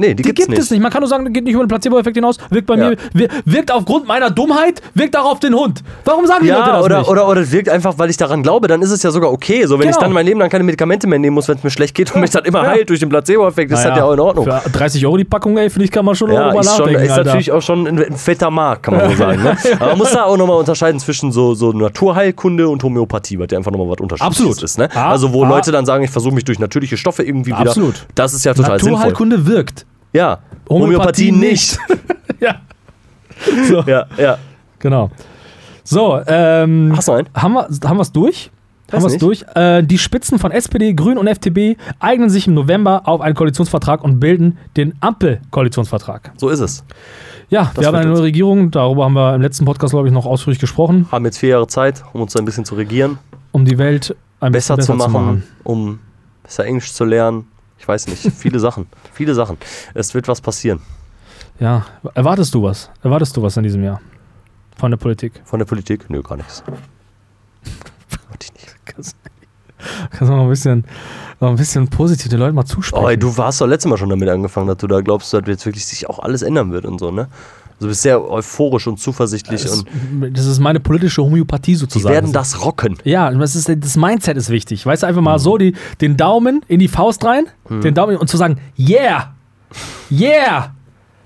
Speaker 1: Nee, die,
Speaker 3: Die
Speaker 1: gibt's
Speaker 3: gibt es nicht. Man kann nur sagen, geht nicht über den Placebo-Effekt hinaus, wirkt bei
Speaker 1: Ja.
Speaker 3: mir, wir- wirkt aufgrund meiner Dummheit, wirkt auch auf den Hund. Warum sagen die Leute
Speaker 1: Ja,
Speaker 3: das
Speaker 1: oder,
Speaker 3: nicht?
Speaker 1: oder, oder es wirkt einfach, weil ich daran glaube, dann ist es ja sogar okay. So, wenn ich
Speaker 3: Genau.
Speaker 1: dann mein Leben lang keine Medikamente mehr nehmen muss, wenn es mir schlecht
Speaker 3: (laughs)
Speaker 1: geht und mich dann immer
Speaker 3: Ja.
Speaker 1: heilt durch den Placebo-Effekt, ist das ja
Speaker 3: Naja,
Speaker 1: auch in Ordnung.
Speaker 3: Für 30 Euro die Packung, ey, finde ich, kann man schon
Speaker 1: Ja,
Speaker 3: darüber
Speaker 1: ist, schon,
Speaker 3: nachdenken.
Speaker 1: ist
Speaker 3: Alter.
Speaker 1: natürlich auch schon ein, ein fetter Markt, kann
Speaker 3: (laughs)
Speaker 1: man so sagen. Ne? Aber man muss da auch nochmal unterscheiden zwischen so, so Naturheilkunde und Homöopathie, weil der einfach nochmal was unterschiedliches
Speaker 3: Absolut.
Speaker 1: ist. Ne?
Speaker 3: Ah,
Speaker 1: also wo
Speaker 3: ah.
Speaker 1: Leute dann sagen, ich versuche mich durch natürliche Stoffe irgendwie wieder.
Speaker 3: Absolut.
Speaker 1: Das ist ja total sinnvoll.
Speaker 3: Naturheilkunde wirkt.
Speaker 1: Ja, Homöopathie,
Speaker 3: Homöopathie
Speaker 1: nicht.
Speaker 3: (laughs) ja. So,
Speaker 1: ja, ja.
Speaker 3: genau. So, ähm,
Speaker 1: Hast du einen?
Speaker 3: haben wir es durch?
Speaker 1: Weiß
Speaker 3: Haben wir es
Speaker 1: nicht.
Speaker 3: durch? Äh, die Spitzen von SPD, Grün und FDP eignen sich im November auf einen Koalitionsvertrag und bilden den Ampel-Koalitionsvertrag.
Speaker 1: So ist es.
Speaker 3: Ja,
Speaker 1: Das
Speaker 3: wir haben
Speaker 1: wird
Speaker 3: eine neue Regierung. Darüber haben wir im letzten Podcast, glaube ich, noch ausführlich gesprochen,
Speaker 1: Haben jetzt vier Jahre Zeit, um uns ein bisschen zu regieren,
Speaker 3: um die Welt ein
Speaker 1: besser,
Speaker 3: bisschen
Speaker 1: zu, machen, um besser Englisch zu lernen. Ich weiß nicht, viele Sachen, viele Sachen. Es wird was passieren
Speaker 3: Ja, erwartest du was? Erwartest du was in diesem Jahr von der Politik?
Speaker 1: von der Politik. Nö, gar nichts. Wollte ich nicht.
Speaker 3: Kannst du mal ein bisschen, mal ein bisschen positiv den Leuten mal zusprechen.
Speaker 1: Oh, ey, du hast doch letztes Mal schon damit angefangen, dass du da glaubst, dass jetzt wirklich sich auch alles ändern wird und so, ne? Also du bist sehr euphorisch und zuversichtlich
Speaker 3: das,
Speaker 1: und
Speaker 3: das ist meine politische Homöopathie
Speaker 1: die
Speaker 3: sozusagen.
Speaker 1: werden das Mhm. rocken.
Speaker 3: ja, das, ist, das Mindset ist wichtig. Weißt du, einfach mal so die, den Daumen in die Faust rein,
Speaker 1: Mhm.
Speaker 3: den Daumen und zu sagen, yeah, yeah,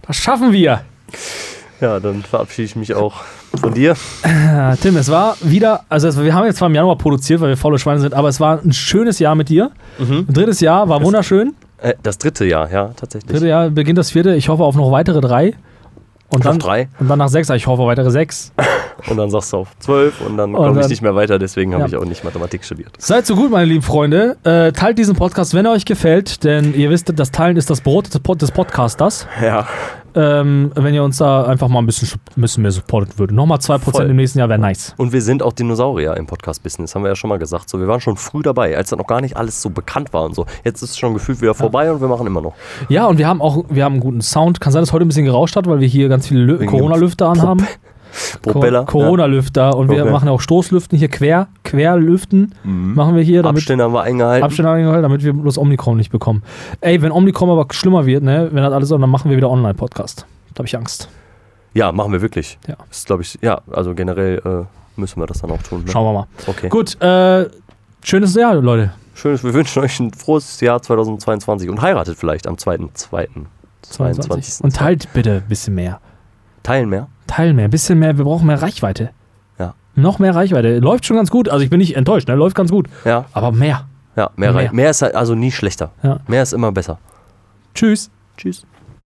Speaker 3: das schaffen wir.
Speaker 1: Ja, dann verabschiede ich mich auch von dir.
Speaker 3: Ja, Tim, es war wieder, also es, wir haben jetzt zwar im Januar produziert, weil wir faule Schweine sind, aber es war ein schönes Jahr mit dir.
Speaker 1: Mhm.
Speaker 3: Ein drittes Jahr war wunderschön.
Speaker 1: Äh, das dritte Jahr, ja, tatsächlich.
Speaker 3: Dritte Jahr beginnt das vierte. Ich hoffe auf noch weitere drei. Und
Speaker 1: Noch
Speaker 3: dann,
Speaker 1: drei.
Speaker 3: und dann nach sechs, ich hoffe auf weitere sechs.
Speaker 1: Und dann sagst du auf zwölf und dann
Speaker 3: Und
Speaker 1: komme ich
Speaker 3: dann-
Speaker 1: nicht mehr weiter, deswegen habe
Speaker 3: Ja.
Speaker 1: ich auch nicht Mathematik studiert.
Speaker 3: Seid so gut, meine lieben Freunde. Äh, teilt diesen Podcast, wenn er euch gefällt, denn ihr wisst, das Teilen ist das Brot des, Pod des Podcasters.
Speaker 1: Ja.
Speaker 3: Ähm, wenn ihr uns da einfach mal ein bisschen, sup- ein bisschen mehr supportet würdet. Nochmal 2%
Speaker 1: Voll.
Speaker 3: im nächsten Jahr wäre nice.
Speaker 1: Und wir sind auch Dinosaurier im Podcast-Business, haben wir ja schon mal gesagt. So, wir waren schon früh dabei, als dann noch gar nicht alles so bekannt war und so. Jetzt ist es schon gefühlt wieder vorbei und wir machen immer noch.
Speaker 3: Ja, und wir haben auch wir haben einen guten Sound. Kann sein, dass heute ein bisschen gerauscht hat, weil wir hier ganz viele Lü-
Speaker 1: dem
Speaker 3: Corona-Lüfter anhaben.
Speaker 1: Propeller. ne?
Speaker 3: Co- Corona-Lüfter. Und wir
Speaker 1: Propeller. Mhm.
Speaker 3: machen auch Stoßlüften hier, quer, Querlüften machen wir hier,
Speaker 1: Ja.
Speaker 3: damit
Speaker 1: Abstände haben wir eingehalten.
Speaker 3: Abstände eingehalten, damit wir bloß Omikron nicht bekommen. Ey, wenn Omikron aber schlimmer wird, ne, wenn das alles so, dann machen wir wieder Online-Podcast. Da habe ich Angst.
Speaker 1: Ja, machen wir wirklich.
Speaker 3: Ja.
Speaker 1: Ist, glaube ich, ja, also generell äh, müssen wir das dann auch tun. Ne?
Speaker 3: Schauen wir mal.
Speaker 1: Okay.
Speaker 3: Gut, äh, schönes Jahr, Leute.
Speaker 1: Schönes, wir wünschen euch ein frohes Jahr 2022 und heiratet vielleicht am 2.2. 22.
Speaker 3: Und teilt bitte ein bisschen mehr.
Speaker 1: Teilen mehr.
Speaker 3: Teilen mehr, ein bisschen mehr. Wir brauchen mehr Reichweite.
Speaker 1: Ja.
Speaker 3: Noch mehr Reichweite. Läuft schon ganz gut. Also ich bin nicht enttäuscht, ne? läuft ganz gut.
Speaker 1: Ja,
Speaker 3: Aber mehr.
Speaker 1: ja mehr, rein.
Speaker 3: Mehr.
Speaker 1: Mehr ist halt also nie schlechter.
Speaker 3: Ja.
Speaker 1: Mehr ist immer besser.
Speaker 3: Tschüss.
Speaker 1: Tschüss.